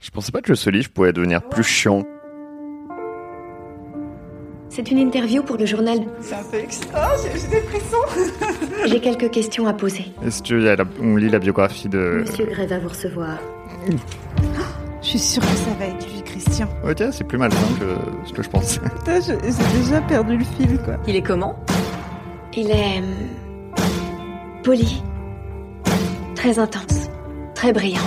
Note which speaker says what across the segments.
Speaker 1: Je pensais pas que ce livre pouvait devenir plus chiant.
Speaker 2: C'est une interview pour le journal.
Speaker 3: C'est un peu excitant, j'ai j'ai des frissons.
Speaker 2: J'ai quelques questions à poser.
Speaker 1: Est-ce qu'on lit la biographie de...
Speaker 2: Euh. Monsieur Gray va vous recevoir.
Speaker 3: Je suis sûre que ça va être lui, Christian.
Speaker 1: Ok, c'est plus malsain que ce que je pensais.
Speaker 3: Putain, je- j'ai déjà perdu le fil, quoi.
Speaker 4: Il est comment
Speaker 2: Il est. hum, poli. Très intense. Très brillant.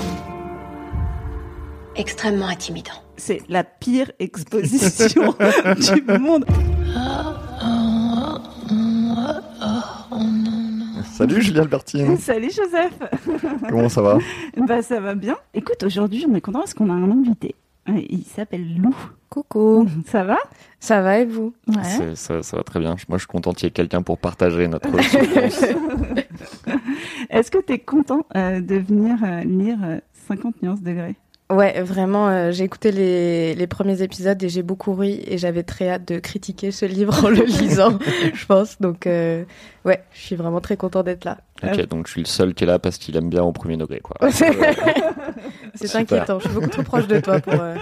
Speaker 2: Extrêmement intimidant.
Speaker 3: C'est la pire exposition du monde.
Speaker 1: Salut Julien Albertine,
Speaker 3: Salut Joseph
Speaker 1: comment ça va
Speaker 3: Bah ça va bien. Écoute, aujourd'hui on est content parce qu'on a un invité. Euh, Il s'appelle Lou.
Speaker 5: Coucou,
Speaker 3: Ça va
Speaker 5: ça va et vous Ouais.
Speaker 1: C'est- ça, ça va très bien. Moi je suis content qu'il y ait quelqu'un pour partager notre souffrance.
Speaker 3: Est-ce que t'es content euh, de venir euh, lire euh, 50 nuances degrés
Speaker 5: Ouais, vraiment, euh, j'ai écouté les, les premiers épisodes et j'ai beaucoup ri et j'avais très hâte de critiquer ce livre en le lisant, je pense. Donc, euh, ouais, je suis vraiment très content d'être là.
Speaker 1: ok, donc je suis le seul qui est là parce qu'il aime bien au premier degré quoi.
Speaker 5: C'est
Speaker 1: Super.
Speaker 5: inquiétant, je suis beaucoup trop proche de toi pour... euh,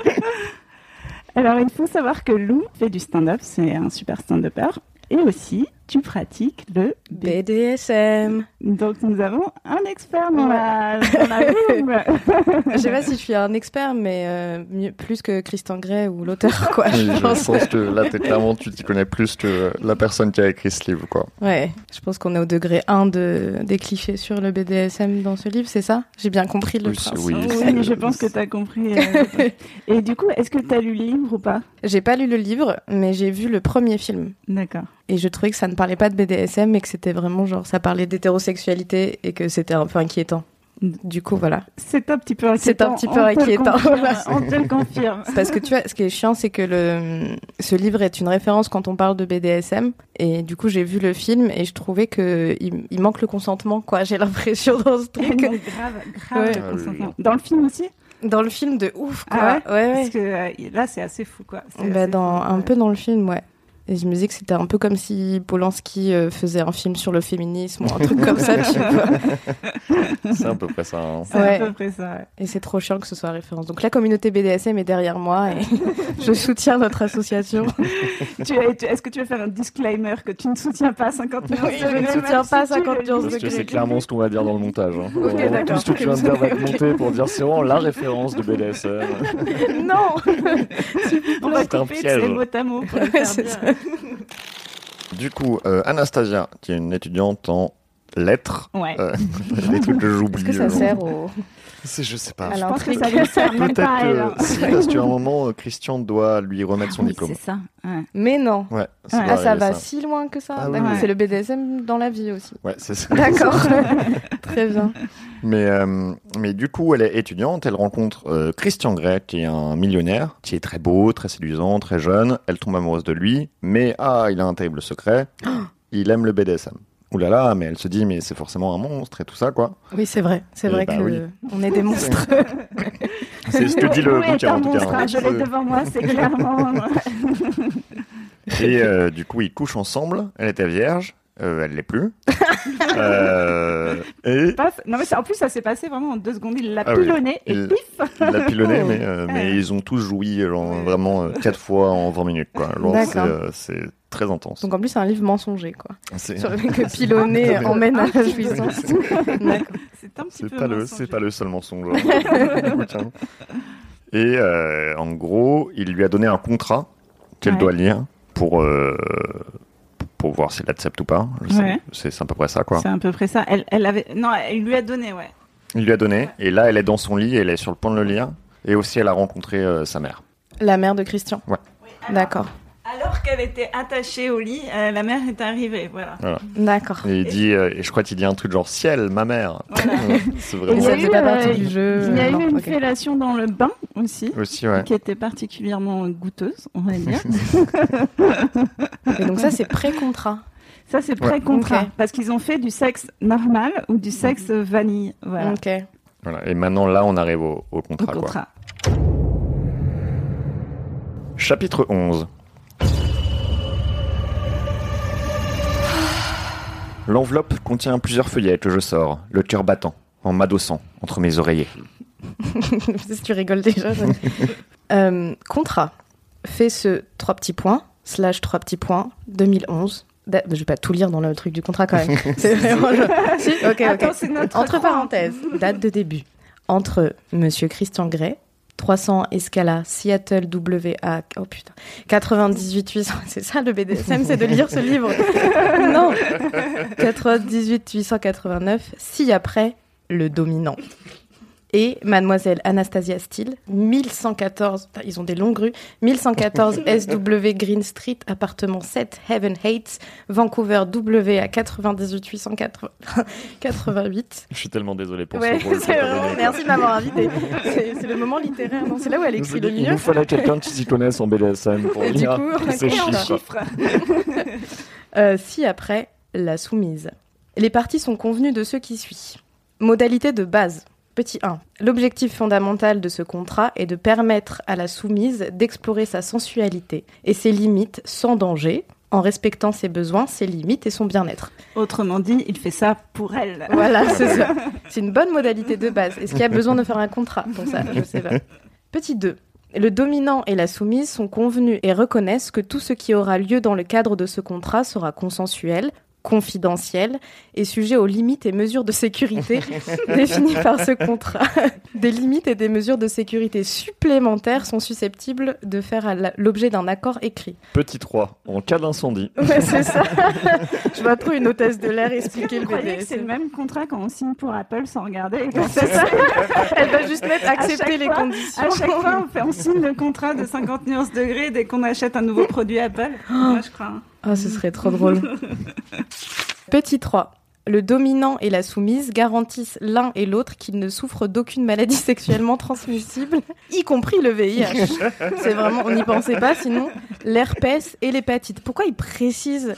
Speaker 3: Alors il faut savoir que Lou fait du stand-up, c'est un super stand-upper. Et aussi, tu pratiques le B.
Speaker 5: BDSM
Speaker 3: Donc nous avons un expert dans la, dans la room.
Speaker 5: Je sais pas si je suis un expert, mais euh, mieux, plus que Christian Grey ou l'auteur, quoi,
Speaker 1: Et
Speaker 5: je
Speaker 1: je
Speaker 5: pense.
Speaker 1: pense que là t'es clairement tu t'y connais plus que la personne qui a écrit ce livre quoi.
Speaker 5: Ouais, je pense qu'on est au degré 1 de, des clichés sur le BDSM dans ce livre, c'est ça J'ai bien compris le
Speaker 1: Oui, c'est-
Speaker 5: principe.
Speaker 1: oui,
Speaker 3: Oui,
Speaker 1: c'est-
Speaker 3: mais je pense que t'as compris. euh, Et du coup, est-ce que t'as lu le livre ou pas
Speaker 5: J'ai pas lu le livre, mais j'ai vu le premier film.
Speaker 3: D'accord.
Speaker 5: Et je trouvais que ça ne parlait pas de BDSM et que c'était vraiment genre, ça parlait d'hétérosexualité et que c'était un peu inquiétant. Du coup, voilà.
Speaker 3: C'est un petit peu inquiétant.
Speaker 5: C'est un petit peu
Speaker 3: on te le
Speaker 5: inquiétant,
Speaker 3: confirme,
Speaker 5: voilà.
Speaker 3: On te le confirme.
Speaker 5: Parce que tu vois, ce qui est chiant, c'est que le, ce livre est une référence quand on parle de BDSM. Et du coup, j'ai vu le film et je trouvais que il, il manque le consentement, quoi. J'ai l'impression dans ce
Speaker 3: Mais
Speaker 5: truc.
Speaker 3: grave, grave.
Speaker 5: Ouais.
Speaker 1: Ah oui, oui.
Speaker 3: Dans le film aussi
Speaker 5: Dans le film de ouf, quoi.
Speaker 3: Ah
Speaker 5: ouais, ouais.
Speaker 3: Parce que euh, là, c'est assez fou, quoi. C'est
Speaker 5: Bah,
Speaker 3: assez
Speaker 5: dans,
Speaker 3: fou.
Speaker 5: un peu dans le film, ouais. Et je me disais que c'était un peu comme si Polanski euh, faisait un film sur le féminisme ou un truc comme ça, tu vois.
Speaker 1: C'est à peu près ça. hein.
Speaker 3: C'est
Speaker 5: Ouais.
Speaker 3: à peu près ça. ouais.
Speaker 5: Et c'est trop chiant que ce soit référence. Donc la communauté BDSM est derrière moi et je soutiens notre association.
Speaker 3: Tu as- tu- Est-ce que tu veux faire un disclaimer que tu ne soutiens pas 50 nuances
Speaker 5: Oui, je
Speaker 3: degrés,
Speaker 5: ne
Speaker 3: même
Speaker 5: soutiens
Speaker 3: si
Speaker 5: pas
Speaker 3: tu le
Speaker 5: 50
Speaker 3: lis
Speaker 5: nuances
Speaker 1: Parce que
Speaker 5: degrés.
Speaker 1: c'est clairement ce qu'on va dire dans le montage. Hein. Vraiment,
Speaker 5: d'accord.
Speaker 1: tout ce que tu viens de dire va être monté pour dire c'est vraiment la référence de BDSM.
Speaker 5: non
Speaker 3: On va
Speaker 1: C'est un
Speaker 3: couper
Speaker 1: piège.
Speaker 3: c'est mot à mot pour le
Speaker 5: Ouais,
Speaker 3: faire
Speaker 5: c'est
Speaker 3: bien.
Speaker 1: Du coup, euh, Anastasia, qui est une étudiante en lettres,
Speaker 3: Ouais.
Speaker 1: Euh, des trucs que j'oublie.
Speaker 5: Est-ce que ça
Speaker 1: euh,
Speaker 5: sert au...
Speaker 1: C'est- Je sais pas.
Speaker 5: à
Speaker 1: Je-
Speaker 3: Je pense que
Speaker 5: l'intrigue
Speaker 3: ça lui sert même
Speaker 1: Peut-être
Speaker 3: pas à elle. hein.
Speaker 1: que si, parce qu'à un moment, euh, Christian doit lui remettre son
Speaker 3: Oui,
Speaker 1: diplôme.
Speaker 3: C'est ça. ouais.
Speaker 5: Mais non
Speaker 1: Ouais,
Speaker 3: Ouais.
Speaker 1: doit
Speaker 5: Ah, ça
Speaker 1: arriver,
Speaker 5: va si loin que ça
Speaker 1: Ah oui,
Speaker 5: D'accord,
Speaker 3: oui.
Speaker 5: C'est le BDSM dans la vie aussi.
Speaker 1: Ouais, c'est ça.
Speaker 5: D'accord Très bien.
Speaker 1: Mais, euh, mais du coup, elle est étudiante, elle rencontre euh, Christian Grey, qui est un millionnaire, qui est très beau, très séduisant, très jeune. Elle tombe amoureuse de lui, mais ah, il a un terrible secret. Il aime le BDSM. Ouh là là, mais elle se dit, mais c'est forcément un monstre et tout ça, quoi.
Speaker 5: Oui, c'est vrai. C'est
Speaker 1: Eh
Speaker 5: vrai
Speaker 1: bah
Speaker 5: que
Speaker 1: oui.
Speaker 5: on est des monstres.
Speaker 1: C'est ce que dit le
Speaker 3: Ouais, t'es
Speaker 1: bouquin,
Speaker 3: un
Speaker 1: en tout cas.
Speaker 3: monstre, hein, je l'ai devant moi, c'est clairement. euh,
Speaker 1: Et euh, du coup, ils couchent ensemble. Elle était vierge. Euh, elle l'est plus. Euh, et
Speaker 3: Paf. Non, mais c'est- en plus, ça s'est passé vraiment en deux secondes. Il l'a
Speaker 1: Ah oui.
Speaker 3: pilonné
Speaker 1: Il-
Speaker 3: et pif
Speaker 1: il l'a pilonné, mais, euh, mais ils ont tous joui genre, vraiment euh, quatre fois en 20 minutes. Quoi. Genre,
Speaker 5: D'accord.
Speaker 1: c'est, euh, c'est très intense.
Speaker 5: Donc en plus, c'est un livre mensonger, quoi.
Speaker 1: C'est
Speaker 5: Sur le que pilonner emmène
Speaker 3: Ah,
Speaker 5: à la jouissance. D'accord.
Speaker 3: C'est un petit
Speaker 1: c'est
Speaker 3: peu.
Speaker 1: pas, le,
Speaker 3: mince,
Speaker 1: c'est
Speaker 3: hein,
Speaker 1: pas le seul mensonge. hein, du bouquin. Et euh, en gros, il lui a donné un contrat qu'elle
Speaker 3: Ouais.
Speaker 1: doit lire pour, euh, pour voir si elle accepte ou pas. Je sais-
Speaker 3: Ouais.
Speaker 1: C'est c'est à peu près ça, quoi.
Speaker 3: je- C'est à peu près ça. Elle, elle avait... Non, elle lui a donné, ouais.
Speaker 1: Il lui a donné, et là, elle est dans son lit, elle est sur le point de le lire, et aussi elle a rencontré euh, sa mère.
Speaker 5: La mère de Christian.
Speaker 3: Alors-
Speaker 5: D'accord.
Speaker 3: Alors qu'elle était attachée au lit, euh, la mère est arrivée, voilà.
Speaker 5: D'accord.
Speaker 1: Et il dit, euh, et je crois qu'il dit un truc genre ciel, ma mère.
Speaker 3: Voilà.
Speaker 1: C'est
Speaker 5: Et
Speaker 3: Il y
Speaker 1: vraiment
Speaker 3: a
Speaker 5: ça
Speaker 3: eu,
Speaker 5: faisait pas partie
Speaker 3: euh,
Speaker 5: du jeu.
Speaker 3: Il y a
Speaker 5: Non,
Speaker 3: eu une
Speaker 5: ok.
Speaker 3: fellation dans le bain aussi,
Speaker 1: aussi, ouais.
Speaker 3: qui était particulièrement goûteuse, on va dire.
Speaker 5: Et donc ça, c'est pré-contrat.
Speaker 3: ça, c'est très contraint,
Speaker 5: Ok. Mm.
Speaker 3: parce qu'ils ont fait du sexe normal ou du sexe vanille, voilà.
Speaker 5: Ok.
Speaker 1: Voilà. Et maintenant, là, on arrive au, au
Speaker 3: Au
Speaker 5: Mm.
Speaker 1: contrat. quoi.
Speaker 3: contrat.
Speaker 1: Chapitre 11. L'enveloppe contient plusieurs feuillets que je sors, le cœur battant, en m'adossant, entre mes oreillers.
Speaker 5: si tu rigoles déjà. je- Euh, contrat. Fais ce trois petits points, slash trois petits points, 2011. Da- Bah, Je vais pas tout lire dans le truc du contrat quand même. C'est vraiment genre- Si, ok, ok.
Speaker 3: Attends, c'est notre
Speaker 5: Entre
Speaker 3: croix.
Speaker 5: parenthèses, date de début. Entre Monsieur Christian Gray, 300 Escala, Seattle WA, oh putain, 98 800, c'est ça le BDSM, c'est de lire ce livre. non 98 889, si après, le dominant. Et Mademoiselle Anastasia Steele, 1114, putain, ils ont des longues rues, 1114 SW Green Street, appartement 7, Heaven Heights, Vancouver WA 98 888.
Speaker 6: Je suis tellement désolé pour
Speaker 5: Ouais,
Speaker 6: ce rôle. que
Speaker 5: c'est
Speaker 6: t'as
Speaker 5: vraiment-
Speaker 6: donné.
Speaker 5: merci de m'avoir invité. C'est c'est le moment littéraire, non C'est là où elle
Speaker 6: Je vous
Speaker 5: écrit
Speaker 6: dis,
Speaker 5: le
Speaker 6: Il
Speaker 5: mieux.
Speaker 6: nous fallait quelqu'un qui s'y connaisse en BDSM pour
Speaker 5: Et du
Speaker 6: lire
Speaker 5: coup, on a
Speaker 6: ces
Speaker 5: créé un
Speaker 3: Chiffre.
Speaker 6: chiffres.
Speaker 5: Euh, si après, la soumise. Les parties sont convenues de ce qui suit. Modalité de base. Petit 1. L'objectif fondamental de ce contrat est de permettre à la soumise d'explorer sa sensualité et ses limites sans danger, en respectant ses besoins, ses limites et son bien-être.
Speaker 3: Autrement dit, il fait ça pour elle.
Speaker 5: Voilà, c'est ça. C'est une bonne modalité de base. Est-ce qu'il y a besoin de faire un contrat pour ça Je sais pas. Petit 2. Le dominant et la soumise sont convenus et reconnaissent que tout ce qui aura lieu dans le cadre de ce contrat sera consensuel, confidentiel et sujet aux limites et mesures de sécurité définies par ce contrat. Des limites et des mesures de sécurité supplémentaires sont susceptibles de faire à la- l'objet d'un accord écrit.
Speaker 6: Petit 3, en cas d'incendie.
Speaker 5: Ouais, c'est ça. Je vois trop une hôtesse de l'air expliquer
Speaker 3: Vous
Speaker 5: le
Speaker 3: croyez que c'est
Speaker 5: BDSM.
Speaker 3: le même contrat quand on signe pour Apple sans regarder et qu'on
Speaker 5: C'est ça. Elle va juste mettre
Speaker 3: À
Speaker 5: accepter
Speaker 3: chaque
Speaker 5: les
Speaker 3: fois-
Speaker 5: conditions.
Speaker 3: À chaque fois, on, fait, on signe le contrat de 50 nuances degrés dès qu'on achète un nouveau produit Apple.
Speaker 5: Oh.
Speaker 3: Moi, je crois. hein.
Speaker 5: Ah, ce serait trop drôle. Petit 3. Le dominant et la soumise garantissent l'un et l'autre qu'ils ne souffrent d'aucune maladie sexuellement transmissible, y compris le VIH. C'est vraiment, on n'y pensait pas, sinon l'herpès et l'hépatite. Pourquoi ils précisent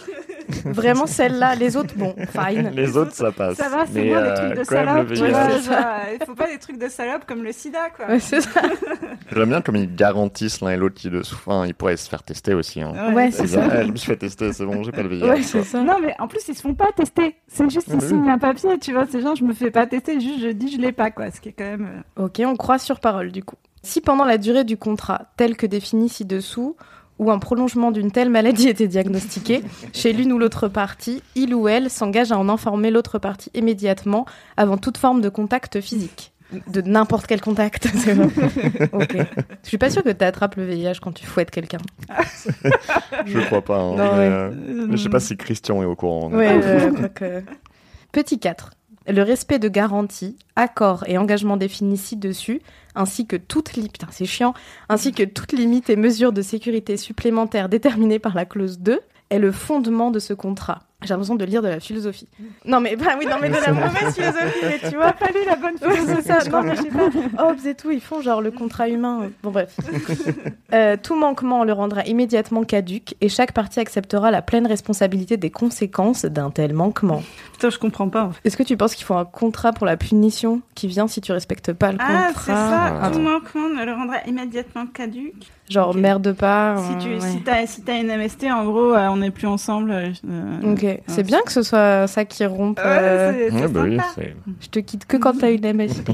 Speaker 5: vraiment celle-là Les autres, bon, fine.
Speaker 6: Les autres, ça passe.
Speaker 3: Ça va, c'est
Speaker 6: Mais,
Speaker 3: moins des
Speaker 6: euh,
Speaker 3: trucs de
Speaker 6: quand même,
Speaker 3: salopes. tu
Speaker 6: le VIH.
Speaker 3: vois,
Speaker 5: C'est ça.
Speaker 3: genre, Il faut pas des trucs de salopes comme le sida, quoi.
Speaker 5: Ouais, c'est ça.
Speaker 6: J'aime bien comme ils garantissent l'un et l'autre qu'ils le souffrent. Enfin, ils pourraient se faire tester aussi. hein.
Speaker 5: Ouais, c'est
Speaker 6: Ils
Speaker 5: ça.
Speaker 6: disent, Ah, je me suis fait tester, c'est bon, j'ai pas le VIH.
Speaker 5: Ouais, c'est ça.
Speaker 3: Non, mais en plus, ils se font pas tester. C'est juste,
Speaker 6: Ah
Speaker 3: ils
Speaker 6: bah
Speaker 3: signent un papier, tu vois. C'est genre, je me fais pas tester, juste, je dis, je l'ai pas, quoi. Ce qui est quand même. euh,
Speaker 5: Ok, on croit sur parole du coup. Si pendant la durée du contrat, tel que défini ci-dessous, ou un prolongement d'une telle maladie était diagnostiqué, chez l'une ou l'autre partie, il ou elle s'engage à en informer l'autre partie immédiatement avant toute forme de contact physique. De n'importe quel contact. c'est vrai. ok. Je suis pas sûre que tu attrapes le VIH quand tu fouettes quelqu'un.
Speaker 6: Je crois pas.
Speaker 5: Non,
Speaker 6: hein, mais,
Speaker 5: ouais.
Speaker 6: euh,
Speaker 3: euh,
Speaker 6: mais je sais pas si Christian est au courant. donc.
Speaker 5: Ouais, euh, donc, euh. Petit 4. Le respect de garanties, accords et engagements définis ci-dessus, ainsi que toutes li- putain, c'est chiant, ainsi que toutes limites et mesures de sécurité supplémentaires déterminées par la clause 2, est le fondement de ce contrat. J'ai l'impression de lire de la philosophie. Non mais bah oui, non mais de la mauvaise philosophie, mais tu vois. oh,
Speaker 3: T'as pas lu la bonne
Speaker 5: Ouais,
Speaker 3: chose.
Speaker 5: c'est ça. Non, mais je sais pas. Hobbes et tout, ils font genre le contrat humain. Bon, bref. Euh, tout manquement le rendra immédiatement caduque et chaque partie acceptera la pleine responsabilité des conséquences d'un tel manquement.
Speaker 3: Putain, je comprends pas. en fait.
Speaker 5: Est-ce que tu penses qu'il faut un contrat pour la punition qui vient si tu respectes pas le
Speaker 3: Ah, c'est
Speaker 5: contrat
Speaker 6: Ah.
Speaker 3: ça.
Speaker 7: hum,
Speaker 3: Tout manquement ne le rendra immédiatement caduque.
Speaker 5: Genre
Speaker 3: Ok.
Speaker 5: merde pas.
Speaker 3: Si tu
Speaker 5: euh,
Speaker 3: si
Speaker 5: ouais.
Speaker 3: t'as si t'as une MST, en gros, euh, on n'est plus ensemble. euh, euh,
Speaker 5: Ok, c'est bien que ce soit ça qui rompe.
Speaker 3: Ouais,
Speaker 5: euh,
Speaker 3: c'est- c'est
Speaker 6: Ouais, bah oui,
Speaker 3: sympa.
Speaker 6: c'est-
Speaker 5: Je te quitte que quand t'as une MSP.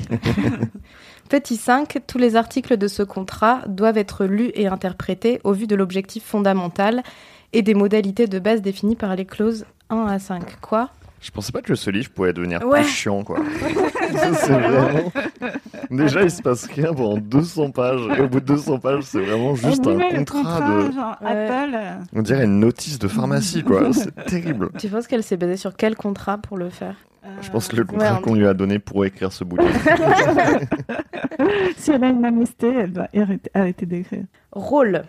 Speaker 5: Petit 5, tous les articles de ce contrat doivent être lus et interprétés au vu de l'objectif fondamental et des modalités de base définies par les clauses 1 à 5. Quoi
Speaker 6: Je pensais pas que ce livre pouvait devenir
Speaker 5: Ouais.
Speaker 6: plus chiant, quoi. Ça, c'est vraiment... Déjà, il se passe rien pendant 200 pages. Et au bout de 200 pages, c'est vraiment juste
Speaker 3: On
Speaker 6: un
Speaker 3: met
Speaker 6: contrat,
Speaker 3: Ah, le contrat,
Speaker 6: de...
Speaker 3: genre
Speaker 5: Ouais.
Speaker 3: Apple. euh,
Speaker 6: On dirait une notice de pharmacie, quoi. C'est terrible.
Speaker 5: Tu penses qu'elle s'est basée sur quel contrat pour le faire
Speaker 6: Je pense que le
Speaker 5: Ouais,
Speaker 6: contrat
Speaker 5: on-
Speaker 6: qu'on lui a donné pour écrire ce bouquin.
Speaker 3: Si elle a une amnistie, elle doit arrêter, arrêter d'écrire.
Speaker 5: Rôle,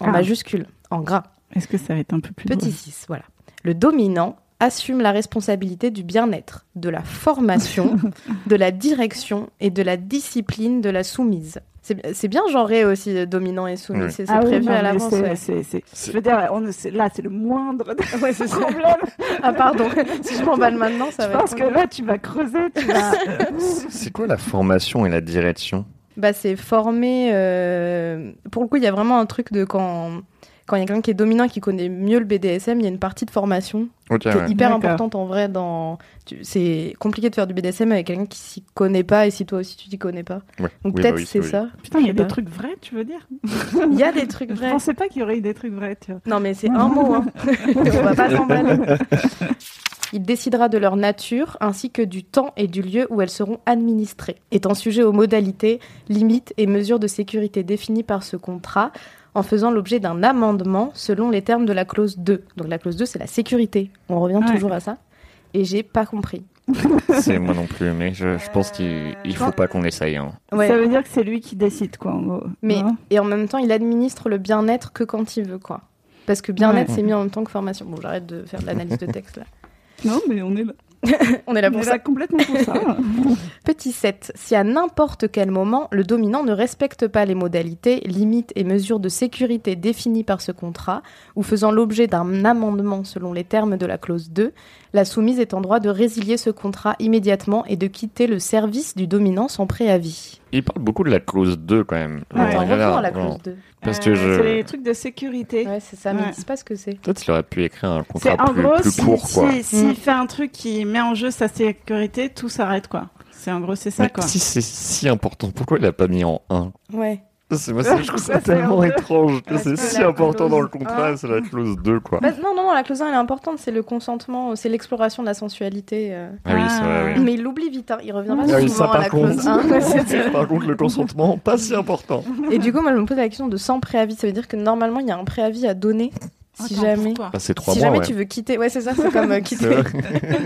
Speaker 5: en
Speaker 3: Ah.
Speaker 5: majuscule, en gras.
Speaker 3: Est-ce que ça va être un peu plus
Speaker 5: Petit
Speaker 3: drôle
Speaker 5: 6, voilà. Le dominant assume la responsabilité du bien-être, de la formation, de la direction et de la discipline de la soumise. C'est c'est bien genré aussi, euh, dominant et soumis,
Speaker 6: Oui.
Speaker 5: c'est c'est
Speaker 3: Ah oui,
Speaker 5: prévu
Speaker 3: non,
Speaker 5: à
Speaker 3: mais
Speaker 5: l'avance.
Speaker 3: c'est-
Speaker 5: ouais.
Speaker 3: c'est- c'est-
Speaker 6: C'est-
Speaker 3: Je veux dire, on, c'est- là, c'est le moindre des
Speaker 5: Ouais, c'est ça.
Speaker 3: problèmes.
Speaker 5: Ah pardon, si je m'emballe maintenant, ça
Speaker 3: je
Speaker 5: va
Speaker 3: pense
Speaker 5: être...
Speaker 3: que là, tu vas creuser. Tu vas...
Speaker 7: Euh,
Speaker 6: c'est quoi la formation et la direction
Speaker 5: Bah, c'est formé... euh, Pour le coup, il y a vraiment un truc de quand... quand il y a quelqu'un qui est dominant, qui connaît mieux le BDSM, il y a une partie de formation
Speaker 1: Ok,
Speaker 5: qui
Speaker 1: ouais.
Speaker 5: est hyper
Speaker 7: D'accord.
Speaker 5: importante en vrai. Dans... tu- C'est compliqué de faire du BDSM avec quelqu'un qui s'y connaît pas et si toi aussi tu t'y connais pas.
Speaker 1: Ouais. Oui,
Speaker 5: Donc
Speaker 1: bah
Speaker 5: peut-être
Speaker 1: oui,
Speaker 5: c'est
Speaker 1: oui.
Speaker 5: ça.
Speaker 7: Putain, il y
Speaker 5: Je
Speaker 7: a
Speaker 5: sais
Speaker 7: des
Speaker 5: pas.
Speaker 7: trucs vrais, tu veux dire
Speaker 5: Il y a des trucs
Speaker 7: Je
Speaker 5: vrais.
Speaker 7: pensais pas qu'il y aurait eu des trucs vrais, tu vois.
Speaker 5: Non, mais c'est un mot. Hein. On va pas s'emballer. Il décidera de leur nature ainsi que du temps et du lieu où elles seront administrées, étant sujet aux modalités, limites et mesures de sécurité définies par ce contrat en faisant l'objet d'un amendement selon les termes de la clause 2. Donc la clause 2, c'est la sécurité. On revient
Speaker 7: Ouais.
Speaker 5: toujours à ça. Et j'ai pas compris.
Speaker 1: C'est moi non plus, mais je, je pense
Speaker 5: Euh,
Speaker 1: qu'il il faut pas qu'on essaye. hein.
Speaker 5: Ouais.
Speaker 7: Ça veut dire que c'est lui qui décide, quoi, en gros.
Speaker 5: Mais
Speaker 7: Non
Speaker 5: et en même temps, il administre le bien-être que quand il veut, quoi. Parce que bien-être,
Speaker 7: Ouais.
Speaker 5: c'est mis en même temps que formation. Bon, j'arrête de faire de l'analyse de texte là.
Speaker 7: non, mais on est là,
Speaker 5: On est là
Speaker 7: on
Speaker 5: pour
Speaker 7: est
Speaker 5: ça.
Speaker 7: là complètement pour ça.
Speaker 5: Petit 7. Si à n'importe quel moment, le dominant ne respecte pas les modalités, limites et mesures de sécurité définies par ce contrat, ou faisant l'objet d'un amendement selon les termes de la clause 2, la soumise est en droit de résilier ce contrat immédiatement et de quitter le service du dominant sans préavis.
Speaker 1: Il parle beaucoup de la clause 2 quand même.
Speaker 7: Ouais,
Speaker 1: Genre,
Speaker 5: Attends,
Speaker 1: il y a
Speaker 5: revenons
Speaker 1: là,
Speaker 5: à la
Speaker 1: genre,
Speaker 5: clause 2.
Speaker 1: Parce que
Speaker 7: Euh,
Speaker 1: je-
Speaker 7: C'est les trucs de sécurité.
Speaker 5: Ouais, c'est ça, mais
Speaker 7: Ouais.
Speaker 5: ils disent pas ce que c'est.
Speaker 1: Peut-être qu'il aurait pu écrire un
Speaker 7: C'est
Speaker 1: contrat
Speaker 7: en
Speaker 1: plus,
Speaker 7: gros,
Speaker 1: plus
Speaker 7: si-
Speaker 1: court, quoi.
Speaker 7: si- s'il
Speaker 5: Mm.
Speaker 7: fait un truc qui met en jeu sa sécurité, tout s'arrête, quoi. C'est en gros, c'est ça,
Speaker 1: Mais
Speaker 7: quoi.
Speaker 1: si c'est si important, pourquoi il l'a pas mis en 1
Speaker 5: Ouais.
Speaker 1: C'est moi, ça, je trouve
Speaker 7: Ça,
Speaker 1: ça
Speaker 7: c'est
Speaker 1: tellement
Speaker 7: un peu-
Speaker 1: étrange que
Speaker 5: Parce
Speaker 1: c'est
Speaker 5: que
Speaker 1: si
Speaker 5: la
Speaker 1: important dans le
Speaker 5: clause
Speaker 1: contrat,
Speaker 5: un-
Speaker 1: c'est la clause 2, quoi.
Speaker 5: Bah, non, non, non, la clause 1 elle est importante, c'est le consentement, c'est l'exploration de la sensualité. euh.
Speaker 1: Ah oui, c'est vrai, oui.
Speaker 5: Mais il l'oublie vite, hein, il revient pas
Speaker 7: Ah
Speaker 1: Ah oui,
Speaker 5: souvent
Speaker 1: ça
Speaker 5: à
Speaker 1: par
Speaker 5: la hein, clause
Speaker 1: contre.
Speaker 5: 1.
Speaker 1: par contre, le consentement, pas si important.
Speaker 5: Et du coup, moi, je me pose la question de sans préavis. Ça veut dire que normalement, il y a un préavis à donner si
Speaker 7: Attends,
Speaker 5: jamais,
Speaker 7: pourquoi
Speaker 1: Bah, c'est 3
Speaker 5: si
Speaker 1: mois,
Speaker 5: jamais
Speaker 1: ouais.
Speaker 5: tu veux quitter. Ouais, c'est ça, c'est comme euh, quitter.
Speaker 1: C'est vrai.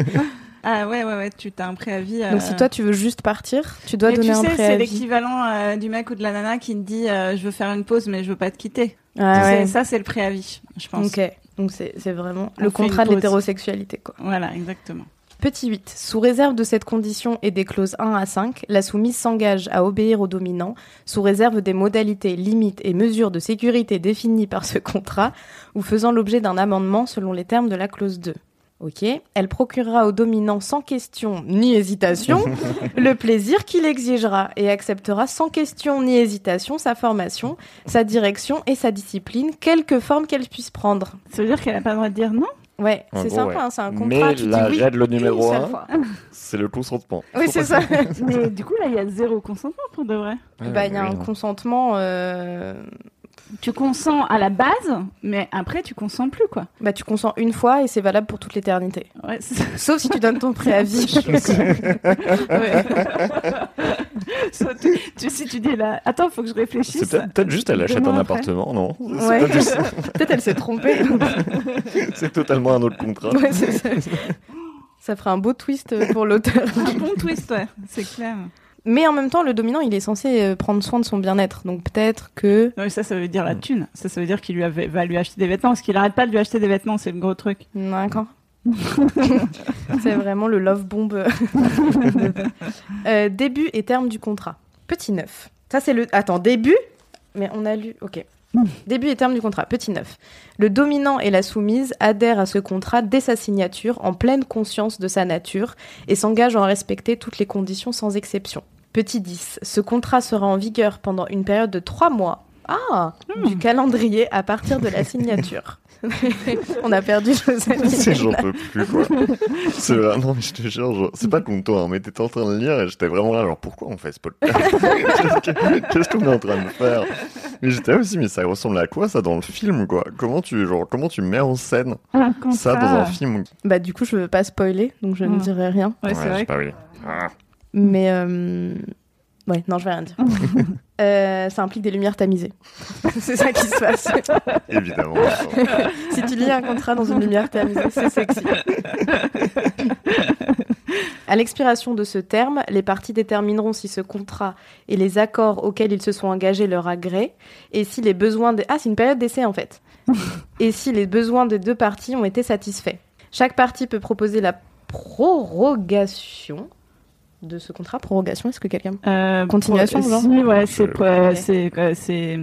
Speaker 7: Ah ouais, ouais, ouais, tu as un préavis. euh,
Speaker 5: Donc, si toi, tu veux juste partir, tu dois
Speaker 7: mais
Speaker 5: donner
Speaker 7: tu
Speaker 5: un
Speaker 7: sais, c'est
Speaker 5: préavis.
Speaker 7: l'équivalent euh, du mec ou de la nana qui te dit euh, je veux faire une pause mais je veux pas te quitter.
Speaker 5: Ah
Speaker 7: C'est-
Speaker 5: ouais.
Speaker 7: Ça c'est le préavis, je pense.
Speaker 5: Ok. Donc, c'est c'est vraiment
Speaker 7: On
Speaker 5: le
Speaker 7: fait
Speaker 5: contrat
Speaker 7: une
Speaker 5: de
Speaker 7: pause.
Speaker 5: l'hétérosexualité, quoi.
Speaker 7: Voilà, exactement.
Speaker 5: Petit 8. Sous réserve de cette condition et des clauses 1 à 5, la soumise s'engage à obéir au dominant, sous réserve des modalités, limites et mesures de sécurité définies par ce contrat, ou faisant l'objet d'un amendement selon les termes de la clause 2. Ok. Elle procurera au dominant sans question ni hésitation le plaisir qu'il exigera et acceptera sans question ni hésitation sa formation, sa direction et sa discipline, quelque forme qu'elle puisse prendre.
Speaker 7: Ça veut dire qu'elle a pas le droit de dire non.
Speaker 5: Ouais,
Speaker 1: En
Speaker 5: c'est
Speaker 1: gros,
Speaker 5: sympa,
Speaker 1: ouais.
Speaker 5: hein, c'est un contrat.
Speaker 1: Mais
Speaker 5: tu dis
Speaker 1: la
Speaker 5: oui
Speaker 1: règle
Speaker 5: une
Speaker 1: numéro
Speaker 5: seule
Speaker 1: 1,
Speaker 5: fois.
Speaker 1: c'est le consentement.
Speaker 5: Oui, c'est ça.
Speaker 7: mais du coup là il y a zéro consentement pour de vrai.
Speaker 5: Eh ben, il y
Speaker 1: bah
Speaker 5: a un consentement. euh,
Speaker 7: Tu consens à la base, mais après tu consens plus quoi.
Speaker 5: Bah, tu consens une fois et c'est valable pour toute l'éternité.
Speaker 7: Ouais, c'est-
Speaker 5: Sauf si tu donnes ton préavis.
Speaker 7: ouais. Soit tu, tu- si tu dis là, attends faut que je
Speaker 1: C'est
Speaker 7: réfléchisse.
Speaker 1: peut-être peut-être juste, elle achète
Speaker 7: Demain
Speaker 1: un
Speaker 7: après.
Speaker 1: appartement, non C'est
Speaker 5: Ouais.
Speaker 1: pas juste-
Speaker 5: Peut-être elle s'est trompée.
Speaker 1: C'est totalement un autre contrat.
Speaker 5: Ouais, c'est ça. Ça ferait un beau twist pour l'auteur.
Speaker 7: Un bon twist, ouais, c'est clair.
Speaker 5: Mais en même temps, le dominant, il est censé euh, prendre soin de son bien-être. Donc peut-être que.
Speaker 7: Non, mais ça, ça veut dire la thune. Ça, ça veut dire qu'il lui avait- va lui acheter des vêtements. Parce qu'il arrête pas de lui acheter des vêtements, c'est le gros truc.
Speaker 5: D'accord. c'est vraiment le love bomb. Euh, début et terme du contrat. Petit 9. Ça, c'est le. Attends, début Mais on a lu. Ok. Début et terme du contrat. Petit 9. Le dominant et la soumise adhèrent à ce contrat dès sa signature, en pleine conscience de sa nature, et s'engagent à en respecter toutes les conditions sans exception. Petit 10. Ce contrat sera en vigueur pendant une période de 3 mois. Ah Du calendrier à partir de la signature. on a perdu Joseph.
Speaker 1: C'est j'en peux plus, quoi. C'est vrai, non, mais je te jure, genre, c'est pas contre toi, hein, mais t'étais en train de lire et j'étais vraiment là, genre, pourquoi on fait ce podcast Qu'est-ce que- Qu'est-ce qu'on est en train de faire Mais j'étais là aussi, mais ça ressemble à quoi ça dans le film, quoi Comment tu, genre, comment tu mets en scène
Speaker 7: Un
Speaker 1: ça dans un film
Speaker 5: Bah du coup, je veux pas spoiler, donc je ne
Speaker 7: Mm.
Speaker 5: dirai rien.
Speaker 7: Ouais, c'est vrai.
Speaker 1: j'ai pas vu. Ah.
Speaker 5: Mais euh, ouais, non, je vais rien dire. Euh, ça implique des lumières tamisées. c'est ça qui se passe.
Speaker 1: Évidemment.
Speaker 5: si tu lis un contrat dans une lumière tamisée, c'est sexy. À l'expiration de ce terme, les parties détermineront si ce contrat et les accords auxquels ils se sont engagés leur agréent et si les besoins des ah c'est une période d'essai en fait et si les besoins des deux parties ont été satisfaits. Chaque partie peut proposer la prorogation de ce contrat. Prorogation, est-ce que quelqu'un
Speaker 7: Euh,
Speaker 5: Continuation,
Speaker 7: pour-
Speaker 5: genre
Speaker 7: Si, ouais,
Speaker 1: Je-
Speaker 7: c'est pour- euh,
Speaker 5: Ok.
Speaker 7: c'est euh, c'est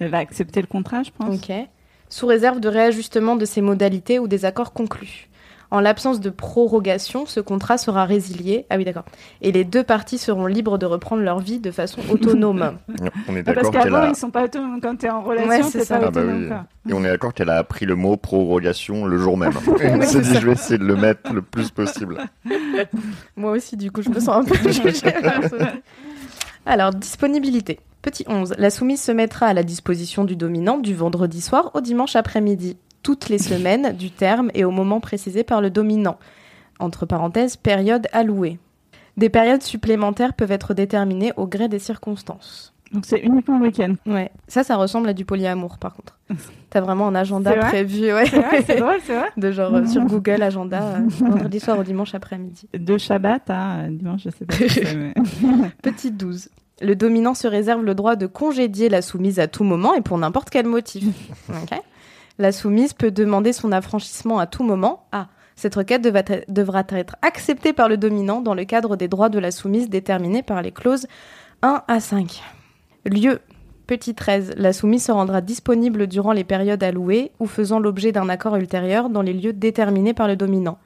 Speaker 7: elle va accepter le contrat, je pense.
Speaker 5: Ok. Sous réserve de réajustement de ces modalités ou des accords conclus. En l'absence de prorogation, ce contrat sera résilié. Ah oui, d'accord. Et les deux parties seront libres de reprendre leur vie de façon autonome.
Speaker 1: Non, On est
Speaker 7: Ah, parce
Speaker 1: d'accord qu'elle
Speaker 7: qu'avant,
Speaker 1: a...
Speaker 7: ils sont pas autonomes. Quand t'es en relation,
Speaker 5: Ouais, c'est
Speaker 7: t'es
Speaker 5: ça.
Speaker 7: pas
Speaker 1: Ah bah
Speaker 7: autonome.
Speaker 1: oui.
Speaker 7: quoi.
Speaker 1: Et on est d'accord qu'elle a appris le mot prorogation le jour même. Elle s'est dit, je vais essayer de le mettre le plus possible.
Speaker 5: Moi aussi, du coup, je me sens un peu jugée. par ce- Alors, disponibilité. Petit 11. La soumise se mettra à la disposition du dominant du vendredi soir au dimanche après-midi, toutes les semaines, du terme et au moment précisé par le dominant. Entre parenthèses, période allouée. Des périodes supplémentaires peuvent être déterminées au gré des circonstances.
Speaker 7: Donc c'est uniquement le week-end.
Speaker 5: Ouais. Ça, ça ressemble à du polyamour, par contre. T'as vraiment un agenda
Speaker 7: C'est vrai
Speaker 5: prévu, ouais.
Speaker 7: C'est vrai, c'est drôle, c'est vrai.
Speaker 5: De genre euh, sur Google, agenda, euh, vendredi soir au dimanche après-midi.
Speaker 7: De Shabbat à euh, dimanche, je sais pas. si c'est, mais-
Speaker 5: Petite 12. Le dominant se réserve le droit de congédier la soumise à tout moment et pour n'importe quel motif. Ok. La soumise peut demander son affranchissement à tout moment. Ah, cette requête deva- devra être acceptée par le dominant dans le cadre des droits de la soumise déterminés par les clauses 1 à 5. Lieu. Petit 13. La soumise se rendra disponible durant les périodes allouées ou faisant l'objet d'un accord ultérieur dans les lieux déterminés par le dominant.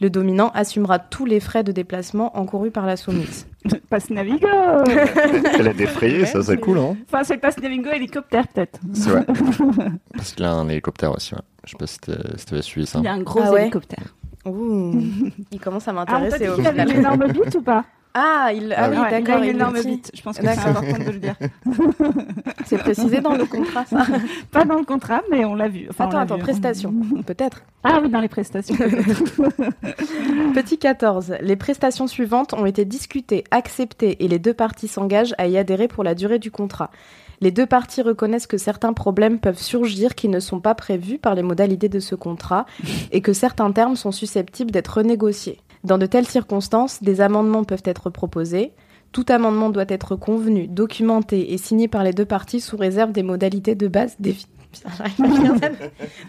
Speaker 5: Le dominant assumera tous les frais de déplacement encourus par la soumise.
Speaker 7: Passe Navigo
Speaker 1: Elle est défrayée, ça, c'est cool, hein
Speaker 7: Enfin, c'est le Passe Navigo hélicoptère, peut-être.
Speaker 1: C'est vrai. Parce qu'il a un hélicoptère aussi, ouais. Je sais pas si t'as- si t'avais suivi ça.
Speaker 7: Il y a un gros
Speaker 5: Ah ouais
Speaker 7: hélicoptère.
Speaker 5: Ouh, il commence à
Speaker 7: Ah, on t'a dit
Speaker 5: m'intéresser au
Speaker 7: qu'il avait
Speaker 5: final.
Speaker 7: une énorme bite ou pas
Speaker 5: Ah, il... ah,
Speaker 1: Ah
Speaker 5: oui,
Speaker 7: Ouais, il
Speaker 5: d'accord,
Speaker 7: a
Speaker 5: il
Speaker 7: une énorme
Speaker 5: le dit.
Speaker 7: bite. Je pense que c'est
Speaker 5: D'accord.
Speaker 7: important de le dire.
Speaker 5: C'est précisé dans le contrat, ça.
Speaker 7: Pas dans le contrat, mais on l'a vu. Enfin, on
Speaker 5: attends,
Speaker 7: l'a
Speaker 5: attends,
Speaker 7: vu.
Speaker 5: prestation, peut-être.
Speaker 7: Ah oui, dans les prestations.
Speaker 5: Petit 14. Les prestations suivantes ont été discutées, acceptées et les deux parties s'engagent à y adhérer pour la durée du contrat. Les deux parties reconnaissent que certains problèmes peuvent surgir qui ne sont pas prévus par les modalités de ce contrat et que certains termes sont susceptibles d'être renégociés. Dans de telles circonstances, des amendements peuvent être proposés. Tout amendement doit être convenu, documenté et signé par les deux parties sous réserve des modalités de base définies.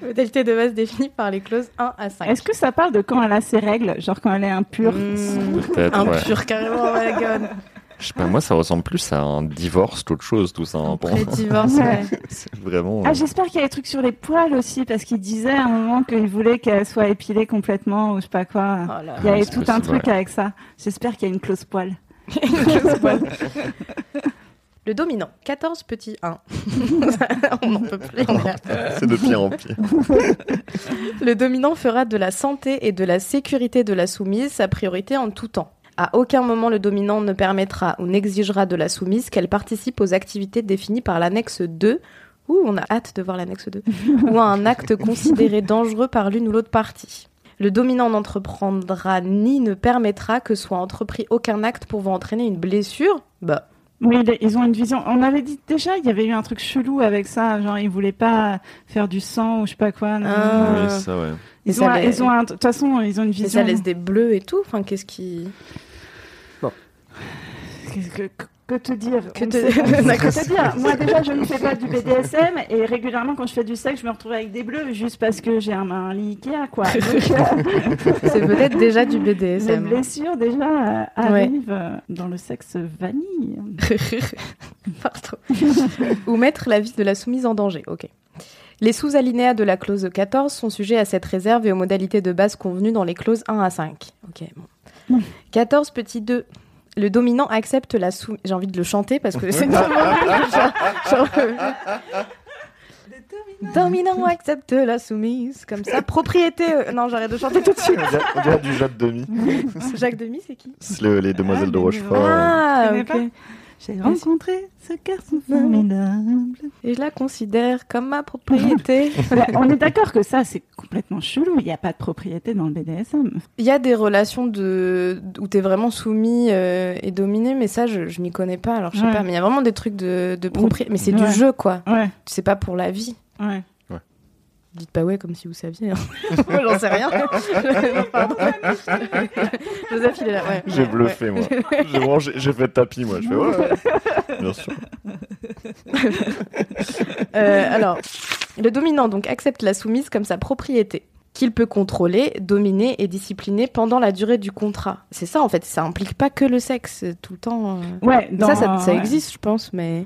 Speaker 5: modalités de base définies par les clauses 1 à 5.
Speaker 7: Est-ce que ça parle de quand elle a ses règles Genre quand elle est impure
Speaker 5: Mmh,
Speaker 1: Peut-être, ouais.
Speaker 5: Impur carrément, ouais, la gueule.
Speaker 1: Je sais pas, moi, ça ressemble plus à un divorce qu'autre chose, tout ça. hein, pour-
Speaker 5: Les divorces, ouais.
Speaker 1: C'est
Speaker 5: Mm.
Speaker 1: vraiment.
Speaker 7: Ah, j'espère qu'il y a des trucs sur les poils aussi, parce qu'il disait à un moment qu'il voulait qu'elle soit épilée complètement, ou je sais pas quoi.
Speaker 5: Oh là
Speaker 7: Il y avait
Speaker 1: c'est
Speaker 7: tout un
Speaker 1: possible,
Speaker 7: truc
Speaker 1: ouais.
Speaker 7: avec ça. J'espère qu'il y a une clause poil.
Speaker 5: là. Le dominant, 14 petit 1. on n'en peut plus. on est-
Speaker 1: euh, C'est de pire en pire.
Speaker 5: Le dominant fera de la santé et de la sécurité de la soumise sa priorité en tout temps. À aucun moment le dominant ne permettra ou n'exigera de la soumise qu'elle participe aux activités définies par l'annexe 2, ou on a hâte de voir l'annexe 2, ou à un acte considéré dangereux par l'une ou l'autre partie. Le dominant n'entreprendra ni ne permettra que soit entrepris aucun acte pouvant entraîner une blessure. Bah,
Speaker 7: Oui, les- ils ont une vision. On avait dit déjà, il y avait eu un truc chelou avec ça. Genre, ils voulaient pas faire du sang ou je sais pas quoi. non,
Speaker 5: Ah.
Speaker 7: non, non.
Speaker 5: Euh,
Speaker 1: Oui, ça, ouais.
Speaker 5: mais
Speaker 7: Ils,
Speaker 5: ça
Speaker 7: ont, un-
Speaker 5: les-
Speaker 7: ils ont un- De toute façon, ils ont une
Speaker 5: mais
Speaker 7: vision.
Speaker 5: ça laisse des bleus et tout. Enfin, qu'est-ce qui.
Speaker 7: Qu'est-ce Que, que- que te dire
Speaker 5: Que
Speaker 7: On ne
Speaker 5: te-
Speaker 7: sait pas.
Speaker 5: D'accord.
Speaker 7: Que te dire Moi, déjà, je ne fais pas du BDSM et régulièrement, quand je fais du sexe, je me retrouve avec des bleus juste parce que j'ai un, un lit Ikea, quoi. Donc, euh,
Speaker 5: C'est peut-être déjà du
Speaker 7: Les
Speaker 5: BDSM.
Speaker 7: blessures déjà euh,
Speaker 5: Ouais.
Speaker 7: arrivent euh, dans le sexe vanille.
Speaker 5: Pardon. Ou mettre la vie de la soumise en danger. Ok. Les sous-alinéas de la clause 14 sont sujets à cette réserve et aux modalités de base convenues dans les clauses 1 à 5. Ok. bon. 14 petit 2. Le dominant accepte la soumise. J'ai envie de le chanter parce que c'est tellement nul que j'en- j'en peux plus. euh, Dominant accepte la soumise comme ça. Propriété. euh, Non, j'arrête de chanter tout de suite.
Speaker 1: On dirait- on dirait du Jacques Demi.
Speaker 5: Jacques Demy, c'est qui
Speaker 1: C'est le- les demoiselles de Rochefort.
Speaker 5: Ah,
Speaker 7: connais
Speaker 5: ok.
Speaker 7: pas J'ai rencontré ce garçon formidable.
Speaker 5: Et je la considère comme ma propriété.
Speaker 7: Là, Bah, on est d'accord que ça, c'est complètement chelou. Il n'y a pas de propriété dans le BDSM.
Speaker 5: Il y a des relations de où t'es vraiment soumis euh, et dominé, mais ça, je, je m'y connais pas. Alors je sais
Speaker 7: Ouais.
Speaker 5: pas, mais il y a vraiment des trucs de, de propriété. Mais c'est
Speaker 7: Ouais.
Speaker 5: du jeu, quoi.
Speaker 7: Ouais,
Speaker 5: C'est pas pour la vie.
Speaker 7: ouais.
Speaker 5: Dites pas ouais comme si vous saviez. hein. J'en sais rien. Pardon. Joseph, il est là. Ouais.
Speaker 1: J'ai
Speaker 5: Ouais,
Speaker 1: bluffé, moi. J'ai vraiment- J'ai j'ai fait tapis, moi. Je fais, ouais, ouais. Bien sûr.
Speaker 5: Euh, alors, le dominant donc accepte la soumise comme sa propriété, qu'il peut contrôler, dominer et discipliner pendant la durée du contrat. C'est ça en fait, ça implique pas que le sexe, c'est tout le temps. euh.
Speaker 7: Ouais,
Speaker 5: Mais
Speaker 7: dans-
Speaker 5: ça, ça, ça
Speaker 7: ouais.
Speaker 5: existe, je pense, mais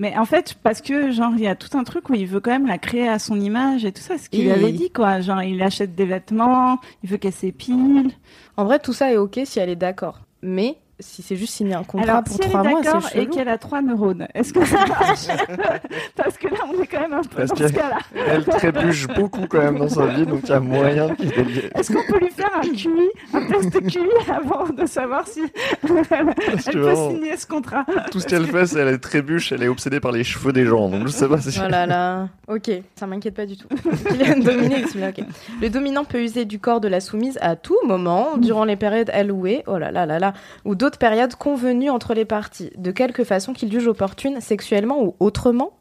Speaker 7: Mais en fait, parce que genre il y a tout un truc où il veut quand même la créer à son image et tout ça, ce qu'il
Speaker 5: Et-
Speaker 7: avait dit quoi. Genre il achète des vêtements, il veut qu'elle s'épile.
Speaker 5: En vrai, tout ça est ok si elle est d'accord. Mais si c'est juste signer un contrat
Speaker 7: Alors
Speaker 5: pour
Speaker 7: si elle
Speaker 5: trois
Speaker 7: est
Speaker 5: mois,
Speaker 7: d'accord
Speaker 5: c'est
Speaker 7: et
Speaker 5: chelou.
Speaker 7: qu'elle a trois neurones, est-ce que ça marche Parce que là on est quand même un peu
Speaker 1: Parce
Speaker 7: dans
Speaker 1: que-
Speaker 7: ce cas-là.
Speaker 1: Elle trébuche beaucoup quand même dans sa vie, donc il y a moyen qu'il ait lié.
Speaker 7: Est-ce qu'on peut lui faire un QI, un test QI avant de savoir si
Speaker 1: Parce que
Speaker 7: elle peut
Speaker 1: vraiment,
Speaker 7: signer ce contrat
Speaker 1: tout ce qu'elle fait, c'est elle trébuche, elle est obsédée par les cheveux des gens. Donc je sais pas si.
Speaker 5: Oh là là. Ok, ça m'inquiète pas du tout. Kylian dominé, il se met là, ok. Le dominant peut user du corps de la soumise à tout moment, durant les périodes allouées, oh là là là là, ou d'autres périodes convenues entre les parties, de quelque façon qu'il juge opportune, sexuellement ou autrement.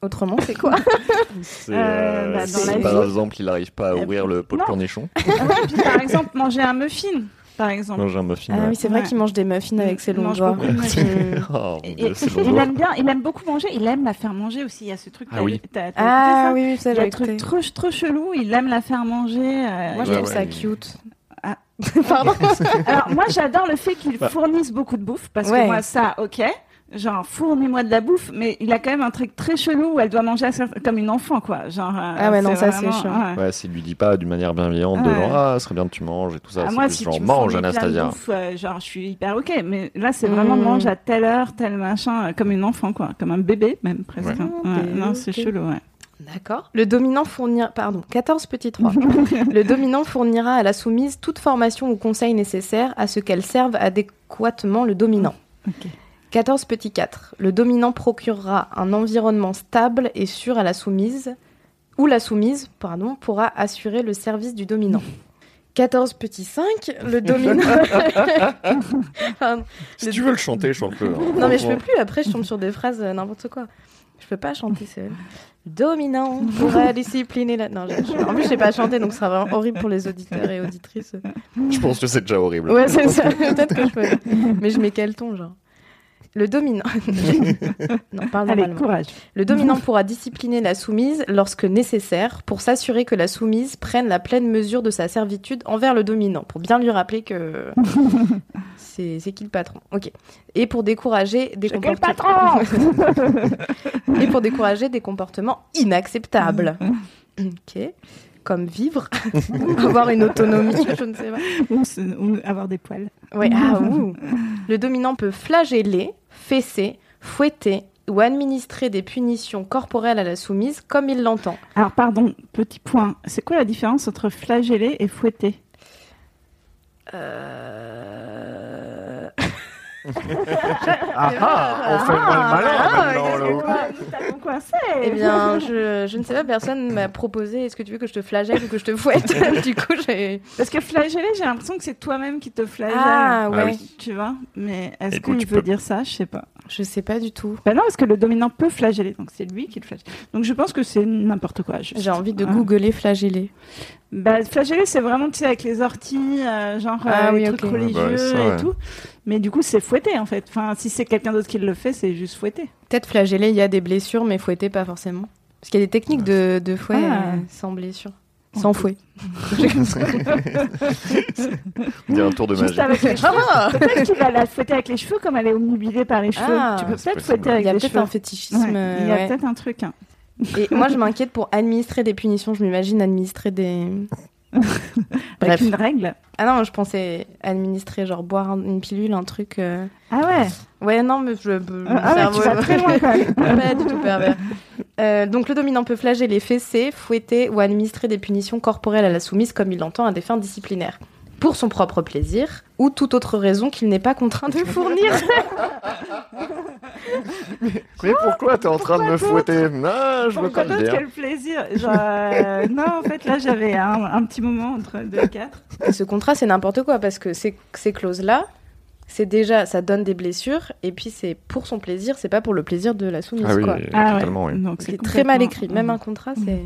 Speaker 5: Autrement, c'est quoi
Speaker 1: C'est
Speaker 7: Euh, bah, dans Euh,
Speaker 1: si,
Speaker 5: la vie-
Speaker 1: par exemple qu'il n'arrive pas à ouvrir le pot de
Speaker 7: Non.
Speaker 1: cornichon.
Speaker 7: Ah ouais, puis, par exemple, manger un muffin, par exemple.
Speaker 1: Non, j'ai un muffin.
Speaker 5: Ah
Speaker 1: ouais.
Speaker 5: oui, c'est vrai
Speaker 7: Ouais.
Speaker 5: qu'il mange des muffins avec ses
Speaker 7: Il
Speaker 5: longs
Speaker 7: mange
Speaker 5: doigts.
Speaker 7: beaucoup de muffins.
Speaker 5: Hmm.
Speaker 1: Oh, mon
Speaker 7: Et-
Speaker 1: Dieu,
Speaker 7: et-
Speaker 1: c'est bon.
Speaker 7: il aime bien, il aime beaucoup manger, il aime la faire manger aussi. Il y a ce truc.
Speaker 1: Ah
Speaker 7: t'as
Speaker 1: oui.
Speaker 7: vu- t'as- t'as
Speaker 5: Ah
Speaker 7: écouté ça
Speaker 5: oui, oui, ça
Speaker 7: Il y a
Speaker 5: j'ai
Speaker 7: un truc
Speaker 5: écouté.
Speaker 7: trop, trop chelou, il aime la faire manger. euh,
Speaker 5: Moi, je
Speaker 1: Ouais,
Speaker 5: trouve
Speaker 1: ouais,
Speaker 5: ça
Speaker 1: mais-
Speaker 5: cute.
Speaker 7: Ah.
Speaker 5: Pardon
Speaker 7: Alors, moi, j'adore le fait qu'il
Speaker 1: Bah.
Speaker 7: fournisse beaucoup de bouffe, parce
Speaker 5: Ouais.
Speaker 7: que moi, ça, ok. Genre, fournis-moi de la bouffe, mais il a quand même un truc très chelou où elle doit manger à sa- comme une enfant, quoi. Genre, euh,
Speaker 5: Ah ouais, non, ça, c'est
Speaker 7: vraiment-
Speaker 5: chiant.
Speaker 7: ouais.
Speaker 1: Ouais, s'il lui dit pas d'une manière bienveillante de
Speaker 7: Ouais.
Speaker 1: genre ah, ce serait bien que tu manges et tout ça.
Speaker 7: Ah,
Speaker 1: c'est
Speaker 7: moi,
Speaker 1: plus
Speaker 7: si
Speaker 1: genre
Speaker 7: tu me
Speaker 1: mange
Speaker 7: fournis plein de
Speaker 1: Anastasia.
Speaker 7: bouffe, euh, genre, je suis hyper ok, mais là, c'est vraiment
Speaker 5: Mm.
Speaker 7: mange à telle heure, tel machin, euh, comme une enfant, quoi. Comme un bébé, même, presque. hein.
Speaker 1: Ouais.
Speaker 7: Ouais,
Speaker 5: Ok,
Speaker 7: non, c'est
Speaker 5: ok.
Speaker 7: chelou, ouais.
Speaker 5: D'accord. Le dominant fournira, pardon, 14 petits trois. le dominant fournira à la soumise toute formation ou conseil nécessaire à ce qu'elle serve adéquatement le dominant.
Speaker 7: Ok.
Speaker 5: 14 petits 4. Le dominant procurera un environnement stable et sûr à la soumise, ou la soumise, pardon, pourra assurer le service du dominant. 14 petit 5. Le dominant. Pardon.
Speaker 1: Si tu veux le chanter, chante-le. hein.
Speaker 5: Non mais je peux plus, après je tombe sur des phrases euh, n'importe quoi. Je peux pas chanter c'est Dominant pourra discipliner la... Non, je- je- en plus je sais pas chanter, donc ce sera vraiment horrible pour les auditeurs et auditrices.
Speaker 1: Je pense que c'est déjà horrible.
Speaker 5: Ouais, c'est ça, peut-être que je peux... Mais je mets quel ton, genre Le dominant... non, parle
Speaker 7: Allez,
Speaker 5: normalement.
Speaker 7: courage.
Speaker 5: Le dominant pourra discipliner la soumise lorsque nécessaire pour s'assurer que la soumise prenne la pleine mesure de sa servitude envers le dominant, pour bien lui rappeler que c'est c'est qui le patron. Ok. Et pour décourager des
Speaker 7: C'est quel
Speaker 5: comportements et pour décourager des comportements inacceptables. Ok. Comme vivre, avoir une autonomie, je ne sais pas.
Speaker 7: ou, se- ou avoir des poils.
Speaker 5: Ouais, ah, ouh. Le dominant peut flageller, fesser, fouetter ou administrer des punitions corporelles à la soumise comme il l'entend.
Speaker 7: Alors, pardon, petit point. C'est quoi la différence entre flageller et fouetter
Speaker 5: Euh...
Speaker 1: Ah ah, on fait mal malin
Speaker 5: Ah,
Speaker 1: maintenant,
Speaker 5: qu'est-ce que
Speaker 1: là.
Speaker 5: quoi Eh
Speaker 7: Eh
Speaker 5: bien, je, je ne sais pas, personne m'a proposé est-ce que tu veux que je te flagelle ou que je te fouette Du coup, j'ai.
Speaker 7: Parce que flageller, j'ai l'impression que c'est toi-même qui te flagelle.
Speaker 5: Ah ouais,
Speaker 1: Ah
Speaker 7: Tu vois Mais est-ce
Speaker 1: Écoute,
Speaker 7: qu'il
Speaker 1: tu
Speaker 7: peut
Speaker 1: peux-
Speaker 7: dire ça Je sais pas.
Speaker 5: je sais pas du tout.
Speaker 7: Bah non, parce que le dominant peut flageller, donc c'est lui qui le flagelle. Donc je pense que c'est n'importe quoi. juste.
Speaker 5: J'ai envie de
Speaker 7: Ouais.
Speaker 5: googler flageller.
Speaker 7: Bah, flageller, c'est vraiment, tu sais, avec les orties, euh, genre euh,
Speaker 5: Ah
Speaker 7: les
Speaker 5: oui,
Speaker 7: trucs
Speaker 5: ok.
Speaker 7: religieux
Speaker 1: Ouais, bah, ça, ouais.
Speaker 7: et tout. Mais du coup, c'est fouetter, en fait. Enfin, si c'est quelqu'un d'autre qui le fait, c'est juste fouetter.
Speaker 5: Peut-être flageller, il y a des blessures, mais fouetter pas forcément. Parce qu'il y a des techniques de, de fouet
Speaker 7: Ah.
Speaker 5: euh, sans blessure, sans fouet.
Speaker 1: On dirait un tour de
Speaker 7: Juste
Speaker 1: magie.
Speaker 7: avec les cheveux.
Speaker 5: Ah
Speaker 7: Peut-être qu'il va la fouetter avec les cheveux, comme elle est omnibilée par les cheveux.
Speaker 5: Ah,
Speaker 7: tu peux
Speaker 1: c'est
Speaker 7: peut-être
Speaker 1: possible.
Speaker 7: fouetter avec
Speaker 5: Il y a
Speaker 7: les
Speaker 5: peut-être
Speaker 7: cheveux.
Speaker 5: un fétichisme.
Speaker 7: Ouais,
Speaker 5: euh,
Speaker 7: Il y a
Speaker 5: ouais.
Speaker 7: peut-être un truc. hein.
Speaker 5: Et moi, je m'inquiète pour administrer des punitions. Je m'imagine administrer des. Bref.
Speaker 7: Avec une règle.
Speaker 5: Ah non, je pensais administrer, genre boire un- une pilule, un truc. euh.
Speaker 7: Ah ouais.
Speaker 5: Ouais, non, mais je. mon
Speaker 7: Ah ouais,
Speaker 5: cerveau
Speaker 7: tu vas
Speaker 5: est
Speaker 7: très loin quand même.
Speaker 5: pas du tout pervers. Euh, donc, le dominant peut flageller, fesser, fouetter ou administrer des punitions corporelles à la soumise comme il l'entend à des fins disciplinaires. Pour son propre plaisir ou toute autre raison qu'il n'est pas contraint de fournir.
Speaker 1: Mais Ah, pourquoi t'es en train de me fouetter Ah, je veux pas
Speaker 7: Pourquoi
Speaker 1: le
Speaker 7: d'autre que
Speaker 1: dire.
Speaker 7: le plaisir Genre, euh, Non, en fait, là, j'avais un, un petit moment entre deux et quatre.
Speaker 5: Et ce contrat, c'est n'importe quoi parce que ces, ces clauses-là, c'est déjà, ça donne des blessures et puis c'est pour son plaisir, c'est pas pour le plaisir de la soumise.
Speaker 1: Ah oui,
Speaker 5: quoi.
Speaker 1: totalement, oui.
Speaker 7: Donc,
Speaker 5: C'est très mal écrit,
Speaker 7: complètement-
Speaker 5: même un contrat, c'est.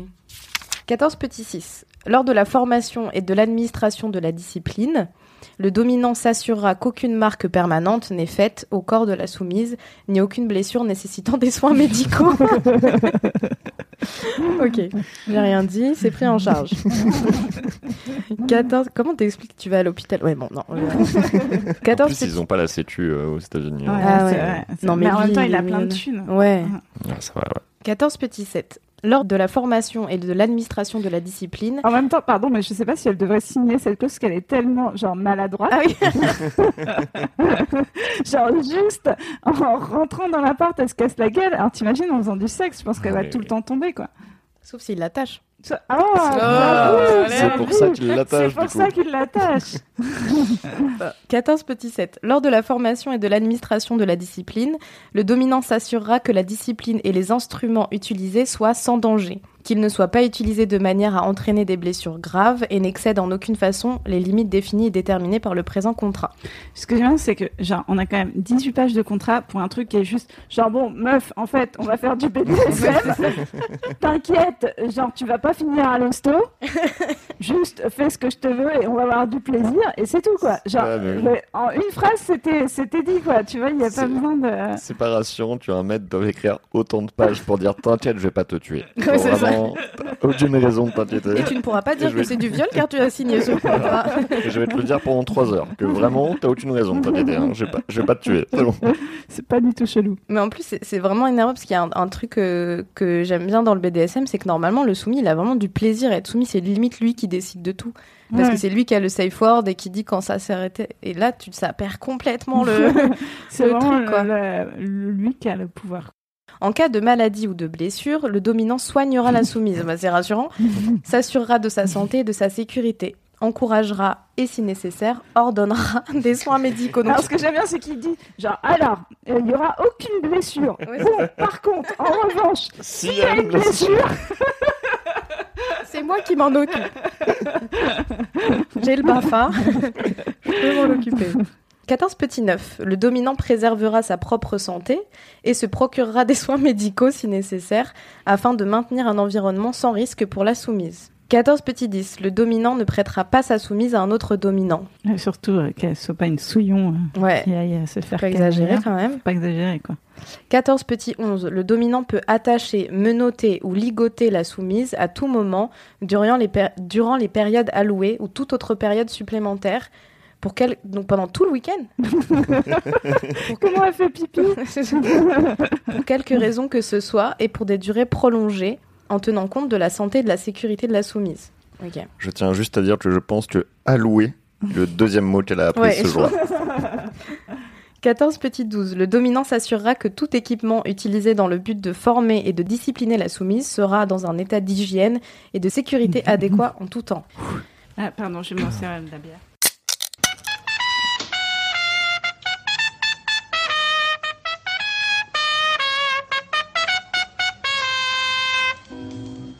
Speaker 5: 14 petit 6. Lors de la formation et de l'administration de la discipline, le dominant s'assurera qu'aucune marque permanente n'est faite au corps de la soumise, ni aucune blessure nécessitant des soins médicaux. Ok, j'ai rien dit, c'est pris en charge. 14, comment t'expliques que tu vas à l'hôpital Ouais, bon, non. euh,
Speaker 1: En
Speaker 5: 14
Speaker 1: plus, ils ont pas la sécu euh, aux États-Unis.
Speaker 7: Ouais,
Speaker 1: hein.
Speaker 5: Ah
Speaker 7: c'est
Speaker 5: ouais.
Speaker 7: vrai. C'est-
Speaker 5: Non,
Speaker 7: mais,
Speaker 5: mais
Speaker 7: en
Speaker 5: lui,
Speaker 7: même temps,
Speaker 5: il
Speaker 7: il a
Speaker 5: est
Speaker 7: plein de
Speaker 5: millionnaire.
Speaker 7: thunes.
Speaker 5: Ouais.
Speaker 1: Ouais, ça va, ouais.
Speaker 5: 14 petit 7. Lors de la formation et de l'administration de la discipline.
Speaker 7: En même temps, pardon, mais je sais pas si elle devrait signer cette clause parce qu'elle est tellement genre maladroite.
Speaker 5: Ah oui
Speaker 7: Genre juste en rentrant dans l'appart, elle se casse la gueule. Alors t'imagines en faisant du sexe, je pense qu'elle va
Speaker 1: Ouais.
Speaker 7: tout le temps tomber quoi.
Speaker 5: Sauf s'il l'attache.
Speaker 7: Ça- Ah,
Speaker 5: Oh,
Speaker 7: j'avoue,
Speaker 1: C'est pour ça qu'ils
Speaker 7: C'est
Speaker 1: l'attachent, du
Speaker 7: pour
Speaker 1: coup.
Speaker 7: ça qu'il l'attache.
Speaker 5: 14 petit 7. Lors de la formation et de l'administration de la discipline, le dominant s'assurera que la discipline et les instruments utilisés soient sans danger, qu'ils ne soient pas utilisés de manière à entraîner des blessures graves et n'excèdent en aucune façon les limites définies et déterminées par le présent contrat.
Speaker 7: Ce que j'aime, c'est que, genre, on a quand même 18 pages de contrat pour un truc qui est juste, genre, bon, meuf, en fait, on va faire du BDSM. T'inquiète, genre, tu vas pas finir à l'hosto. juste, fais ce que je te veux et on va avoir du plaisir. Et c'est tout, quoi. Genre,
Speaker 1: Ouais, mais oui.
Speaker 7: le- en une phrase, c'était, c'était dit, quoi. Tu vois, il n'y a
Speaker 1: C'est-
Speaker 7: pas besoin de.
Speaker 1: C'est pas rassurant, tu as un maître doit écrire autant de pages pour dire t'inquiète, je vais pas te tuer.
Speaker 5: Ouais, c'est ça.
Speaker 1: Vraiment, t'as aucune raison de
Speaker 5: Et
Speaker 1: t'inquiéter.
Speaker 5: tu ne pourras pas
Speaker 1: dire
Speaker 5: dire
Speaker 1: Je
Speaker 5: que
Speaker 1: vais-
Speaker 5: c'est du viol car tu as signé ce contrat.
Speaker 1: Et Je vais te le dire pendant 3 heures, que vraiment, t'as aucune raison de t'inquiéter. hein. Je, vais pas, je vais pas te tuer. C'est bon.
Speaker 7: C'est pas du tout chelou.
Speaker 5: Mais en plus, c'est- c'est vraiment énervant parce qu'il y a un, un truc euh, que j'aime bien dans le BDSM, c'est que normalement, le soumis, il a vraiment du plaisir à être soumis. C'est limite lui qui décide de tout. Parce
Speaker 7: Ouais.
Speaker 5: que c'est lui qui a le safe word et qui dit quand ça s'est arrêté. Et là, tu, ça perd complètement le.
Speaker 7: C'est
Speaker 5: le
Speaker 7: vraiment
Speaker 5: truc,
Speaker 7: le-
Speaker 5: quoi.
Speaker 7: le- le- lui qui a le pouvoir.
Speaker 5: En cas de maladie ou de blessure, le dominant soignera la soumise, Bah, c'est rassurant, s'assurera de sa santé et de sa sécurité, encouragera et si nécessaire, ordonnera des soins médicaux. Donc,
Speaker 7: Alors, ce que j'aime bien, c'est qu'il dit, genre, alors, euh, il y aura aucune blessure.
Speaker 5: Ouais,
Speaker 7: Bon, par contre, en revanche, s'il y a une blessure,
Speaker 5: c'est moi qui m'en occupe. J'ai le BAFA, je peux m'en occuper. 14 petit 9. Le dominant préservera sa propre santé et se procurera des soins médicaux si nécessaire afin de maintenir un environnement sans risque pour la soumise. 14 petit 10. Le dominant ne prêtera pas sa soumise à un autre dominant.
Speaker 7: Euh, Surtout euh, qu'elle soit pas une souillon
Speaker 5: Ouais,
Speaker 7: euh, qui aille euh, se faire
Speaker 5: pas exagéré
Speaker 7: caler.
Speaker 5: quand même.
Speaker 7: Faut Pas exagérer quoi.
Speaker 5: 14 petit 11. Le dominant peut attacher, menotter ou ligoter la soumise à tout moment durant les, péri- durant les périodes allouées ou toute autre période supplémentaire. Pour qu'elle Donc pendant tout le week-end
Speaker 7: Comment elle fait pipi
Speaker 5: Pour quelque raison que ce soit et pour des durées prolongées en tenant compte de la santé et de la sécurité de la soumise. Ok.
Speaker 1: Je tiens juste à dire que je pense que alloué, le deuxième mot qu'elle a appris
Speaker 5: Ouais,
Speaker 1: ce
Speaker 5: je
Speaker 1: jour.
Speaker 5: 14 petit 12. Le dominant s'assurera que tout équipement utilisé dans le but de former et de discipliner la soumise sera dans un état d'hygiène et de sécurité adéquat en tout temps.
Speaker 7: Ah pardon, je m'en sers de la bière.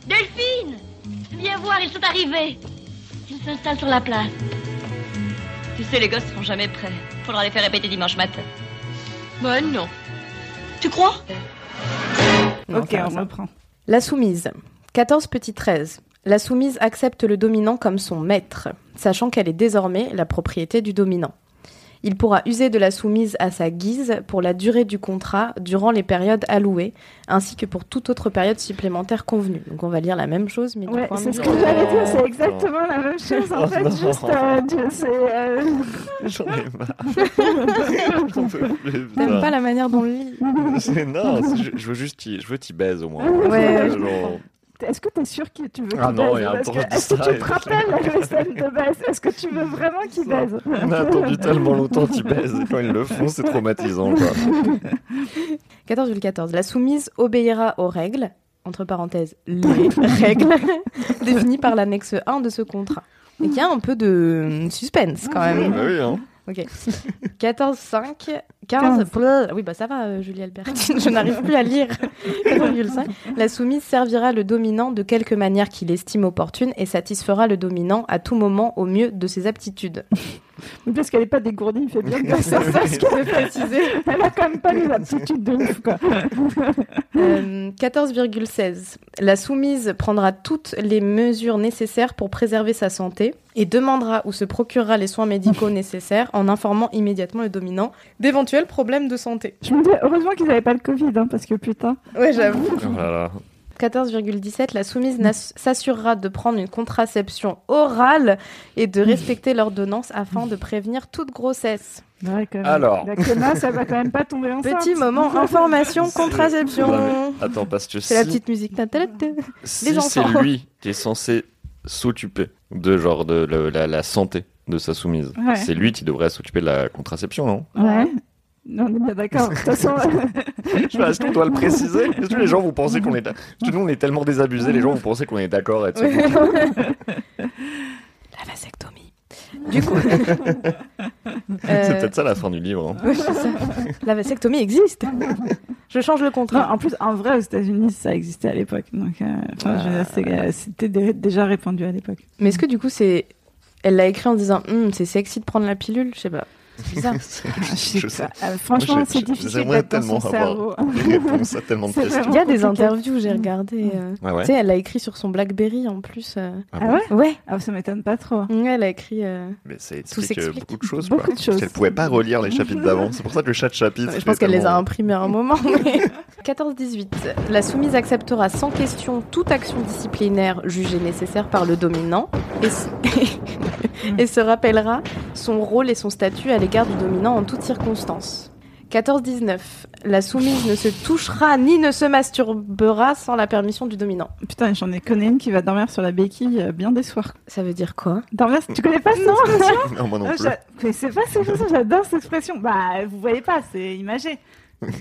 Speaker 8: Delphine Viens voir, ils sont arrivés Ils s'installent sur la place.
Speaker 9: Tu sais, les gosses seront jamais prêts. Faudra les faire répéter dimanche matin.
Speaker 8: Bon, non.
Speaker 9: Tu crois
Speaker 5: Non,
Speaker 7: ok,
Speaker 5: ça va,
Speaker 7: on
Speaker 5: ça va.
Speaker 7: reprend.
Speaker 5: La soumise. 14 petit 13. La soumise accepte le dominant comme son maître, sachant qu'elle est désormais la propriété du dominant. Il pourra user de la soumise à sa guise pour la durée du contrat durant les périodes allouées, ainsi que pour toute autre période supplémentaire convenue. Donc on va lire la même chose, mais du
Speaker 7: Ouais,
Speaker 5: point de
Speaker 7: c'est
Speaker 5: vue-
Speaker 7: ce que j'allais dire, c'est exactement la même chose en
Speaker 1: Oh
Speaker 7: fait.
Speaker 1: non.
Speaker 7: Juste, euh, tu- c'est euh,
Speaker 1: J'en ai marre. J'en peux plus.
Speaker 5: T'aimes
Speaker 1: putain.
Speaker 5: pas la manière dont le lit.
Speaker 1: C'est- Non, c'est- je, je veux juste t'y- je veux t'y baise au moins.
Speaker 5: Ouais,
Speaker 1: Genre-
Speaker 7: Est-ce que t'es sûr que tu veux qu'il
Speaker 1: Ah non,
Speaker 7: baise
Speaker 1: il y a un
Speaker 7: Parce que-
Speaker 1: temps de
Speaker 7: Est-ce que
Speaker 1: ça,
Speaker 7: tu te rappelles la scène de baise Est-ce que tu veux vraiment qu'il
Speaker 1: Ça.
Speaker 7: baise
Speaker 1: on a attendu tellement longtemps qu'ils baisent et quand ils le font, c'est traumatisant. Quoi.
Speaker 5: 14,14. La soumise obéira aux règles, entre parenthèses, les règles, définies par l'annexe 1 de ce contrat. Et qui a un peu de euh, suspense quand
Speaker 1: Ouais,
Speaker 5: même.
Speaker 1: bah oui, hein.
Speaker 5: Ok. 14, 5, 15. bleu. Oui, bah ça va, euh, Julie Albertine, je n'arrive plus à lire. 14,5. La soumise servira le dominant de quelque manière qu'il estime opportune et satisfera le dominant à tout moment au mieux de ses aptitudes.
Speaker 7: Parce qu'elle est pas dégourdie, il fait bien de passer ça. ce qu'elle est précisée. Elle a quand même pas les aptitudes de ouf quoi.
Speaker 5: Euh, 14,16. La soumise prendra toutes les mesures nécessaires pour préserver sa santé et demandera ou se procurera les soins médicaux nécessaires en informant immédiatement le dominant d'éventuels problèmes de santé.
Speaker 7: Je me dis, heureusement qu'ils n'avaient pas le Covid, hein, parce que putain.
Speaker 5: Ouais, j'avoue.
Speaker 1: Oh là là.
Speaker 5: 14,17, la soumise n'ass- s'assurera de prendre une contraception orale et de respecter l'ordonnance afin de prévenir toute grossesse.
Speaker 7: Bah Ouais,
Speaker 5: Euh,
Speaker 7: quand même.
Speaker 1: Alors.
Speaker 7: La Kema, ça va quand même pas tomber enceinte.
Speaker 5: Petit moment information
Speaker 1: C'est-
Speaker 5: contraception.
Speaker 1: Attends, parce que
Speaker 5: C'est la
Speaker 1: si,
Speaker 5: petite musique. Ta- ta- ta- ta.
Speaker 1: si c'est
Speaker 5: enfants.
Speaker 1: lui qui est censé s'occuper de genre de le- la, la santé de sa soumise,
Speaker 7: Ouais.
Speaker 1: c'est lui qui devrait s'occuper de la contraception, non
Speaker 7: Ouais. Non, on est bien d'accord. De toute façon.
Speaker 1: Je sais pas, Est-ce qu'on doit le préciser Est-ce que les gens vous pensez qu'on est d'accord Parce que nous on est tellement désabusés, les gens vous pensez qu'on est d'accord avec ça.
Speaker 5: Ouais.
Speaker 7: La vasectomie.
Speaker 5: Du coup.
Speaker 1: C'est
Speaker 5: Euh,
Speaker 1: peut-être ça la fin du livre. hein.
Speaker 5: oui, c'est ça. La vasectomie existe. Je change le
Speaker 7: Non,
Speaker 5: contrat.
Speaker 7: en plus, en vrai, aux États-Unis, ça existait à l'époque. Donc, euh, enfin, je veux dire, c'est- euh, c'était dé- déjà répandu à l'époque.
Speaker 5: Mais est-ce que du coup, c'est. Elle l'a écrit en disant Hum, c'est sexy de prendre la pilule Je sais pas. C'est bizarre.
Speaker 7: Je sais
Speaker 1: Je
Speaker 7: pas. Euh, franchement,
Speaker 1: Moi, j'ai-
Speaker 7: c'est
Speaker 1: j'ai-
Speaker 7: difficile
Speaker 1: j'aimerais
Speaker 7: d'être dans son
Speaker 1: tellement
Speaker 7: cerveau.
Speaker 1: avoir Les réponses à tellement de
Speaker 7: C'est
Speaker 1: questions. Ah
Speaker 5: Il y a des
Speaker 7: Compliqué.
Speaker 5: interviews, j'ai regardé. euh,
Speaker 1: Ouais,
Speaker 5: Tu
Speaker 1: ouais.
Speaker 5: sais, elle l'a écrit sur son Blackberry en plus. euh.
Speaker 1: Ah
Speaker 7: Ah
Speaker 1: bon
Speaker 7: ouais
Speaker 5: Ouais,
Speaker 7: ah, Ça m'étonne pas trop.
Speaker 5: ouais, elle a écrit. euh,
Speaker 1: Mais ça
Speaker 5: Tout
Speaker 1: explique euh,
Speaker 5: s'explique.
Speaker 1: beaucoup de choses.
Speaker 7: Beaucoup
Speaker 1: quoi.
Speaker 7: de choses.
Speaker 1: Parce qu'elle pouvait pas relire les chapitres d'avant. C'est pour ça que le chat de chapitre.
Speaker 5: Je
Speaker 1: était
Speaker 5: pense qu'elle les a
Speaker 1: tellement-
Speaker 5: imprimés à un moment. mais- 14-18. La soumise acceptera sans question toute action disciplinaire jugée nécessaire par le dominant et, s- et se rappellera son rôle et son statut à l'égard du dominant en toutes circonstances. 14-19. La soumise ne se touchera ni ne se masturbera sans la permission du dominant.
Speaker 7: Putain, j'en ai connu une qui va dormir sur la béquille euh, bien des soirs.
Speaker 5: Ça veut dire quoi
Speaker 7: Dormir, tu connais pas ce nom
Speaker 1: Non, moi non
Speaker 7: Ah,
Speaker 1: plus.
Speaker 7: j'a- Mais c'est pas cette expression, j'adore cette expression. Bah, vous voyez pas, c'est imagé.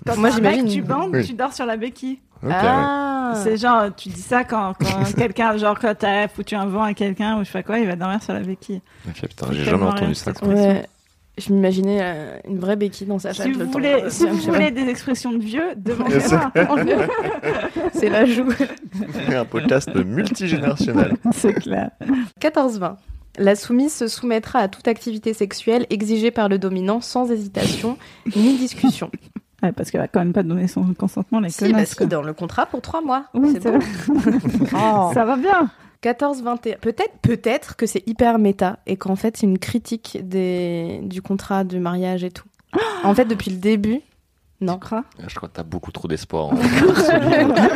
Speaker 7: Quand
Speaker 5: Moi,
Speaker 7: t'as un mec,
Speaker 5: j'imagine.
Speaker 7: Tu bandes,
Speaker 1: Oui.
Speaker 7: tu dors sur la béquille.
Speaker 1: Ok,
Speaker 5: Ah
Speaker 7: C'est genre, tu dis ça quand, quand quelqu'un, genre quand t'as foutu un vent à quelqu'un ou je sais pas quoi, il va dormir sur la béquille.
Speaker 1: ouais. Ok, putain,
Speaker 7: C'est
Speaker 1: j'ai jamais
Speaker 7: tellement
Speaker 1: entendu
Speaker 7: rien,
Speaker 1: ça.
Speaker 7: cette
Speaker 1: quoi.
Speaker 7: expression.
Speaker 5: Ouais. Je m'imaginais euh, une vraie béquille dans sa chatte.
Speaker 7: Si vous
Speaker 5: le temps
Speaker 7: voulez,
Speaker 5: de-
Speaker 7: si vous
Speaker 5: je sais pas.
Speaker 7: voulez des expressions de vieux,
Speaker 1: Yes.
Speaker 7: demandez-moi.
Speaker 5: C'est la joue.
Speaker 1: Un podcast multigénérationnel.
Speaker 7: c'est clair.
Speaker 5: 14-20. La soumise se soumettra à toute activité sexuelle exigée par le dominant sans hésitation ni discussion.
Speaker 7: Ouais, parce qu'elle va quand même pas donner son consentement, les connasses. quoi.
Speaker 5: dans bah, le contrat pour trois mois.
Speaker 7: Oui, ça,
Speaker 5: Oh.
Speaker 7: va, ça va bien.
Speaker 5: 14-21. Peut-être, peut-être que c'est hyper méta et qu'en fait c'est une critique des... du contrat du mariage et tout. En fait, depuis le début. Non.
Speaker 1: Ah, Je crois que t'as beaucoup trop d'espoir. hein, en-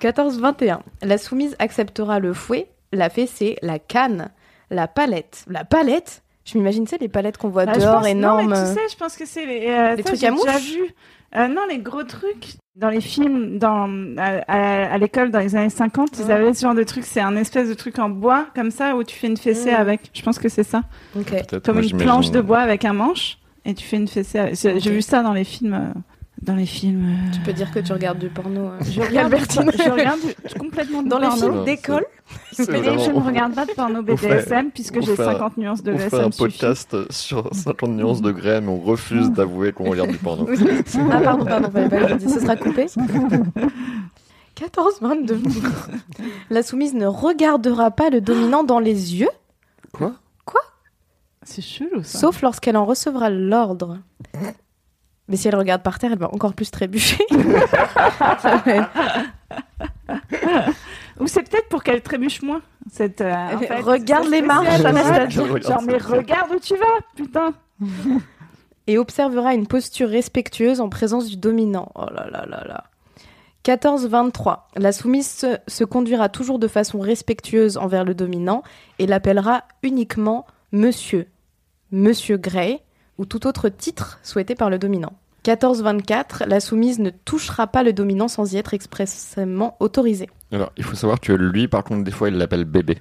Speaker 5: 14-21. La soumise acceptera le fouet, la fessée, la canne, la palette. La palette Je m'imagine, tu sais, les palettes qu'on voit
Speaker 7: Bah, je
Speaker 5: dehors
Speaker 7: pense-
Speaker 5: énormes.
Speaker 7: Non, mais tu sais, je pense que c'est les, euh,
Speaker 5: Les
Speaker 7: ça,
Speaker 5: trucs
Speaker 7: j'ai
Speaker 5: à mouches
Speaker 7: déjà vu. Euh, non, les gros trucs. Dans les films, dans, à, à- à l'école, dans les années 50, ils
Speaker 5: Ouais.
Speaker 7: avaient ce genre de truc. C'est un espèce de truc en bois, comme ça, où tu fais une fessée
Speaker 5: Mm.
Speaker 7: avec. Je pense que c'est ça.
Speaker 5: Ok.
Speaker 1: Peut-être,
Speaker 7: Comme
Speaker 1: moi,
Speaker 7: une
Speaker 1: j'imagine-
Speaker 7: planche de bois avec un manche, et tu fais une fessée avec. C'est- J'ai
Speaker 5: Ok.
Speaker 7: vu ça dans les films. euh, dans les films. euh,
Speaker 5: Tu peux dire que tu regardes du porno. euh.
Speaker 7: Je regarde,
Speaker 5: Albertine.
Speaker 7: je regarde du- complètement du
Speaker 5: Dans les
Speaker 7: porno.
Speaker 1: Non,
Speaker 5: films
Speaker 1: c'est-
Speaker 5: d'école
Speaker 1: C'est
Speaker 7: Mais
Speaker 1: vraiment-
Speaker 7: je ne regarde pas de porno BDSM
Speaker 1: on
Speaker 7: puisque j'ai
Speaker 1: fait un-
Speaker 7: 50 nuances de
Speaker 1: On fait un
Speaker 7: BDSM.
Speaker 1: podcast euh, sur 50 nuances de grès, mais on refuse d'avouer qu'on regarde du porno.
Speaker 5: Oui. Ah pardon, pardon, fallait pas que je le dise, ce sera coupé. 14-22. La soumise ne regardera pas le dominant dans les yeux,
Speaker 1: Quoi
Speaker 7: C'est chelou ça.
Speaker 5: sauf lorsqu'elle en recevra l'ordre. Mais si elle regarde par terre, elle va encore plus trébucher. Ça va être-
Speaker 7: Ou c'est peut-être pour qu'elle trébuche moins. Cette, euh, en fait,
Speaker 5: Regarde
Speaker 7: c'est
Speaker 5: les marches,
Speaker 7: spécial,
Speaker 5: Anna.
Speaker 7: c'est-à-dire,
Speaker 1: Regarde
Speaker 7: Genre,
Speaker 1: ça.
Speaker 7: mais regarde où tu vas, putain.
Speaker 5: Et observera une posture respectueuse en présence du dominant. Oh là là là là. 14-23. La soumise se- se conduira toujours de façon respectueuse envers le dominant et l'appellera uniquement Monsieur, Monsieur Gray ou tout autre titre souhaité par le dominant. 14-24. La soumise ne touchera pas le dominant sans y être expressément autorisée.
Speaker 1: Alors, il faut savoir que lui, par contre, des fois, il l'appelle bébé.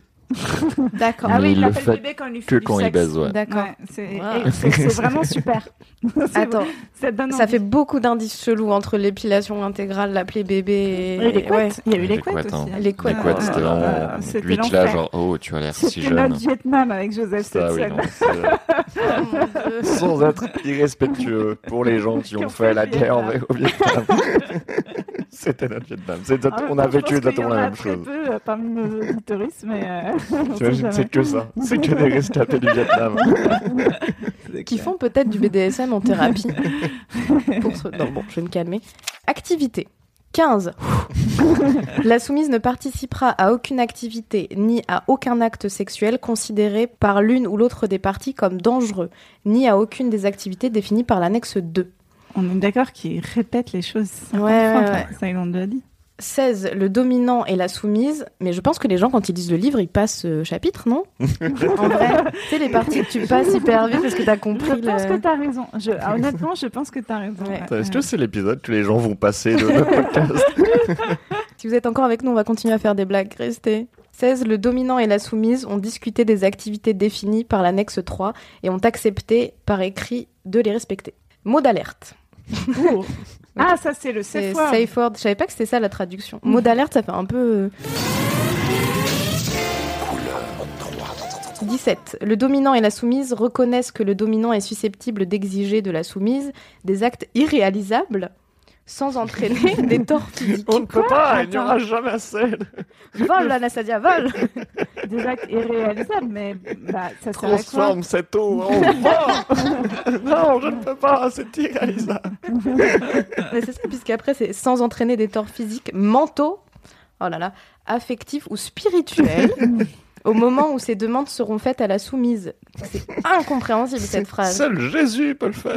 Speaker 5: D'accord. Ah
Speaker 1: Ah oui, Mais il il le
Speaker 7: l'appelle
Speaker 1: l'appelle fait
Speaker 7: bébé quand il lui
Speaker 1: Que quand il baise, ouais.
Speaker 5: D'accord.
Speaker 7: Ouais, c'est
Speaker 5: Wow.
Speaker 7: et c'est- c'est vraiment super. C'est
Speaker 5: Attends,
Speaker 7: vrai, ça donne
Speaker 5: ça
Speaker 7: envie.
Speaker 5: fait beaucoup d'indices chelous entre l'épilation intégrale, l'appeler bébé et...
Speaker 7: Et les couettes. Il y a eu
Speaker 1: Et
Speaker 7: les
Speaker 1: les
Speaker 7: couettes
Speaker 1: couettes,
Speaker 7: aussi.
Speaker 1: hein.
Speaker 7: hein.
Speaker 5: Les
Speaker 1: Les
Speaker 5: couettes.
Speaker 1: couettes,
Speaker 7: Ah,
Speaker 1: c'était
Speaker 7: ah,
Speaker 1: vraiment.
Speaker 7: c'était
Speaker 1: Lui, là,
Speaker 7: l'enfer.
Speaker 1: genre, oh, tu as l'air si
Speaker 7: C'était
Speaker 1: jeune.
Speaker 7: notre Vietnam avec Joseph
Speaker 1: Ça, oui,
Speaker 7: Stetson.
Speaker 1: non, c'est-
Speaker 5: Oh mon Dieu.
Speaker 1: sans être irrespectueux pour les gens qui ont fait la guerre au au Vietnam. C'était notre Vietnam. C'est exact-
Speaker 7: En même
Speaker 1: on a
Speaker 7: temps, Ah, je
Speaker 1: vécu
Speaker 7: pense qu'il y
Speaker 1: exactement
Speaker 7: en
Speaker 1: la
Speaker 7: a
Speaker 1: même
Speaker 7: très
Speaker 1: chose.
Speaker 7: peu, euh, parmi nos auditoristes, mais euh, on sait
Speaker 1: T'imagines,
Speaker 7: jamais.
Speaker 1: c'est que ça. C'est que des rescapés du Vietnam.
Speaker 5: qui font peut-être du BDSM en thérapie. Pour ce- Non, bon, je vais me calmer. Activité. 15. La soumise ne participera à aucune activité ni à aucun acte sexuel considéré par l'une ou l'autre des parties comme dangereux, ni à aucune des activités définies par l'annexe 2.
Speaker 7: On est d'accord qu'ils répètent les choses.
Speaker 5: Ouais,
Speaker 7: 50 fois,
Speaker 5: Ah, ouais, ouais.
Speaker 7: Ça, ils l'ont déjà dit.
Speaker 5: 16, le dominant et la soumise. Mais je pense que les gens, quand ils lisent le livre, ils passent euh, chapitre, non En vrai, tu sais, les parties que tu passes hyper vite parce que t'as compris.
Speaker 7: Je pense
Speaker 5: le-
Speaker 7: que t'as raison. Je- ah, honnêtement, je pense que t'as raison.
Speaker 5: Ouais.
Speaker 7: ouais.
Speaker 1: Est-ce que c'est l'épisode que les gens vont passer de notre podcast
Speaker 5: Si vous êtes encore avec nous, on va continuer à faire des blagues. Restez. 16. Le dominant et la soumise ont discuté des activités définies par l'annexe 3 et ont accepté par écrit de les respecter. Mot d'alerte.
Speaker 7: Oh. Ah, ça, c'est le
Speaker 5: C'est
Speaker 7: safe word.
Speaker 5: safe word. Je savais pas que c'était ça la traduction. Mot d'alerte, ça fait un peu. euh, 17. Le dominant et la soumise reconnaissent que le dominant est susceptible d'exiger de la soumise des actes irréalisables sans entraîner des torts physiques.
Speaker 1: On ne peut pas, il n'y
Speaker 5: Attends.
Speaker 1: aura jamais assez. de-
Speaker 5: Vole, Anastasia, vole
Speaker 7: Des actes irréalisables, mais bah, ça sert à quoi
Speaker 1: Transforme cette eau en vent. Non, je ne peux pas, c'est irréalisable.
Speaker 5: Mais c'est ça, puisqu'après, c'est sans entraîner des torts physiques, mentaux, oh là là, affectifs ou spirituels, au moment où ces demandes seront faites à la soumise. C'est incompréhensible cette phrase.
Speaker 1: Seul Jésus peut le faire.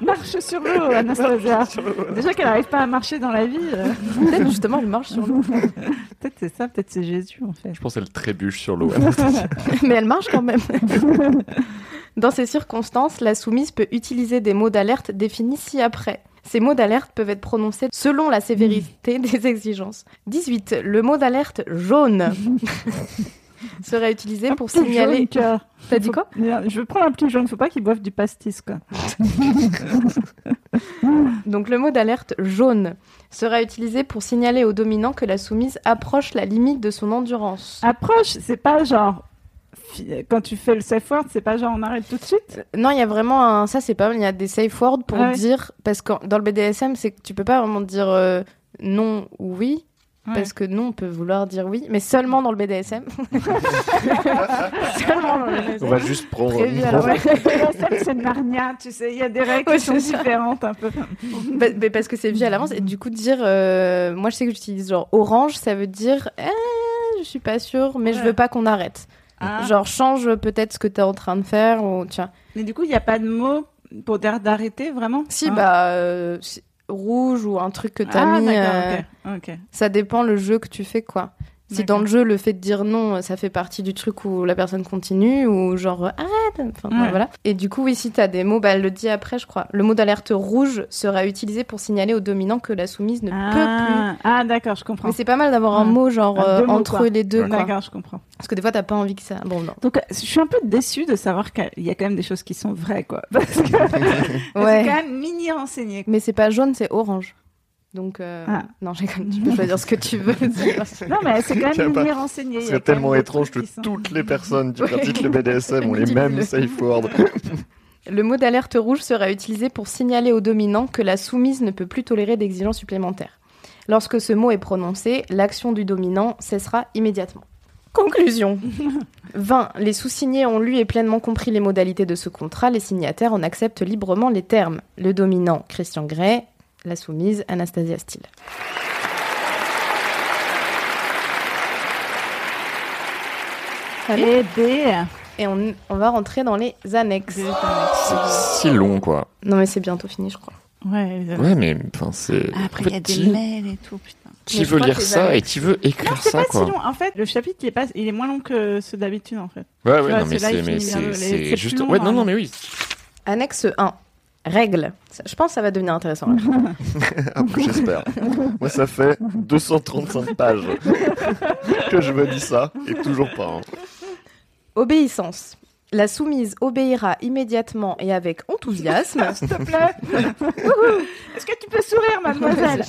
Speaker 7: Marche sur l'eau, Anastasia. Déjà qu'elle n'arrive pas à marcher dans la vie. euh,
Speaker 5: Peut-être justement, elle marche sur l'eau.
Speaker 7: peut-être c'est ça, peut-être c'est Jésus en fait.
Speaker 1: Je pense qu'elle trébuche sur l'eau.
Speaker 5: Mais elle marche quand même. Dans ces circonstances, la soumise peut utiliser des mots d'alerte définis ci-après. Ces mots d'alerte peuvent être prononcés selon la sévérité des exigences. 18. Le mot d'alerte jaune serait utilisé pour
Speaker 7: Petit jaune
Speaker 5: signaler.
Speaker 7: cœur.
Speaker 5: T'as dit quoi
Speaker 7: euh. Je veux prendre un petit jaune, faut pas qu'ils boivent du pastis quoi.
Speaker 5: Donc le mot d'alerte jaune sera utilisé pour signaler au dominant que la soumise approche la limite de son endurance.
Speaker 7: Ah. Approche, c'est pas genre. fi- Quand tu fais le safe word, c'est pas genre on arrête tout de suite.
Speaker 5: Non, il y a vraiment un... Ça, c'est pas mal. Il y a des safe words pour
Speaker 7: Ah ouais.
Speaker 5: dire... Parce que dans le BDSM, c'est que tu peux pas vraiment dire euh, non ou oui.
Speaker 7: Ouais.
Speaker 5: Parce que non peut vouloir dire oui, mais seulement dans le BDSM. seulement dans le
Speaker 1: On
Speaker 5: BDSM.
Speaker 1: va juste prendre.
Speaker 5: Prévu, alors, ouais.
Speaker 7: BDSM, Ah, c'est Narnia, tu sais, il y a des règles
Speaker 5: Ouais,
Speaker 7: qui sont
Speaker 5: c'est ça.
Speaker 7: différentes un peu.
Speaker 5: Bah- mais parce que c'est vu à l'avance. Et du coup, dire... euh, Moi, je sais que j'utilise genre orange, ça veut dire... eh, je suis pas sûre, mais je
Speaker 7: Ouais.
Speaker 5: veux pas qu'on arrête.
Speaker 7: Ah.
Speaker 5: Genre, change peut-être ce que t'es en train de faire ou tiens.
Speaker 7: Mais du coup, il n'y a pas de mot pour dire d'arrêter vraiment
Speaker 5: Si,
Speaker 7: hein
Speaker 5: bah, euh, si- rouge ou un truc que t'as
Speaker 7: ah,
Speaker 5: mis.
Speaker 7: d'accord,
Speaker 5: euh,
Speaker 7: ok, ok.
Speaker 5: Ça dépend le jeu que tu fais, quoi. Si dans
Speaker 7: D'accord.
Speaker 5: le jeu, le fait de dire non, euh, ça fait partie du truc où la personne continue ou genre euh, arrête. Enfin,
Speaker 7: Ouais.
Speaker 5: voilà. Et du coup, oui, si t'as des mots, bah, elle le dit après, je crois. Le mot d'alerte rouge sera utilisé pour signaler au dominant que la soumise ne peut plus.
Speaker 7: Ah, ah, d'accord, je comprends.
Speaker 5: Mais c'est pas mal d'avoir un
Speaker 7: Ouais.
Speaker 5: mot, genre,
Speaker 7: Ah, deux
Speaker 5: euh,
Speaker 7: mots,
Speaker 5: entre
Speaker 7: quoi.
Speaker 5: les deux,
Speaker 1: Ouais.
Speaker 5: quoi.
Speaker 7: D'accord, je comprends.
Speaker 5: Parce que des fois, t'as pas envie que ça. Bon, non.
Speaker 7: Donc, euh, je suis un peu déçue de savoir qu'il y a quand même des choses qui sont vraies, quoi. Parce que c'est
Speaker 5: Ouais.
Speaker 7: quand même mini renseigné.
Speaker 5: Mais c'est pas jaune, c'est orange. Donc, euh,
Speaker 7: Ah.
Speaker 5: non, j'ai quand même, tu peux choisir ce que tu veux.
Speaker 7: Non, mais c'est quand
Speaker 1: Il y a
Speaker 7: même
Speaker 1: pas-
Speaker 7: mini renseigné. il y a
Speaker 1: C'est
Speaker 7: quand
Speaker 1: tellement
Speaker 7: même des
Speaker 1: étrange que
Speaker 7: trucs qui sont-
Speaker 1: toutes les personnes qui
Speaker 5: Ouais.
Speaker 1: pratiquent le BDSM ont les mêmes
Speaker 5: Dis-le.
Speaker 1: safe words.
Speaker 5: Le mot d'alerte rouge sera utilisé pour signaler au dominant que la soumise ne peut plus tolérer d'exigences supplémentaires. Lorsque ce mot est prononcé, l'action du dominant cessera immédiatement. Conclusion 20. Les sous-signés ont lu et pleinement compris les modalités de ce contrat. Les signataires en acceptent librement les termes. Le dominant, Christian Gray. La soumise, Anastasia Steele.
Speaker 7: Eh bien,
Speaker 5: Et on, on va rentrer dans les annexes.
Speaker 1: C'est si long, quoi.
Speaker 5: Non, mais c'est bientôt fini, je crois.
Speaker 7: Ouais, Ah, euh,
Speaker 1: Ouais, mais enfin, c'est.
Speaker 10: Après, il y a
Speaker 1: Qui-
Speaker 10: des mails et tout, putain.
Speaker 1: Qui
Speaker 5: Mais je
Speaker 1: veut
Speaker 5: crois
Speaker 1: lire
Speaker 5: que les
Speaker 1: ça et
Speaker 5: annexes-
Speaker 1: qui veut écrire
Speaker 7: C'est
Speaker 1: ça,
Speaker 7: pas si
Speaker 1: quoi
Speaker 7: long. En fait, le chapitre, il est, pas... il est moins long que ceux d'habitude, en fait.
Speaker 1: Ouais,
Speaker 7: Tu
Speaker 1: ouais,
Speaker 7: vois,
Speaker 1: non, mais
Speaker 7: celui-là,
Speaker 1: c'est
Speaker 7: il
Speaker 1: mais
Speaker 7: finit vers
Speaker 1: c'est-
Speaker 7: le- les-
Speaker 1: c'est
Speaker 7: c'est
Speaker 1: juste.
Speaker 7: plus long,
Speaker 1: Ouais, non,
Speaker 7: hein.
Speaker 1: non, mais oui.
Speaker 5: Annexe 1. Règles. Ça, Je pense que ça va devenir intéressant. là.
Speaker 1: Ah, bah, J'espère. Moi, ça fait 235 pages que je me dis ça et toujours pas. hein.
Speaker 5: Obéissance. La soumise obéira immédiatement et avec enthousiasme
Speaker 7: S'il te plaît. Wouhou. Est-ce que tu peux sourire, mademoiselle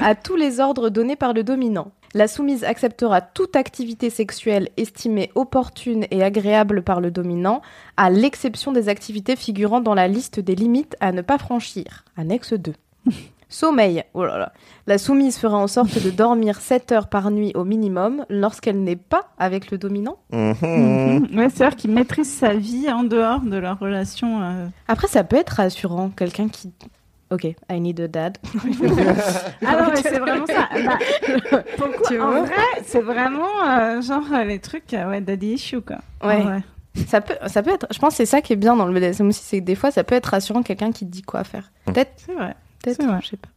Speaker 5: à tous les ordres donnés par le dominant. La soumise acceptera toute activité sexuelle estimée opportune et agréable par le dominant, à l'exception des activités figurant dans la liste des limites à ne pas franchir. Annexe 2. Sommeil. Oh là là. La soumise fera en sorte de dormir 7 heures par nuit au minimum lorsqu'elle n'est pas avec le dominant.
Speaker 1: Mhm.
Speaker 7: Mhm. Ouais, c'est vrai qu'ils maîtrisent sa vie en dehors de leur relation. euh.
Speaker 5: Après, ça peut être rassurant, quelqu'un qui. Ok, I need a dad.
Speaker 7: Ah non, mais c'est vraiment ça. Bah, pour le coup,
Speaker 5: Tu vois
Speaker 7: en vrai, c'est vraiment euh, genre euh, les trucs, euh, ouais, daddy issue, quoi.
Speaker 5: Ouais,
Speaker 7: En vrai.
Speaker 5: ça peut, ça peut être. Je pense que c'est ça qui est bien dans le BDSM aussi, c'est que des fois, ça peut être rassurant quelqu'un qui te dit quoi faire. Peut-être,
Speaker 7: c'est vrai.
Speaker 5: peut-être,
Speaker 7: C'est vrai.
Speaker 5: je sais pas.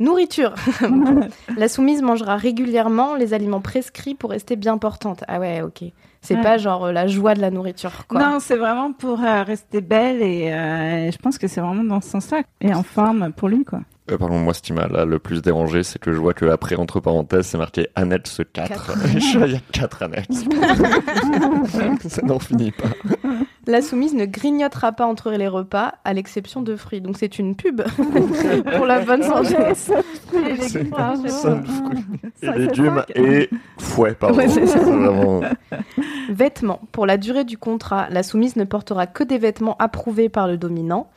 Speaker 5: Nourriture. La soumise mangera régulièrement les aliments prescrits pour rester bien portante. Ah ouais, ok. C'est
Speaker 7: Ouais.
Speaker 5: pas genre euh, la joie de la nourriture, quoi.
Speaker 7: Non, c'est vraiment pour euh, rester belle et euh, je pense que c'est vraiment dans ce sens-là. Et en forme pour lui, quoi.
Speaker 1: Euh, pardon, moi, ce qui m'a là le plus dérangé, c'est que je vois que après, entre parenthèses, c'est marqué Annette ce 4. Il y a 4 Annette. ça n'en finit pas.
Speaker 5: La soumise ne grignotera pas entre les repas, à l'exception de fruits. Donc c'est une pub pour la bonne santé.
Speaker 1: C'est-
Speaker 7: ça,
Speaker 1: Et légumes et fouet, pardon.
Speaker 5: Ouais, c'est ça.
Speaker 1: C'est vraiment...
Speaker 5: Vêtements. Pour la durée du contrat, la soumise ne portera que des vêtements approuvés par le dominant.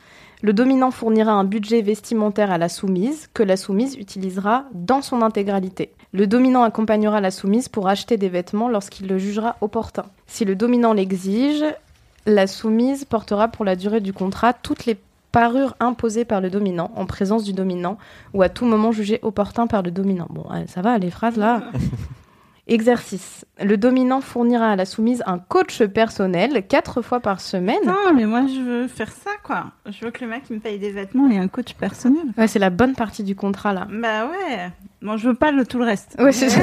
Speaker 5: Le dominant fournira un budget vestimentaire à la soumise que la soumise utilisera dans son intégralité. Le dominant accompagnera la soumise pour acheter des vêtements lorsqu'il le jugera opportun. Si le dominant l'exige, la soumise portera pour la durée du contrat toutes les parures imposées par le dominant en présence du dominant ou à tout moment jugé opportun par le dominant. Bon, euh, ça va, les phrases là. Exercice. Le dominant fournira à la soumise un coach personnel quatre fois par semaine.
Speaker 7: Non, mais moi je veux faire ça, quoi. Je veux que le mec il me paye des vêtements et un coach personnel.
Speaker 5: Ouais, c'est la bonne partie du contrat là.
Speaker 7: Bah ouais. Bon, je veux pas le tout le reste.
Speaker 5: Ouais, c'est ça.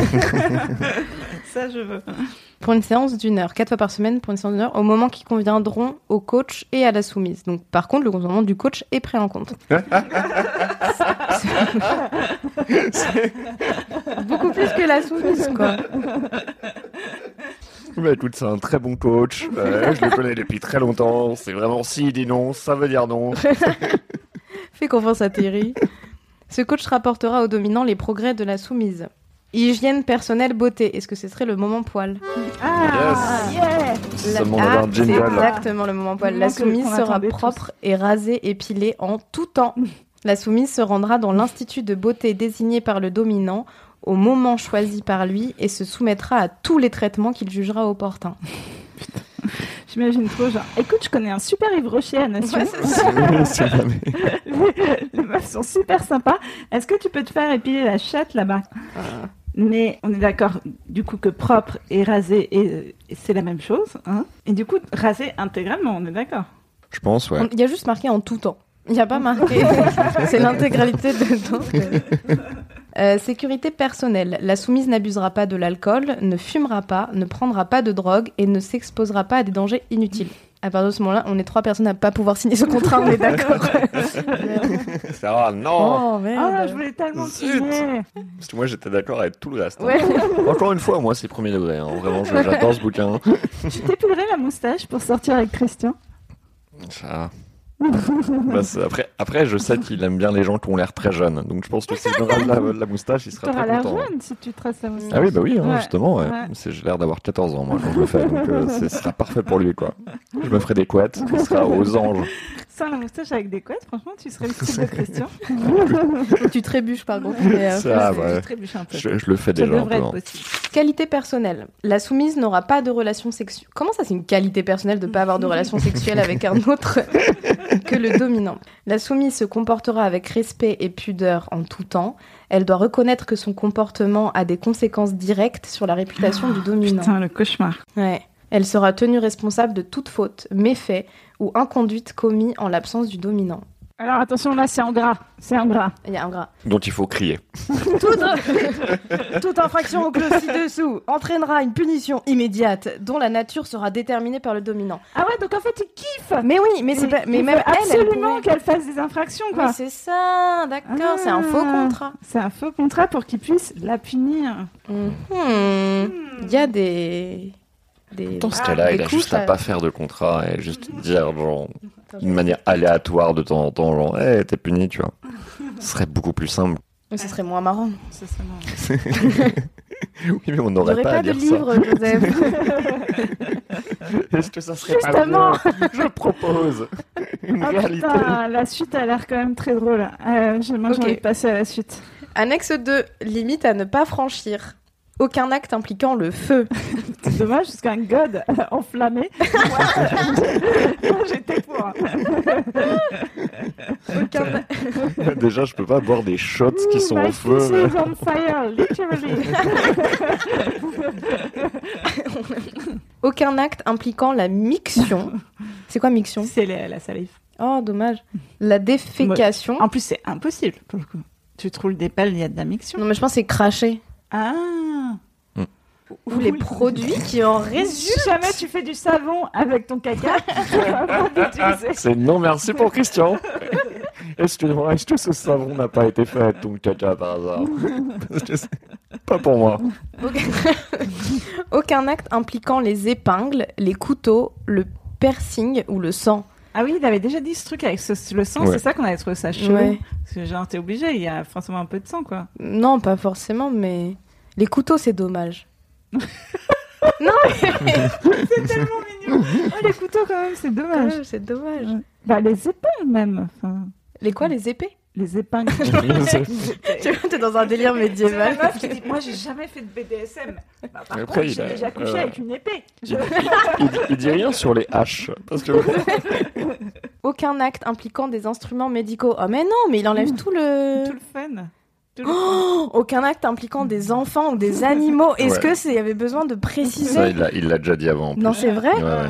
Speaker 7: Ça, je veux.
Speaker 5: Pour une séance d'une heure, quatre fois par semaine pour une séance d'une heure, au moment qui conviendront au coach et à la soumise. Donc, par contre, le consentement du coach est pris en compte. Beaucoup plus que la soumise, quoi.
Speaker 1: Bah écoute, c'est un très bon coach. Euh, je le connais depuis très longtemps. C'est vraiment s'il dit non, ça veut dire non.
Speaker 5: Fais confiance à Thierry. Ce coach rapportera au dominant les progrès de la soumise. Hygiène personnelle, beauté. Est-ce que ce serait le moment poil
Speaker 7: Ah, yeah.
Speaker 5: La-
Speaker 1: Ça demande d'avoir
Speaker 5: Ah,
Speaker 1: un
Speaker 5: c'est
Speaker 1: jingle.
Speaker 5: exactement le moment poil.
Speaker 7: Le
Speaker 5: La
Speaker 7: moment que-
Speaker 5: soumise
Speaker 7: qu'on
Speaker 5: sera
Speaker 7: attendait
Speaker 5: propre et rasée, épilée en tout temps. La soumise se rendra dans l'institut de beauté désigné par le dominant au moment choisi par lui et se soumettra à tous les traitements qu'il jugera opportuns.
Speaker 7: J'imagine trop, genre, écoute, je connais un super Yves Rocher à Nation.
Speaker 1: C'est jamais-
Speaker 7: les, les meufs sont super sympas. Est-ce que tu peux te faire épiler la chatte là-bas Mais on est d'accord, du coup, que propre et rasé, et, euh, c'est la même chose. Hein et du coup, rasé intégralement, on est d'accord.
Speaker 1: Je pense, ouais.
Speaker 5: On- Il y a juste marqué en tout temps. Il n'y a pas marqué. C'est l'intégralité dedans. Euh, sécurité personnelle. La soumise n'abusera pas de l'alcool, ne fumera pas, ne prendra pas de drogue et ne s'exposera pas à des dangers inutiles. À partir de ce moment-là, on est trois personnes à pas pouvoir signer ce contrat, on est d'accord.
Speaker 1: Sarah, non
Speaker 7: oh là, je voulais tellement te
Speaker 1: Zut.
Speaker 7: signer.
Speaker 1: Parce que moi, j'étais d'accord avec tout le reste. hein.
Speaker 5: Ouais.
Speaker 1: Encore une fois, moi, c'est premier degré. hein. Vraiment, je- j'adore ce bouquin.
Speaker 7: Tu t'épilerais la moustache pour sortir avec Christian
Speaker 1: Ça. Bah, c'est- après, après, je sais qu'il aime bien les gens qui ont l'air très jeunes. Donc, je pense que si je me rase la, la moustache, il sera
Speaker 7: T'auras
Speaker 1: très
Speaker 7: l'air
Speaker 1: content. hein.
Speaker 7: jeune si tu traces la moustache.
Speaker 1: Ah oui, bah oui, hein,
Speaker 7: Ouais.
Speaker 1: justement. ouais.
Speaker 7: Ouais.
Speaker 1: C'est- J'ai l'air d'avoir 14 ans, moi, quand je le fais. Donc, euh, ce sera parfait pour lui, quoi. Je me ferai des couettes. Il sera aux anges.
Speaker 7: Sans la moustache avec des couettes, franchement, tu serais le style de Christian.
Speaker 5: tu trébuches par contre. mais, euh,
Speaker 1: Ça,
Speaker 7: Je
Speaker 1: Ah ouais.
Speaker 7: trébuche un peu.
Speaker 1: Je, je le fais
Speaker 7: Ça
Speaker 1: déjà un peu.
Speaker 7: devrait être
Speaker 1: hein.
Speaker 7: possible.
Speaker 5: Qualité personnelle. La soumise n'aura pas de relation sexuelle. Comment ça, c'est une qualité personnelle de ne pas avoir de relation sexuelle avec un autre que le dominant La soumise se comportera avec respect et pudeur en tout temps. Elle doit reconnaître que son comportement a des conséquences directes sur la réputation du dominant.
Speaker 7: Putain, le cauchemar.
Speaker 5: Ouais. Elle sera tenue responsable de toute faute, méfait ou inconduite commis en l'absence du dominant.
Speaker 7: Alors attention, là, c'est en gras. C'est en gras.
Speaker 5: Il y a un gras.
Speaker 1: Donc, il faut crier.
Speaker 5: Toute, toute infraction au clause ci-dessous entraînera une punition immédiate dont la nature sera déterminée par le dominant.
Speaker 7: Ah ouais, donc en fait, il kiffe.
Speaker 5: Mais oui, mais c'est
Speaker 7: Il-
Speaker 5: pas, mais
Speaker 7: il
Speaker 5: même
Speaker 7: veut
Speaker 5: elle, elle
Speaker 7: absolument
Speaker 5: pourrait-
Speaker 7: qu'elle fasse des infractions, quoi.
Speaker 5: Oui, c'est ça, d'accord,
Speaker 7: Ah.
Speaker 5: c'est un faux contrat.
Speaker 7: c'est un faux contrat pour qu'il puisse la punir.
Speaker 1: Hmm.
Speaker 5: Mhm. Il y a des, des. Ah,
Speaker 1: Dans ce cas-là,
Speaker 5: des
Speaker 1: il a
Speaker 5: couches
Speaker 1: juste à
Speaker 5: à-
Speaker 1: pas faire de contrat et juste dire, genre, d'une manière aléatoire de temps en temps, genre, hé, t'es puni, tu vois. Ce serait beaucoup plus simple.
Speaker 5: Mais ce serait moins marrant.
Speaker 7: Ça, c'est marrant.
Speaker 1: Oui, mais on
Speaker 5: Il n'y
Speaker 1: n'aurait
Speaker 5: aurait
Speaker 1: pas
Speaker 5: pas,
Speaker 1: à
Speaker 5: de
Speaker 1: dire
Speaker 5: livre, Joseph.
Speaker 1: ça. Est-ce que ça serait
Speaker 7: Justement.
Speaker 1: pas bien Je propose une
Speaker 7: Ah
Speaker 1: réalité.
Speaker 7: putain, la suite a l'air quand même très drôle. Euh, j'ai- moi, j'ai
Speaker 5: Ok.
Speaker 7: envie de passer à la suite.
Speaker 5: Annexe 2, limite à ne pas franchir. Aucun acte impliquant le feu.
Speaker 7: C'est dommage, parce qu'un god euh, enflammé. Moi, moi, j'étais pour. hein.
Speaker 5: Aucun-
Speaker 1: Déjà, je peux pas boire des shots qui sont
Speaker 7: My
Speaker 1: au feu.
Speaker 7: kisses on fire, literally.
Speaker 5: Aucun acte impliquant la miction. C'est quoi miction
Speaker 7: c'est la, la salive.
Speaker 5: Oh, dommage. La défécation.
Speaker 7: En plus, c'est impossible, pour le coup.
Speaker 3: Tu te roules des pelles, il y a de la miction.
Speaker 5: Non, mais je pense que c'est craché.
Speaker 3: Ah
Speaker 5: Ou les
Speaker 3: Oui.
Speaker 5: produits qui en
Speaker 3: Si
Speaker 5: résultent.
Speaker 3: jamais tu fais du savon avec ton caca, tu vas avoir
Speaker 1: Ah.
Speaker 3: d'utiliser.
Speaker 6: C'est non merci pour Christian. Excuse-moi, est-ce que ce savon n'a pas été fait avec ton caca par hasard Parce que c'est Pas pour moi.
Speaker 5: Aucun acte impliquant les épingles, les couteaux, le piercing ou le sang.
Speaker 3: Ah oui, il avait déjà dit ce truc avec ce- le sang,
Speaker 6: Ouais.
Speaker 3: c'est ça qu'on avait trouvé ça chelou.
Speaker 5: Ouais.
Speaker 3: Parce que genre, t'es obligé, il y a forcément un peu de sang, quoi.
Speaker 5: Non, pas forcément, mais les couteaux, c'est dommage. non, mais...
Speaker 3: C'est tellement mignon Oh, les couteaux, quand même, c'est
Speaker 5: Ah,
Speaker 3: dommage
Speaker 5: c'est dommage.
Speaker 3: Bah, les épingles, même enfin,
Speaker 5: Les quoi, les épées
Speaker 3: Les épingles
Speaker 5: Tu vois, t'es dans un délire
Speaker 3: C'est la
Speaker 5: médiéval.
Speaker 3: meuf qui dit, moi j'ai jamais fait de BDSM. Bah, par
Speaker 6: Après,
Speaker 3: contre,
Speaker 6: il
Speaker 3: j'ai
Speaker 6: a-
Speaker 3: déjà couché
Speaker 6: euh,
Speaker 3: avec une épée. Je-
Speaker 6: il, il- il dit rien sur les haches. Parce que
Speaker 5: Aucun acte impliquant des instruments médicaux. Oh, mais non, mais il enlève tout le...
Speaker 3: Tout le fun. Tout le-
Speaker 5: Oh, aucun acte impliquant des enfants ou des animaux. Est-ce
Speaker 6: Ouais.
Speaker 5: que c'est- il y avait besoin de
Speaker 6: ça,
Speaker 5: préciser
Speaker 6: il l'a- il l'a déjà dit avant. en plus.
Speaker 5: Non, c'est vrai.
Speaker 6: Ah Ouais, ouais.
Speaker 3: Euh,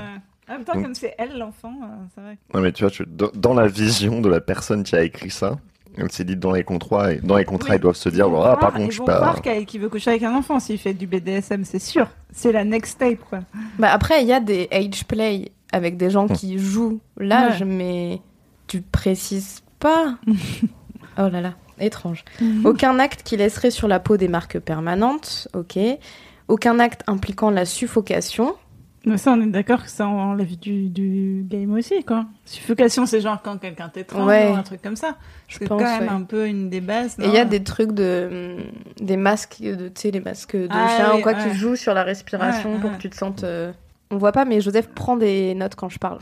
Speaker 3: En même temps,
Speaker 6: Donc-
Speaker 3: comme c'est elle l'enfant, euh, c'est vrai.
Speaker 6: Non, mais tu vois, je- dans, dans la vision de la personne qui a écrit ça, elle s'est dit dans les contrats, et- dans les contrats,
Speaker 3: Oui.
Speaker 6: ils doivent se dire,
Speaker 3: vont
Speaker 6: ah, par
Speaker 3: croire-
Speaker 6: contre,
Speaker 3: ils
Speaker 6: je suis
Speaker 3: vont
Speaker 6: pas.
Speaker 3: croire qu'elle- qu'il veut coucher avec un enfant s'il fait du BDSM, c'est sûr. C'est la next tape, quoi.
Speaker 5: Bah après, il y a des age play avec des gens
Speaker 6: Hum.
Speaker 5: qui jouent l'âge, mais tu précises pas. oh là là, étrange. Aucun acte qui laisserait sur la peau des marques permanentes, ok. Aucun acte impliquant la suffocation.
Speaker 3: Mais ça, on est d'accord que ça enlève du, du game aussi, quoi. Suffocation, c'est genre quand quelqu'un t'étrangle
Speaker 5: Ouais.
Speaker 3: ou un truc comme ça.
Speaker 5: Je
Speaker 3: C'est
Speaker 5: pense.
Speaker 3: quand même
Speaker 5: ouais.
Speaker 3: un peu une des bases.
Speaker 5: Et il y a
Speaker 3: non
Speaker 5: des trucs de. hum, des masques, de, tu sais, les masques de
Speaker 3: Ah
Speaker 5: chien
Speaker 3: oui,
Speaker 5: ou quoi,
Speaker 3: ouais.
Speaker 5: qui jouent sur la respiration
Speaker 3: Ouais,
Speaker 5: pour
Speaker 3: ouais.
Speaker 5: que tu te sentes. euh, On voit pas, mais Joseph prend des notes quand je parle.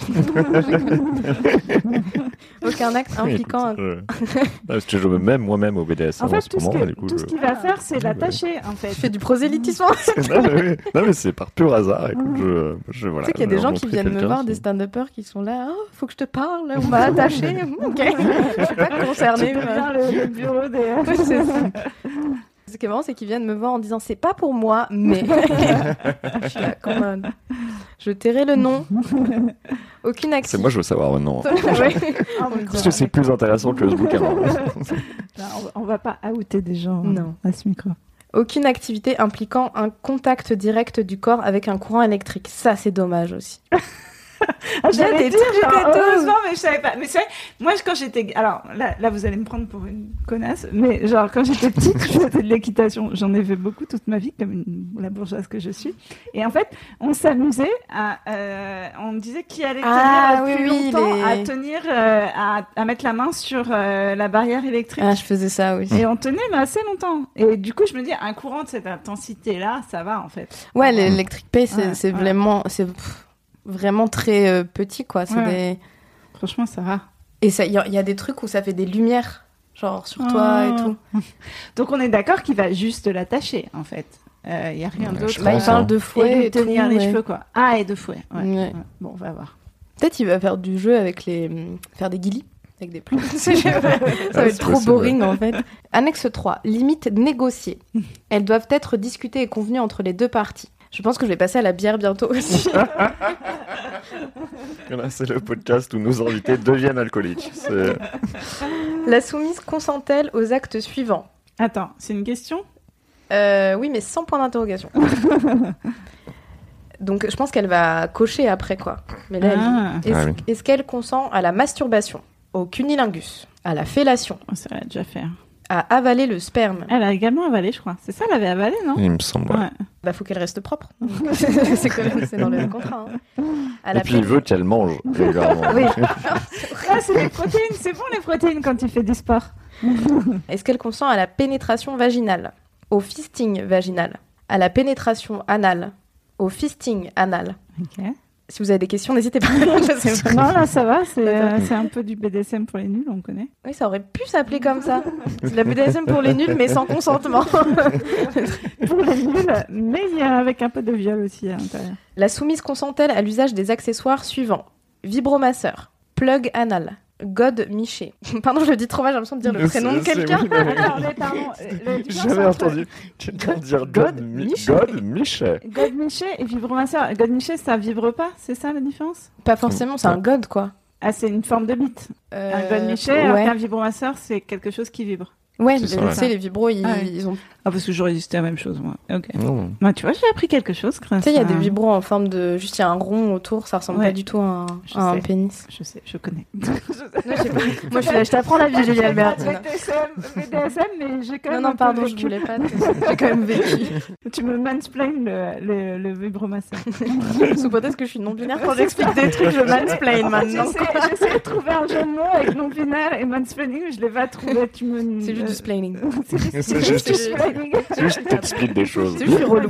Speaker 5: Aucun acte
Speaker 6: Oui,
Speaker 5: impliquant hein. un
Speaker 6: écoute, euh, parce que je me même moi-même au BDS
Speaker 3: hein. En
Speaker 6: en
Speaker 3: fait,
Speaker 6: ce
Speaker 3: tout ce,
Speaker 6: moment,
Speaker 3: que-
Speaker 6: Ah, du coup,
Speaker 3: tout
Speaker 6: je-
Speaker 3: ce qu'il va faire, c'est l'attacher, en fait.
Speaker 5: Tu fais du prosélytisme.
Speaker 6: non, mais, oui. Non, mais c'est par pur hasard. Écoute, je, je- voilà,
Speaker 5: tu sais qu'il y a des
Speaker 6: je
Speaker 5: gens qui
Speaker 6: rencontrais
Speaker 5: viennent me
Speaker 6: quelqu'un
Speaker 5: voir,
Speaker 6: qui-
Speaker 5: des stand-uppers qui sont là. Oh, faut que je te parle, on m'a attaché. ok. Je suis pas concernée.
Speaker 3: C'est
Speaker 5: moi.
Speaker 3: bien le, le bureau des...
Speaker 5: Ouais, c'est ça. Ce qui est marrant, c'est qu'ils viennent me voir en disant c'est pas pour moi, mais. Ah, je suis là, come on. Je tairai le nom. Aucune
Speaker 6: C'est
Speaker 5: action.
Speaker 6: moi, je veux savoir maintenant.
Speaker 5: Ouais.
Speaker 3: Ah, on le
Speaker 6: Parce que c'est plus intéressant que ce bouquin.
Speaker 3: Non, on va- on va pas outer des gens hein,
Speaker 5: Non.
Speaker 3: à ce micro.
Speaker 5: Aucune activité impliquant un contact direct du corps avec un courant électrique. Ça, c'est dommage aussi.
Speaker 3: Ah,
Speaker 5: J'allais
Speaker 3: j'allais
Speaker 5: dire,
Speaker 3: genre,
Speaker 5: j'étais ado.
Speaker 3: heureusement, mais je savais pas. Mais c'est vrai, moi, je- quand j'étais. Alors, là, là, vous allez me prendre pour une connasse, mais genre, quand j'étais petite, je faisais de l'équitation. J'en ai fait beaucoup toute ma vie, comme une- la bourgeoise que je suis. Et en fait, on s'amusait à. euh, on me disait qui allait
Speaker 5: Ah,
Speaker 3: tenir le plus
Speaker 5: oui, oui,
Speaker 3: longtemps
Speaker 5: les-
Speaker 3: à tenir. euh, à, à mettre la main sur euh, la barrière électrique.
Speaker 5: Ah, je faisais ça,
Speaker 6: Mm.
Speaker 5: oui.
Speaker 3: Et on tenait mais assez longtemps. Et du coup, je me dis, un courant de cette intensité-là, ça va en fait.
Speaker 5: Ouais, l'électrique pay, c'est
Speaker 3: Ouais,
Speaker 5: c'est
Speaker 3: ouais.
Speaker 5: vraiment, c'est pff, vraiment très euh, petit, quoi. C'est
Speaker 3: Ouais.
Speaker 5: des-
Speaker 3: Franchement, ça va.
Speaker 5: Et ça, il y, a- il y a des trucs où ça fait des lumières, genre sur
Speaker 3: Ah.
Speaker 5: toi et tout.
Speaker 3: Donc, on est d'accord qu'il va juste l'attacher en fait. Il n'y a rien
Speaker 6: Ouais,
Speaker 3: d'autre.
Speaker 6: je
Speaker 5: Bah, il
Speaker 6: pense,
Speaker 3: Euh,
Speaker 6: hein.
Speaker 5: parle de
Speaker 3: et
Speaker 5: fouet
Speaker 3: lui
Speaker 5: et
Speaker 3: tenir
Speaker 5: tout,
Speaker 3: les
Speaker 5: ouais.
Speaker 3: cheveux quoi. Ah, et de fouet. Ouais.
Speaker 5: Ouais.
Speaker 3: Ouais. Bon, on va voir.
Speaker 5: Peut-être il va faire du jeu avec les. faire des guillis avec des plumes. ça va être
Speaker 6: c'est
Speaker 5: trop
Speaker 6: possible,
Speaker 5: boring en fait. Annexe 3. Limites négociées. Elles doivent être discutées et convenues entre les deux parties. Je pense que je vais passer à la bière bientôt aussi.
Speaker 6: Voilà, c'est le podcast où nos invités deviennent alcooliques. C'est-
Speaker 5: la soumise consent-elle aux actes suivants
Speaker 3: Attends, c'est une question
Speaker 5: Euh, Oui, mais sans point d'interrogation. Donc je pense qu'elle va cocher après quoi. Mais là, elle dit,
Speaker 3: Ah,
Speaker 5: Est-ce
Speaker 6: Ah oui.
Speaker 5: est-ce qu'elle consent à la masturbation, au cunilingus, à la fellation,
Speaker 3: on s'est déjà fait.
Speaker 5: à avaler le sperme
Speaker 3: Elle a également avalé, je crois. C'est ça, elle avait avalé, non
Speaker 6: Il me semble. ouais.
Speaker 3: Ouais.
Speaker 5: Bah, faut qu'elle reste propre. c'est quand même c'est dans le contrat. hein. À
Speaker 6: Et puis il veut qu'elle mange régulièrement.
Speaker 5: Oui.
Speaker 3: Ah, c'est les protéines, c'est bon les protéines quand tu fais du sport.
Speaker 5: Est-ce qu'elle consent à la pénétration vaginale, au fisting vaginal, à la pénétration anale, au fisting anal
Speaker 3: Ok.
Speaker 5: Si vous avez des questions, n'hésitez pas. Je sais pas.
Speaker 3: Non, là, ça va, c'est
Speaker 5: D'accord.
Speaker 3: euh, c'est un peu du BDSM pour les nuls, on connaît.
Speaker 5: Oui, ça aurait pu s'appeler comme ça. C'est de la BDSM pour les nuls, mais sans consentement.
Speaker 3: Pour les nuls, mais il y a- avec un peu de viol aussi à l'intérieur.
Speaker 5: La soumise consent-elle à l'usage des accessoires suivants Vibromasseur, plug anal, god miché. Pardon, je le dis trop mal, j'ai l'impression de dire le
Speaker 6: Je
Speaker 5: prénom de
Speaker 6: sais, c'est
Speaker 5: quelqu'un.
Speaker 6: oui, mais-
Speaker 3: Alors, les parents, euh, la
Speaker 6: J'ai
Speaker 3: différence
Speaker 6: jamais
Speaker 3: entre
Speaker 6: entendu quelqu'un dire God, Mi-
Speaker 5: Michel.
Speaker 6: God Michel.
Speaker 3: God Miché et vibromasseur. God Miché, ça vibre pas, c'est ça la différence
Speaker 5: Pas forcément, c'est un god quoi.
Speaker 3: Ah, c'est une forme de bite.
Speaker 5: Euh,
Speaker 3: Un God Miché, alors
Speaker 5: ouais.
Speaker 3: qu'un vibromasseur, c'est quelque chose qui vibre.
Speaker 5: Ouais,
Speaker 6: C'est
Speaker 5: les-
Speaker 6: ça,
Speaker 5: tu
Speaker 6: ouais.
Speaker 5: sais, les vibros, ils,
Speaker 3: Ah ouais.
Speaker 5: ils ont.
Speaker 3: Ah, parce que j'aurais hésité à la même chose, moi. Ok.
Speaker 5: Ah
Speaker 6: Non.
Speaker 3: Bah, tu vois, j'ai appris quelque chose,
Speaker 5: Tu
Speaker 3: grâce
Speaker 5: sais, il y a
Speaker 3: à-
Speaker 5: des vibros en forme de. Juste, il y a un rond autour, ça ressemble
Speaker 3: Ah, hein. Ouais.
Speaker 5: pas du tout à un,
Speaker 3: Je
Speaker 5: à un
Speaker 3: sais.
Speaker 5: pénis.
Speaker 3: Je sais, je connais.
Speaker 5: Moi, je, je t'apprends la vie,
Speaker 3: J'ai
Speaker 5: Julia Albert.
Speaker 3: BDSM, mais j'ai quand
Speaker 5: Non,
Speaker 3: même.
Speaker 5: non,
Speaker 3: un peu
Speaker 5: pardon, je
Speaker 3: vécu.
Speaker 5: voulais pas. te- J'ai quand même vécu.
Speaker 3: Tu me mansplains le, le, le vibromasseur.
Speaker 5: Sous prétexte que je suis non-binaire, quand j'explique des trucs, je mansplain maintenant.
Speaker 3: J'essaie j'essaie de trouver un jeu de mots avec non binaire et mansplaining, je l'ai pas trouvé. Tu me. euh,
Speaker 5: C'est juste du splaining.
Speaker 3: C'est juste-
Speaker 6: C'est
Speaker 3: c'est
Speaker 6: juste
Speaker 3: juste
Speaker 5: du-
Speaker 3: du splaining.
Speaker 6: C'est Juste, t'expliques des choses.
Speaker 5: C'est juste relou.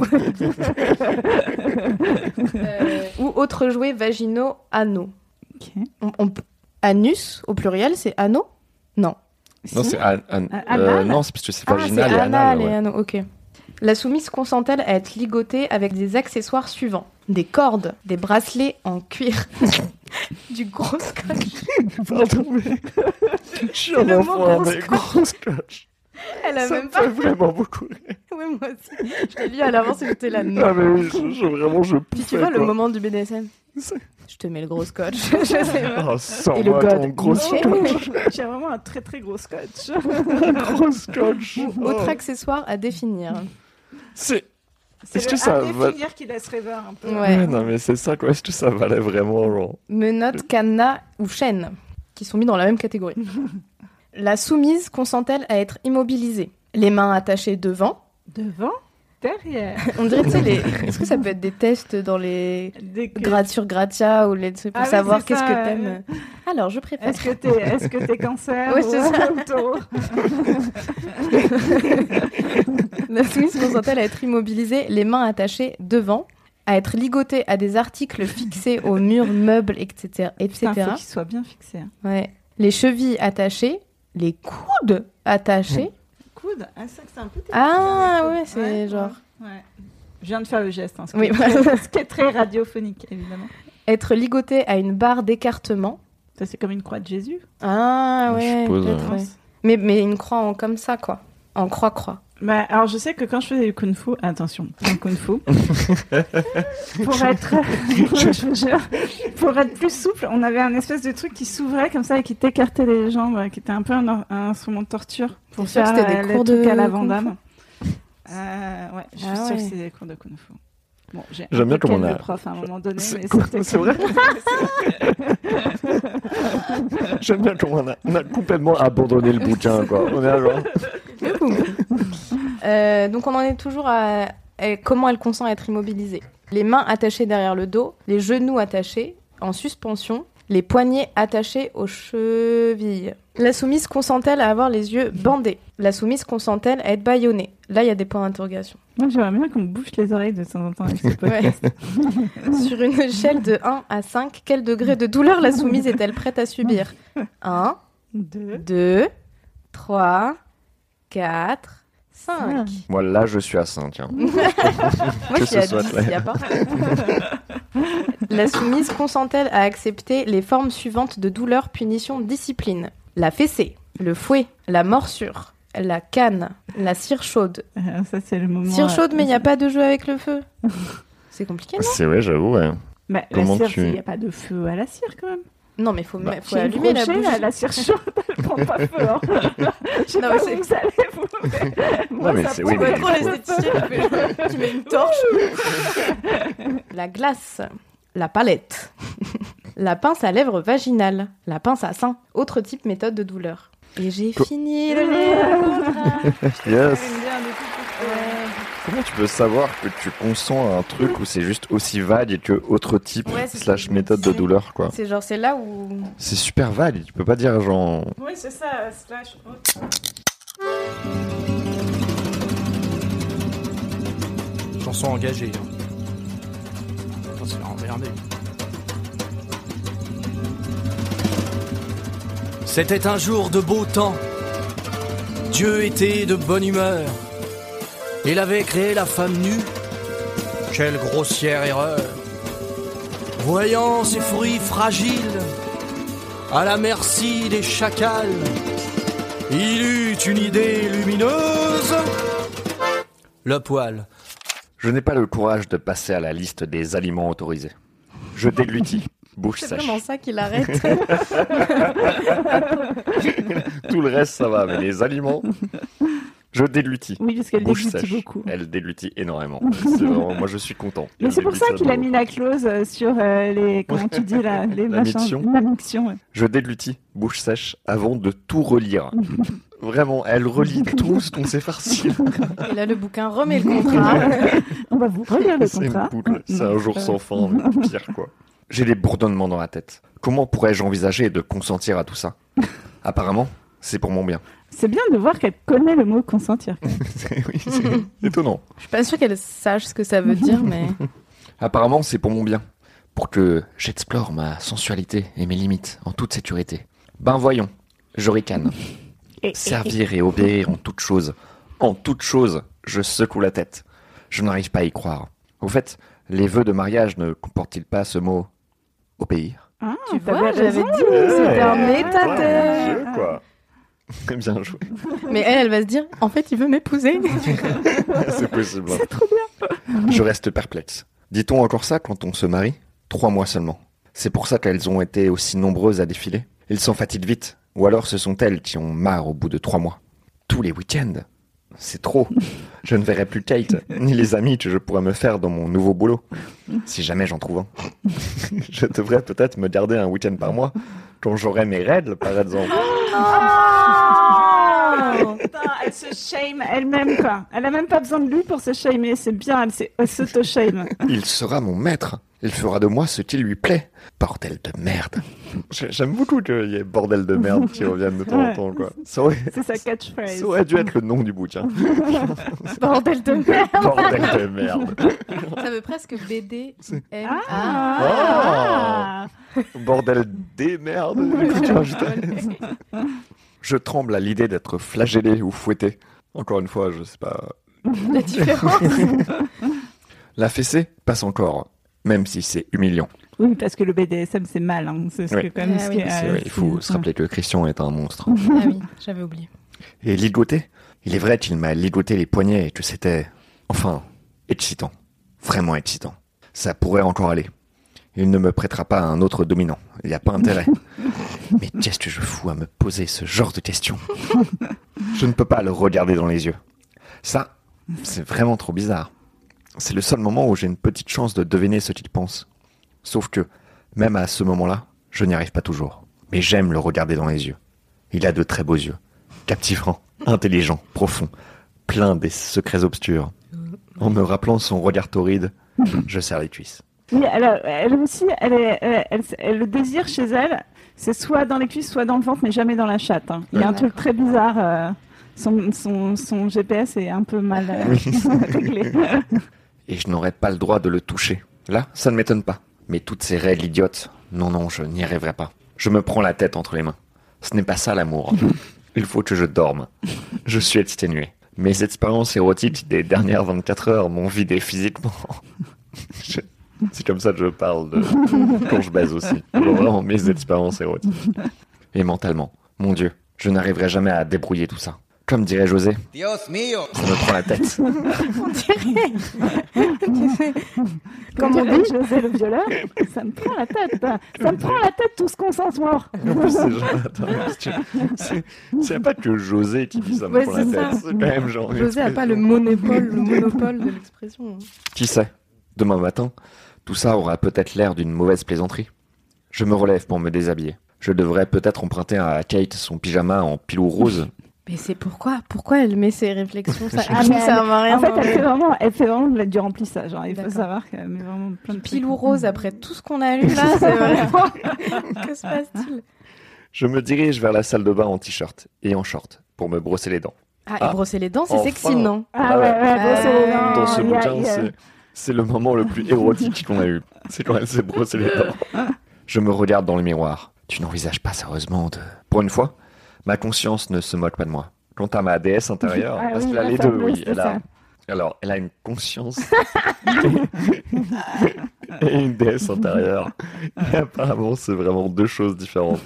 Speaker 5: Euh, ou autre jouet vaginaux anneaux.
Speaker 3: Ok.
Speaker 5: On- on peut- Anus, au pluriel, c'est anneau
Speaker 6: Non,
Speaker 3: Si.
Speaker 6: c'est an- an-
Speaker 3: Ah,
Speaker 6: euh,
Speaker 3: anal
Speaker 6: non, c'est parce que c'est
Speaker 5: Ah,
Speaker 6: vaginal
Speaker 5: c'est
Speaker 6: et
Speaker 5: anal
Speaker 6: anal.
Speaker 5: et
Speaker 6: ouais.
Speaker 5: anneau, ok. La soumise consent-elle à être ligotée avec des accessoires suivants Des cordes, des bracelets en cuir, du gros scotch.
Speaker 6: Pardon, mais. Je suis un
Speaker 5: le mot
Speaker 6: enfant,
Speaker 5: gros
Speaker 6: mais gros scotch.
Speaker 5: Elle a
Speaker 6: Ça
Speaker 5: même
Speaker 6: me
Speaker 5: pas.
Speaker 6: fait vraiment beaucoup rire.
Speaker 5: Ouais, moi aussi. Je l'ai lu à l'avance et j'étais là.
Speaker 6: Ah,
Speaker 5: Non.
Speaker 6: mais je, je- vraiment, je poussais.
Speaker 5: Puis tu vois le
Speaker 6: quoi.
Speaker 5: moment du BDSM
Speaker 6: C'est-
Speaker 5: Je te mets le gros scotch. je sais pas. Et
Speaker 6: Ah,
Speaker 5: le
Speaker 6: sors-moi ton
Speaker 5: god.
Speaker 6: gros
Speaker 5: Ouais.
Speaker 6: scotch.
Speaker 3: J'ai vraiment un très très gros scotch.
Speaker 6: Gros scotch. Oh.
Speaker 5: Ou autre accessoire à définir.
Speaker 6: C'est.
Speaker 3: C'est
Speaker 6: Est-ce
Speaker 3: le
Speaker 6: que ça
Speaker 3: à
Speaker 6: va-
Speaker 3: définir qui laisse rêveur un peu.
Speaker 5: Ouais.
Speaker 6: Ouais, non, mais c'est ça, quoi. Est-ce que ça valait vraiment, genre.
Speaker 5: Menottes, cadenas ou chaînes, qui sont mis dans la même catégorie. La soumise consent-elle à être immobilisée Les mains attachées devant.
Speaker 3: Devant, derrière.
Speaker 5: On dirait, tu sais, les... est-ce que ça peut être des tests dans les
Speaker 3: Dès que-
Speaker 5: grades sur gratia ou les tu sais, pour
Speaker 3: Ah oui,
Speaker 5: savoir
Speaker 3: c'est
Speaker 5: qu'est-ce
Speaker 3: ça,
Speaker 5: que
Speaker 3: euh.
Speaker 5: t'aimes Alors, je préfère.
Speaker 3: Est-ce que t'es est-ce que t'es cancer
Speaker 5: Ouais,
Speaker 3: ou,
Speaker 5: c'est ça.
Speaker 3: ou taureau
Speaker 5: La soumise consent-elle à être immobilisée, les mains attachées devant, à être ligotée à des articles fixés aux murs, meubles, etc. etc.
Speaker 3: Putain, faut qu'il soit bien fixé. hein.
Speaker 5: Ouais. Les chevilles attachées, les coudes attachés.
Speaker 3: Coude, ah, ça, c'est un peu technique,
Speaker 5: Ah,
Speaker 3: hein, les
Speaker 5: ouais,
Speaker 3: coudes.
Speaker 5: c'est genre-
Speaker 3: ouais. Je viens de faire le geste, hein, ce, qui
Speaker 5: Oui,
Speaker 3: est très,
Speaker 5: voilà.
Speaker 3: ce qui est très radiophonique, évidemment.
Speaker 5: Être ligoté à une barre d'écartement.
Speaker 3: Ça, c'est comme une croix de Jésus.
Speaker 5: Ah
Speaker 6: Je
Speaker 5: ouais,
Speaker 6: suppose, euh,
Speaker 5: peut-être,
Speaker 3: ouais.
Speaker 5: ouais. Mais, mais une croix en comme ça, quoi. En croix-croix.
Speaker 3: Bah, alors, je sais que quand je faisais du kung fu, attention, un kung fu, pour être, je vous jure, pour être plus souple, on avait un espèce de truc qui s'ouvrait comme ça et qui t'écartait les jambes, euh, qui était un peu un, or- un instrument de torture pour
Speaker 5: T'es sûre que
Speaker 3: faire
Speaker 5: c'était
Speaker 3: euh,
Speaker 5: des
Speaker 3: les
Speaker 5: cours
Speaker 3: trucs
Speaker 5: de
Speaker 3: à la
Speaker 5: kung fu
Speaker 3: Vandame. Euh, ouais, je suis
Speaker 5: Ah
Speaker 3: sûre que
Speaker 5: ouais.
Speaker 3: c'est des cours de kung fu. Bon, j'ai un
Speaker 6: J'aime bien
Speaker 3: peu
Speaker 6: comment on
Speaker 3: ken
Speaker 6: a-
Speaker 3: le prof à un moment donné,
Speaker 6: C'est
Speaker 3: mais
Speaker 6: quoi,
Speaker 3: c'était
Speaker 6: c'est vrai J'aime bien comment on a, on a complètement abandonné le bouquin, quoi. On est là, genre.
Speaker 5: Euh, donc on en est toujours à, à comment elle consent à être immobilisée. Les mains attachées derrière le dos, les genoux attachés, en suspension, les poignets attachés aux chevilles. La soumise consent-elle à avoir les yeux bandés La soumise consent-elle à être bâillonnée Là, il y a des points d'interrogation.
Speaker 3: Moi, j'aimerais bien qu'on me bouche les oreilles de temps en temps avec ce podcast.
Speaker 5: Sur une échelle de 1 à 5, quel degré de douleur la soumise est-elle prête à subir 1,
Speaker 3: Deux.
Speaker 5: 2, 3, 4, 5.
Speaker 6: Moi, là, je suis à hein. 5, tiens.
Speaker 5: Moi,
Speaker 6: Que
Speaker 5: je suis à
Speaker 6: ce soit,
Speaker 5: 10,
Speaker 6: ouais.
Speaker 5: il y a pas. La soumise consent-elle à accepter les formes suivantes de douleur, punition, discipline La fessée, le fouet, la morsure, la canne, la cire chaude.
Speaker 3: Euh, ça, c'est le moment.
Speaker 5: Cire
Speaker 3: euh,
Speaker 5: chaude, mais il n'y a pas de jeu avec le feu. C'est compliqué, non
Speaker 6: C'est vrai, j'avoue, ouais.
Speaker 3: Bah,
Speaker 6: Comment
Speaker 3: la
Speaker 6: tu-
Speaker 3: cire, il n'y a pas de feu à la cire quand même.
Speaker 5: Non, mais faut,
Speaker 6: Bah,
Speaker 5: faut
Speaker 3: J'ai
Speaker 5: allumer la
Speaker 3: brochet,
Speaker 5: bouche.
Speaker 3: là, La cire chaude, elle prend pas feu. Hein. Je sais
Speaker 5: Non, mais
Speaker 3: pas
Speaker 5: c'est-
Speaker 3: où vous allez, vous. mais moi,
Speaker 6: mais
Speaker 3: ça
Speaker 6: c'est-
Speaker 3: prend
Speaker 6: Eh oui, mais-
Speaker 3: pas
Speaker 5: Trop les
Speaker 3: feu.
Speaker 5: esthétiques, tu mets une torche. la glace, la palette, la pince à lèvres vaginale, la pince à sein, autre type méthode de douleur. Et j'ai
Speaker 6: Co-
Speaker 5: fini de lire le contrat.
Speaker 6: Yes.
Speaker 3: J'aime bien, du coup,
Speaker 6: Comment tu peux savoir que tu consens à un truc où c'est juste aussi vague et que autre type
Speaker 5: Ouais, c'est ce que
Speaker 6: slash
Speaker 5: je me
Speaker 6: méthode de
Speaker 5: disais.
Speaker 6: douleur, quoi
Speaker 5: C'est genre, c'est là où.
Speaker 6: C'est super vague, tu peux pas dire, genre.
Speaker 3: euh, Oui, c'est ça, slash. oh.
Speaker 11: Chanson engagée. Hein. Attends, c'est emmerdé. C'était un jour de beau temps. Dieu était de bonne humeur. Il avait créé la femme nue. Quelle grossière erreur. Voyant ses fruits fragiles, à la merci des chacals, il eut une idée lumineuse. Le poil.
Speaker 6: Je n'ai pas le courage de passer à la liste des aliments autorisés. Je déglutis. Bouche
Speaker 5: C'est
Speaker 6: sèche.
Speaker 5: vraiment ça qu'il arrête.
Speaker 6: Tout le reste, ça va, mais les aliments, je déglutis.
Speaker 3: Oui, parce qu'elle
Speaker 6: Bouche
Speaker 3: déglutit
Speaker 6: sèche.
Speaker 3: beaucoup.
Speaker 6: Elle déglutit énormément. C'est vraiment- moi, je suis content.
Speaker 3: Mais
Speaker 6: Elle
Speaker 3: c'est pour ça
Speaker 6: déglutit
Speaker 3: qu'il a
Speaker 6: dans-
Speaker 3: mis la clause euh, sur euh, les. Comment tu dis là Les
Speaker 6: La
Speaker 3: machins.
Speaker 6: miction.
Speaker 3: La miction, ouais.
Speaker 6: Je déglutis, bouche sèche, avant de tout relire. Vraiment, elle relit tout ce qu'on s'est farci.
Speaker 5: Et là, le bouquin remet le contrat.
Speaker 3: Ah. On va vous relire le
Speaker 6: C'est
Speaker 3: contrat.
Speaker 6: une boule, c'est
Speaker 3: Non,
Speaker 6: un jour
Speaker 3: euh,
Speaker 6: sans fin, mais pire quoi. J'ai des bourdonnements dans la tête. Comment pourrais-je envisager de consentir à tout ça Apparemment, c'est pour mon bien.
Speaker 3: C'est bien de voir qu'elle connaît le mot consentir.
Speaker 6: C'est- oui, c'est étonnant.
Speaker 5: Je suis pas sûre qu'elle sache ce que ça veut dire, mais
Speaker 6: Apparemment, c'est pour mon bien. Pour que j'explore ma sensualité et mes limites en toute sécurité. Ben voyons, je ricane. Servir et obéir en toute chose. En toute chose, je secoue la tête. Je n'arrive pas à y croire. Au fait, les vœux de mariage ne comportent-ils pas ce mot obéir
Speaker 3: Ah,
Speaker 5: tu
Speaker 3: t'avais
Speaker 5: vois, j'avais
Speaker 3: raison.
Speaker 5: dit, c'était un
Speaker 3: Ouais.
Speaker 5: état de-
Speaker 3: Dieu, quoi.
Speaker 6: Bien joué,
Speaker 5: Mais elle, elle va se dire, en fait, il veut m'épouser.
Speaker 6: c'est possible. C'est trop bien. Je reste perplexe. Dit-on encore ça quand on se marie Trois mois seulement. C'est pour ça qu'elles ont été aussi nombreuses à défiler. Ils s'en fatiguent vite. Ou alors ce sont elles qui ont marre au bout de trois mois. Tous les week-ends. C'est trop. Je ne verrai plus Kate, ni les amis que je pourrais me faire dans mon nouveau boulot. Si jamais j'en trouve un. Je devrais peut-être me garder un week-end par mois, quand j'aurai mes règles, par exemple.
Speaker 3: Oh Putain, elle se shame elle-même, quoi. Elle a même pas besoin de lui pour se shamer. C'est bien, elle s'est- elle s'auto-shame.
Speaker 6: Il sera mon maître. Il fera de moi ce qu'il lui plaît. Bordel de merde. J'ai- J'aime beaucoup qu'il y ait bordel de merde qui revienne de temps en temps, quoi. Ça aurait,
Speaker 3: C'est sa
Speaker 6: ça
Speaker 3: catchphrase.
Speaker 6: aurait dû être le nom du bouquin.
Speaker 5: Bordel de merde.
Speaker 6: Bordel de merde.
Speaker 5: Ça veut presque BD.
Speaker 6: Oh
Speaker 3: Ah
Speaker 6: Bordel des merdes. du coup, tu rajoutes- Je tremble à l'idée d'être flagellé ou fouetté. Encore une fois, je sais pas.
Speaker 5: La différence.
Speaker 6: La fessée passe encore, même si c'est humiliant.
Speaker 3: Oui, parce que le BDSM, c'est mal. hein. C'est ce
Speaker 6: Oui.
Speaker 3: que quand même.
Speaker 5: Ah
Speaker 3: ce
Speaker 5: oui.
Speaker 3: qui est,
Speaker 6: C'est
Speaker 3: euh,
Speaker 6: vrai, il faut se
Speaker 3: ouais.
Speaker 6: rappeler que Christian est un monstre.
Speaker 5: Ah oui, j'avais oublié.
Speaker 6: Et ligoté Il est vrai qu'il m'a ligoté les poignets et que c'était, enfin, excitant. Vraiment excitant. Ça pourrait encore aller. Il ne me prêtera pas à un autre dominant. Il n'y a pas intérêt. Mais qu'est-ce que je fous à me poser ce genre de questions Je ne peux pas le regarder dans les yeux. Ça, c'est vraiment trop bizarre. C'est le seul moment où j'ai une petite chance de deviner ce qu'il pense. Sauf que, même à ce moment-là, je n'y arrive pas toujours. Mais j'aime le regarder dans les yeux. Il a de très beaux yeux captivant, intelligent, profond, plein des secrets obscurs. En me rappelant son regard torride, je serre les cuisses.
Speaker 3: Oui, elle, elle aussi, elle est, euh, elle- elle- elle- le désir chez elle, c'est soit dans les cuisses, soit dans le ventre, mais jamais dans la chatte. hein. Il y a un
Speaker 5: Ouais.
Speaker 3: truc très bizarre. euh, son, son, son GPS est un peu mal euh, réglé.
Speaker 6: Et je n'aurais pas le droit de le toucher. Là, ça ne m'étonne pas. Mais toutes ces règles idiotes, non, non, je n'y arriverai pas. Je me prends la tête entre les mains. Ce n'est pas ça l'amour. Il faut que je dorme. Je suis exténué. Mes expériences érotiques des dernières 24 heures m'ont vidé physiquement. Je- C'est comme ça que je parle de... quand je baise aussi. Vraiment, mes expériences érotiques. Et mentalement, mon Dieu, je n'arriverai jamais à débrouiller tout ça. Comme dirait José,
Speaker 11: Dios mío.
Speaker 6: ça me prend la tête.
Speaker 5: On dirait.
Speaker 3: Comme on dit, José le violeur, ça me prend la tête. bah, Ça me prend la tête tout ce consentement.
Speaker 6: En plus, c'est Jonathan Epstein. C'est- C'est pas que José qui dit ça me
Speaker 5: Ouais,
Speaker 6: prend la
Speaker 5: c'est
Speaker 6: tête.
Speaker 5: ça.
Speaker 6: C'est quand même genre. une
Speaker 5: José a pas le
Speaker 6: expression.
Speaker 5: monopole, le monopole de l'expression.
Speaker 6: Qui sait Demain matin, tout ça aura peut-être l'air d'une mauvaise plaisanterie. Je me relève pour me déshabiller. Je devrais peut-être emprunter à Kate son pyjama en pilou rose.
Speaker 5: Mais c'est pourquoi Pourquoi elle met ses réflexions ça,
Speaker 3: Ah,
Speaker 5: Je trouve
Speaker 3: mais
Speaker 5: ça m'a rien
Speaker 3: En fait, elle fait
Speaker 5: enlevé.
Speaker 3: vraiment, elle fait vraiment de la- du remplissage. hein. Il faut
Speaker 5: D'accord.
Speaker 3: savoir qu'elle met vraiment plein de
Speaker 5: Pilou
Speaker 3: trucs. Ah,
Speaker 5: rose après tout ce qu'on a lu là, c'est vraiment. que se passe-t-il
Speaker 6: Je me dirige vers la salle de bain en t-shirt et en short pour me brosser les dents.
Speaker 5: Ah,
Speaker 6: Ah,
Speaker 5: et brosser les dents, c'est
Speaker 6: enfin.
Speaker 5: sexy, non
Speaker 3: Ah ouais, ouais, bon, c'est-
Speaker 5: Euh,
Speaker 3: non,
Speaker 6: Dans ce
Speaker 3: il y a-
Speaker 6: bouquin,
Speaker 3: il y a-
Speaker 6: c'est- c'est le moment le plus érotique qu'on a eu. C'est quand elle s'est brossée les dents. Je me regarde dans le miroir. Tu n'envisages pas sérieusement de... Pour une fois, ma conscience ne se moque pas de moi. Quant à ma déesse intérieure,
Speaker 3: Ah
Speaker 6: parce
Speaker 3: oui,
Speaker 6: qu'elle a
Speaker 3: la
Speaker 6: les deux,
Speaker 3: fameuse,
Speaker 6: oui.
Speaker 3: c'est
Speaker 6: Elle a...
Speaker 3: ça.
Speaker 6: Alors, elle a une conscience et une déesse intérieure. Et apparemment, c'est vraiment deux choses différentes.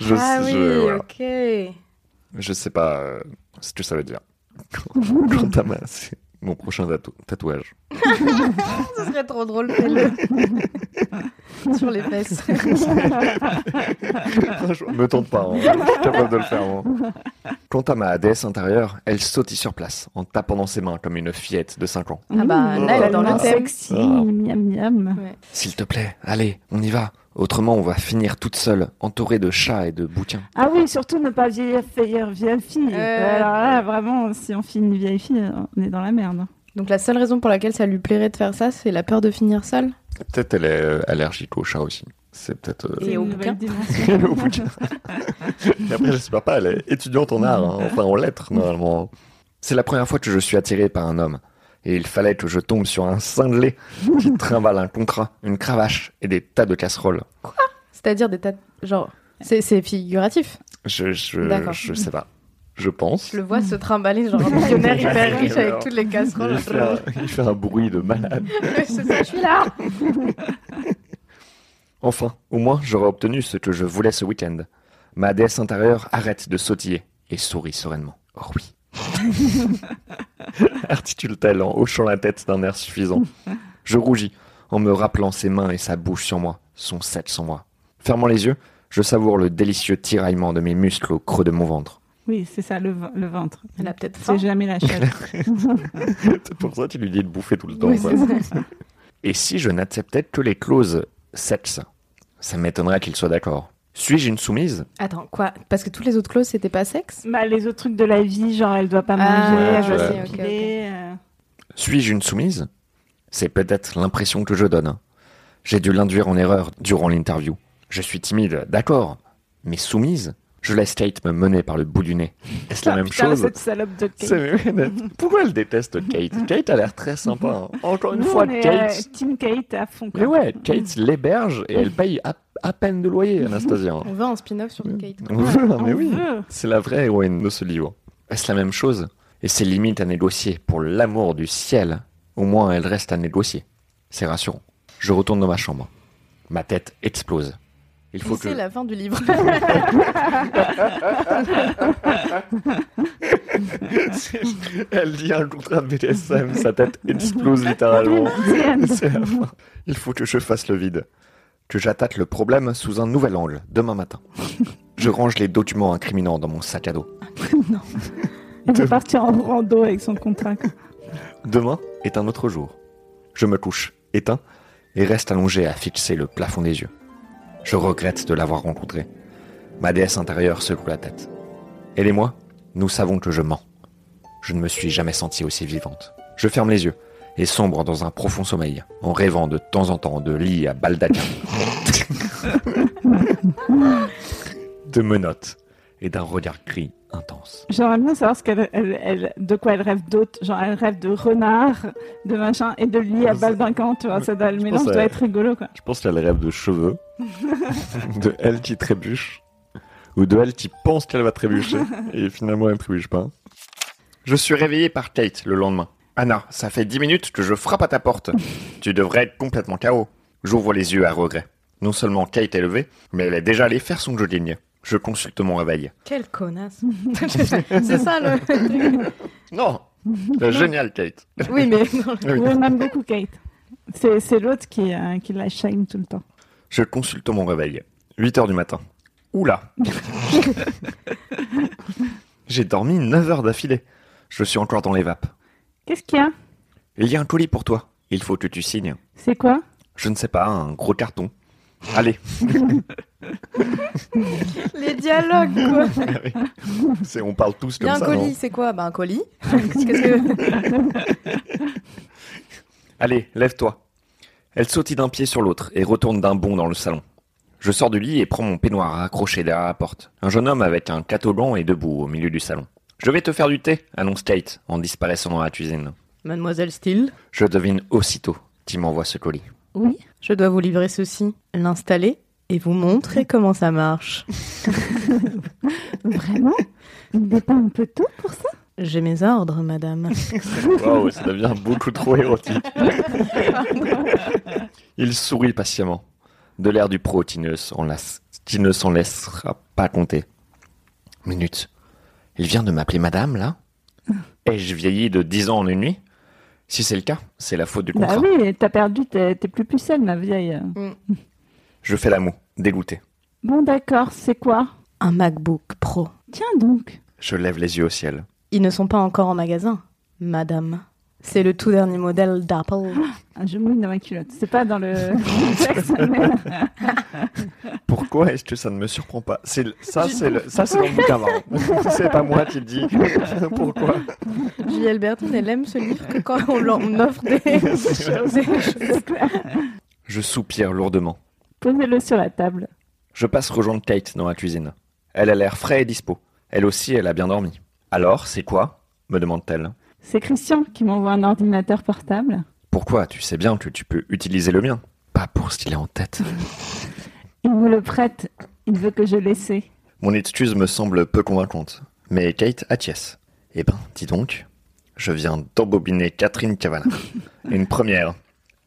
Speaker 6: Je,
Speaker 5: Ah
Speaker 6: sais-
Speaker 5: oui,
Speaker 6: je- voilà.
Speaker 5: ok.
Speaker 6: Je sais pas euh, ce que ça veut dire. Quant à ma- c'est mon prochain tatou- tatouage.
Speaker 5: Ce serait trop drôle, fais-le. Sur les fesses.
Speaker 6: Franchement, Me tente pas, hein. je suis capable de le faire. moi. Quant à ma Hadès intérieure, elle sautit sur place en tapant dans ses mains comme une fillette de 5 ans.
Speaker 5: Ah bah,
Speaker 3: Mmh,
Speaker 6: là, elle est dans le
Speaker 3: tellement
Speaker 5: thème.
Speaker 3: sexy,
Speaker 6: Ah.
Speaker 3: miam miam.
Speaker 6: S'il te plaît, allez, on y va. Autrement, on va finir toute seule, entourée de chats et de bouquins.
Speaker 3: Ah oui, surtout ne pas vieillir, vieillir vieille fille.
Speaker 5: Euh.
Speaker 3: Alors là, vraiment, si on finit une vieille fille, on est dans la merde.
Speaker 5: Donc la seule raison pour laquelle ça lui plairait de faire ça, c'est la peur de finir seule.
Speaker 6: Peut-être elle est euh, allergique aux chats aussi. C'est peut-être. euh,
Speaker 5: Et
Speaker 3: C'est
Speaker 5: au
Speaker 3: une nouvelle
Speaker 5: bouquin.
Speaker 3: dimension.
Speaker 6: Et au bouquin. Et après, j'espère pas, elle est étudiante en art, hein, enfin en lettres, normalement. C'est la première fois que je suis attiré par un homme. Et il fallait que je tombe sur un cinglé qui trimballe un contrat, une cravache et des tas de casseroles.
Speaker 5: C'est-à-dire des tas de... Genre, c'est, c'est figuratif.
Speaker 6: Je, je,
Speaker 5: D'accord.
Speaker 6: je sais pas. Je pense.
Speaker 5: Je le vois se trimballer, genre un millionnaire hyper riche avec toutes les casseroles.
Speaker 6: Il fait, un, il fait un bruit de malade.
Speaker 5: Ouais, c'est ça, je suis là
Speaker 6: Enfin, au moins, j'aurais obtenu ce que je voulais ce week-end. Ma déesse intérieure arrête de sautiller et sourit sereinement. Oh oui. Articule-t-elle en hochant la tête d'un air suffisant. Je rougis en me rappelant ses mains et sa bouche sur moi, son set sur moi. Fermant les yeux, je savoure le délicieux tiraillement de mes muscles au creux de mon ventre.
Speaker 3: Oui, c'est ça, le, v- le ventre.
Speaker 5: Elle a peut-être faim.
Speaker 3: C'est jamais la chose.
Speaker 6: C'est pour ça que tu lui dis de bouffer tout le temps.
Speaker 5: Oui,
Speaker 6: quoi.
Speaker 5: c'est ça.
Speaker 6: Et si je n'acceptais que les clauses sexe Ça m'étonnerait qu'il soit d'accord. Suis-je une soumise
Speaker 5: Attends, quoi Parce que toutes les autres clauses, c'était pas sexe
Speaker 3: Bah, les autres trucs de la vie, genre elle doit pas
Speaker 5: Ah,
Speaker 3: manger, elle
Speaker 6: je
Speaker 3: doit
Speaker 6: vois.
Speaker 3: s'épiler.
Speaker 5: Ok, ok.
Speaker 3: euh,
Speaker 6: Suis-je une soumise C'est peut-être l'impression que je donne. J'ai dû l'induire en erreur durant l'interview. Je suis timide, d'accord, mais soumise Je laisse Kate me mener par le bout du nez. Est-ce la
Speaker 3: ah,
Speaker 6: même
Speaker 3: putain,
Speaker 6: chose
Speaker 3: Cette salope de Kate.
Speaker 6: C'est- Pourquoi elle déteste Kate Kate a l'air très sympa. hein. Encore une
Speaker 3: Nous,
Speaker 6: fois,
Speaker 3: on est,
Speaker 6: Kate.
Speaker 3: euh, Team Kate à fond. quoi.
Speaker 6: Mais ouais, Kate l'héberge et elle paye à, à peine de loyer, Anastasia.
Speaker 5: On veut un spin-off sur Kate.
Speaker 6: On veut, hein, mais
Speaker 3: On
Speaker 6: oui.
Speaker 3: veut.
Speaker 6: C'est la vraie héroïne de ce livre. Est-ce la même chose Et c'est limite à négocier. Pour l'amour du ciel, au moins elle reste à négocier. C'est rassurant. Je retourne dans ma chambre. Ma tête explose. Il faut
Speaker 5: Et
Speaker 6: que.
Speaker 5: C'est la fin du livre.
Speaker 6: elle lit un contrat de BDSM, sa tête explose littéralement. C'est la fin. Il faut que je fasse le vide. Que j'attaque le problème sous un nouvel angle, demain matin. Je range les documents incriminants dans mon sac à dos.
Speaker 3: Elle veut partir en rando avec son contrat. quoi.
Speaker 6: Demain est un autre jour. Je me couche, éteint, et reste allongé à fixer le plafond des yeux. Je regrette de l'avoir rencontré. Ma déesse intérieure secoue la tête. Elle et moi, nous savons que je mens. Je ne me suis jamais sentie aussi vivante. Je ferme les yeux et sombre dans un profond sommeil, en rêvant de temps en temps de lits à baldaquin, de menottes et d'un regard gris intense.
Speaker 3: J'aimerais bien savoir ce qu'elle, elle, elle- de quoi elle rêve d'autre. Genre, elle rêve de renard, de machin, et de lit à
Speaker 6: Je
Speaker 3: balles d'un camp, tu vois. Ça doit, le
Speaker 6: Je
Speaker 3: mélange
Speaker 6: pense,
Speaker 3: doit
Speaker 6: euh,
Speaker 3: être rigolo, quoi.
Speaker 6: Je pense qu'elle rêve de cheveux, de elle qui trébuche, ou de elle qui pense qu'elle va trébucher, et finalement elle ne trébuche pas. Je suis réveillé par Kate le lendemain. Anna, ça fait dix minutes que je frappe à ta porte. tu devrais être complètement KO. J'ouvre les yeux à regret. Non seulement Kate est levée, mais elle est déjà allée faire son jogging. Je consulte mon réveil.
Speaker 5: Quelle connasse C'est ça le truc.
Speaker 6: Non C'est Génial, Kate
Speaker 5: Oui, mais non,
Speaker 6: Ah oui.
Speaker 3: Oui, on aime beaucoup Kate. C'est, c'est l'autre qui, euh, qui la shame tout le temps.
Speaker 6: Je consulte mon réveil. 8 heures du matin. Oula J'ai dormi 9 heures d'affilée. Je suis encore dans les vapes.
Speaker 3: Qu'est-ce qu'il y a
Speaker 6: Il y a un colis pour toi. Il faut que tu signes.
Speaker 3: C'est quoi
Speaker 6: Je ne sais pas, un gros carton. Allez
Speaker 5: les dialogues quoi.
Speaker 6: Ah C'est- On parle tous
Speaker 5: Il y
Speaker 6: comme
Speaker 5: a un
Speaker 6: ça,
Speaker 5: colis,
Speaker 6: non
Speaker 5: c'est quoi Bah un colis. Qu'est-ce que
Speaker 6: Allez, lève-toi. Elle sautille d'un pied sur l'autre et retourne d'un bond dans le salon. Je sors du lit et prends mon peignoir accroché derrière la porte. Un jeune homme avec un catogan est debout au milieu du salon. Je vais te faire du thé, annonce Kate en disparaissant dans la cuisine.
Speaker 5: Mademoiselle Steele,
Speaker 6: Je devine aussitôt qui m'envoie ce colis.
Speaker 3: Oui.
Speaker 5: je dois vous livrer ceci, l'installer et vous montrer comment ça marche.
Speaker 3: Vraiment Il n'est pas un peu tôt pour ça
Speaker 5: J'ai mes ordres, madame.
Speaker 6: Waouh, ça devient beaucoup trop érotique. Il sourit patiemment, de l'air du pro qui ne s'en lasse- qui ne s'en laissera pas compter. Minute. Il vient de m'appeler madame, là Ai-je vieilli de dix ans en une nuit Si c'est le cas, c'est la faute du contrat.
Speaker 3: Bah oui, t'as perdu, t'es t'es plus pucelle, ma vieille.
Speaker 6: Je fais l'amour, dégoûté.
Speaker 3: Bon, d'accord, c'est quoi
Speaker 5: Un MacBook Pro.
Speaker 3: Tiens donc.
Speaker 6: Je lève les yeux au ciel.
Speaker 5: Ils ne sont pas encore en magasin, madame. C'est le tout dernier modèle d'Apple.
Speaker 3: Ah, Je mouille dans ma culotte. C'est pas dans le contexte, mais-
Speaker 6: Pourquoi est-ce que ça ne me surprend pas C'est le- ça, c'est le- ça, c'est dans le bouquin. hein. c'est pas moi qui le dis. Pourquoi
Speaker 5: Julie Albertine, elle aime ce livre que quand on l'en on offre des, des choses.
Speaker 6: Je soupire lourdement.
Speaker 3: Posez-le sur la table.
Speaker 6: Je passe rejoindre Kate dans la cuisine. Elle a l'air frais et dispo. Elle aussi, elle a bien dormi. Alors, c'est quoi me demande-t-elle.
Speaker 3: C'est Christian qui m'envoie un ordinateur portable.
Speaker 6: Pourquoi Tu sais bien que tu peux utiliser le mien. Pas pour ce qu'il est en tête.
Speaker 3: Il me le prête. Il veut que je l'essaie.
Speaker 6: Mon excuse me semble peu convaincante, mais Kate acquiesce. Eh ben, dis donc, je viens d'embobiner Catherine Cavana. Une première.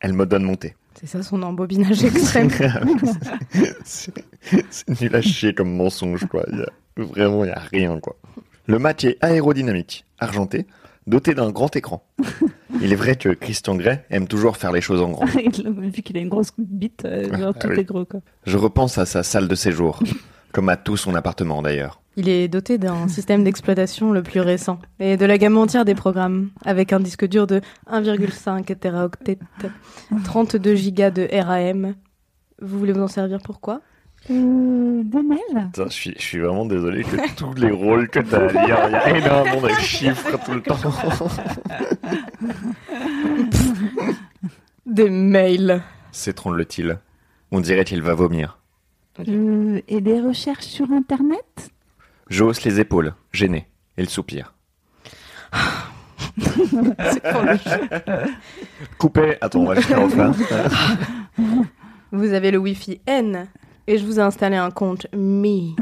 Speaker 6: Elle me donne mon thé.
Speaker 5: C'est ça son embobinage extrême.
Speaker 6: c'est c'est nul à chier comme mensonge, quoi. Il y a- vraiment, il n'y a rien, quoi. Le match est aérodynamique, argenté, doté d'un grand écran. Il est vrai que Christian Grey aime toujours faire les choses en grand.
Speaker 3: Il- Vu qu'il a une grosse bite, euh, genre,
Speaker 6: Ah
Speaker 3: tout
Speaker 6: oui.
Speaker 3: est gros quoi.
Speaker 6: Je repense à sa salle de séjour, comme à tout son appartement d'ailleurs.
Speaker 5: Il est doté d'un système d'exploitation le plus récent et de la gamme entière des programmes, avec un disque dur de 1,5 teraoctet, 32 gigas de RAM. Vous voulez vous en servir pour quoi
Speaker 3: Euh, des mails
Speaker 6: Putain, je suis, je suis vraiment désolé que tous les rôles que t'as à lire, il y a énormément de chiffres tout le temps.
Speaker 5: Des mails.
Speaker 6: S'étrangle-t-il On dirait qu'il va vomir.
Speaker 3: Euh, et des recherches sur internet
Speaker 6: Je hausse les épaules, gêné. Il soupire.
Speaker 5: C'est pour le jeu.
Speaker 6: Coupé Attends, on va le faire refaire.
Speaker 5: Vous avez le Wi-Fi N et je vous ai installé un compte Mi.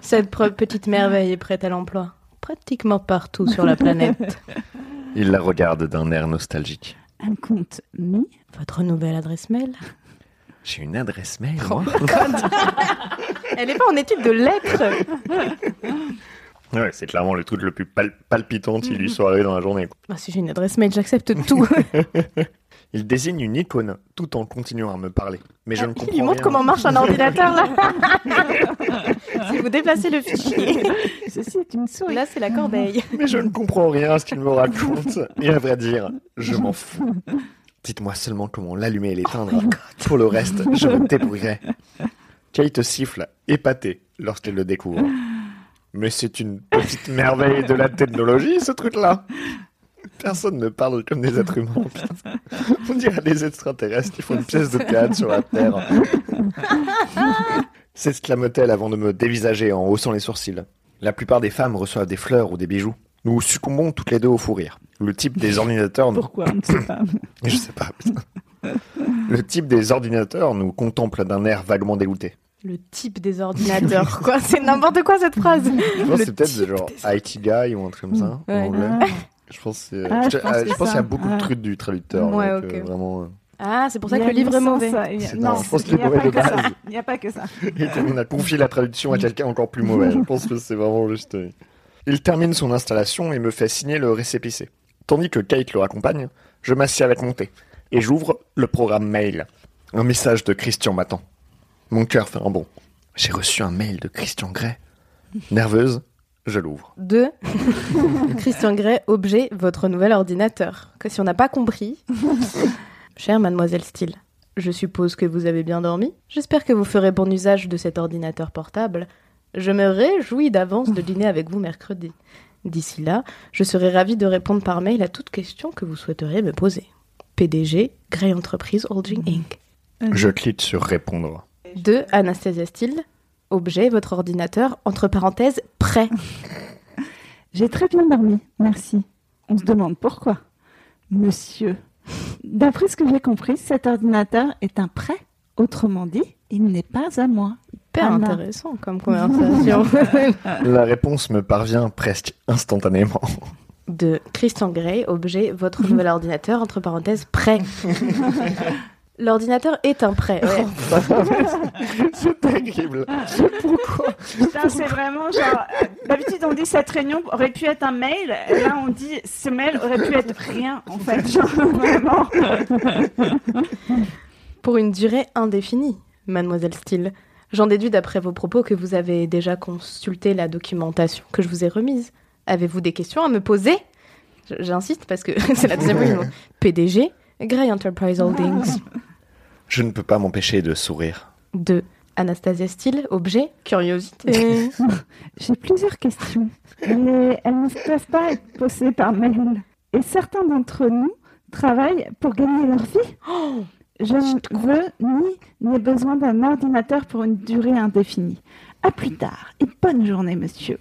Speaker 5: Cette pre- petite merveille est prête à l'emploi pratiquement partout sur la planète.
Speaker 6: Il la regarde d'un air nostalgique.
Speaker 3: Un compte mi
Speaker 5: Votre nouvelle adresse mail
Speaker 6: J'ai une adresse mail,
Speaker 5: Oh,
Speaker 6: moi
Speaker 5: Elle n'est pas en étude de lettres
Speaker 6: Ouais, c'est clairement le truc le plus pal- palpitant qui
Speaker 5: Mm-hmm.
Speaker 6: lui soit arrivé dans la journée. quoi.
Speaker 5: Ah, Si j'ai une adresse mail, j'accepte tout.
Speaker 6: Il désigne une icône, tout en continuant à me parler. Mais je ne comprends
Speaker 5: Ah, Il lui montre
Speaker 6: rien.
Speaker 5: comment marche un ordinateur là. si vous déplacez le fichier,
Speaker 3: Ceci est une souris.
Speaker 5: là c'est la corbeille.
Speaker 6: Mais je ne comprends rien à ce qu'il me
Speaker 5: Ah,
Speaker 6: raconte. Et à vrai dire, je m'en fous. Dites-moi seulement comment l'allumer et l'éteindre. Pour le reste, je me débrouillerai. Kate siffle, épatée, lorsqu'elle le découvre. Mais c'est une petite merveille de la technologie, ce truc-là. Personne ne parle comme des êtres humains. putain. On dirait des extraterrestres qui font une pièce de théâtre sur la Terre. S'exclame-t-elle avant de me dévisager en haussant les sourcils. La plupart des femmes reçoivent des fleurs ou des bijoux. Nous succombons toutes les deux au fou rire. Le type des ordinateurs nous...
Speaker 3: Pourquoi On ne sait pas.
Speaker 6: Je sais pas, putain. Le type des ordinateurs nous contemple d'un air vaguement dégoûté.
Speaker 5: Le type des ordinateurs, quoi. C'est n'importe quoi cette phrase.
Speaker 6: Je pense
Speaker 5: Le
Speaker 6: que c'est peut-être
Speaker 5: type
Speaker 6: genre
Speaker 5: des-
Speaker 6: IT guy ou un truc comme ça, en
Speaker 5: Ouais.
Speaker 6: anglais. Je pense que c'est-
Speaker 3: Ah,
Speaker 6: je-
Speaker 3: je pense
Speaker 6: ah,
Speaker 3: que
Speaker 6: je pense
Speaker 3: ça.
Speaker 6: qu'il y a beaucoup de
Speaker 3: Ouais.
Speaker 6: trucs du traducteur.
Speaker 5: Ouais,
Speaker 6: donc, euh,
Speaker 5: ok.
Speaker 6: vraiment, euh,
Speaker 5: Ah, c'est pour ça
Speaker 3: Il
Speaker 5: que
Speaker 3: y
Speaker 5: le
Speaker 3: a
Speaker 5: livre est
Speaker 3: une
Speaker 5: mauvais.
Speaker 3: sens, il y a-
Speaker 6: C'est- non, je pense
Speaker 3: c'est-
Speaker 6: qu'il
Speaker 3: il n'y a
Speaker 6: est mauvais
Speaker 3: pas que
Speaker 6: de
Speaker 3: ça.
Speaker 6: base.
Speaker 3: Il n'y a pas que ça.
Speaker 6: Et on a confié la traduction à quelqu'un encore plus mauvais. Je pense que c'est vraiment juste. euh. Il termine son installation et me fait signer le récépissé. Tandis que Kate le raccompagne, je m'assieds avec mon thé et j'ouvre le programme mail. Un message de Christian m'attend. Mon cœur fait un bond. J'ai reçu un mail de Christian Gray. Nerveuse, je l'ouvre.
Speaker 5: De Christian Grey, objet, votre nouvel ordinateur. Que si on n'a pas compris. Chère mademoiselle Steele, je suppose que vous avez bien dormi. J'espère que vous ferez bon usage de cet ordinateur portable. Je me réjouis d'avance de dîner avec vous mercredi. D'ici là, je serai ravie de répondre par mail à toute question que vous souhaiteriez me poser. PDG, Grey Enterprise Holding Inc.
Speaker 6: Je clique sur répondre.
Speaker 5: De Anastasia Steele, objet, votre ordinateur, entre parenthèses, prêt.
Speaker 3: J'ai très bien dormi, merci. On se demande pourquoi. Monsieur, d'après ce que j'ai compris, cet ordinateur est un prêt. Autrement dit, il n'est pas à moi.
Speaker 5: Hyper
Speaker 3: Ah, non.
Speaker 5: intéressant comme conversation.
Speaker 6: La réponse me parvient presque instantanément.
Speaker 5: de Christian Grey, objet, votre nouvel ordinateur, entre parenthèses, prêt. L'ordinateur est un prêt. Ouais.
Speaker 6: C'est terrible. Pourquoi
Speaker 3: Putain, c'est vraiment genre. euh, D'habitude, on dit cette réunion aurait pu être un mail. Et là, on dit ce mail aurait pu être rien, en fait. Genre, vraiment.
Speaker 5: Pour une durée indéfinie, mademoiselle Steele. J'en déduis d'après vos propos que vous avez déjà consulté la documentation que je vous ai remise. Avez-vous des questions à me poser J- J'insiste parce que c'est la deuxième réunion. PDG, Grey Enterprise Holdings.
Speaker 6: Je ne peux pas m'empêcher de sourire.
Speaker 5: De Anastasia Steele, objet, curiosité.
Speaker 3: J'ai plusieurs questions, mais elles ne peuvent pas être posées par mail. Et certains d'entre nous travaillent pour gagner leur vie. Oh, je ne veux ni n'ai besoin d'un ordinateur pour une durée indéfinie. À plus tard et bonne journée, monsieur.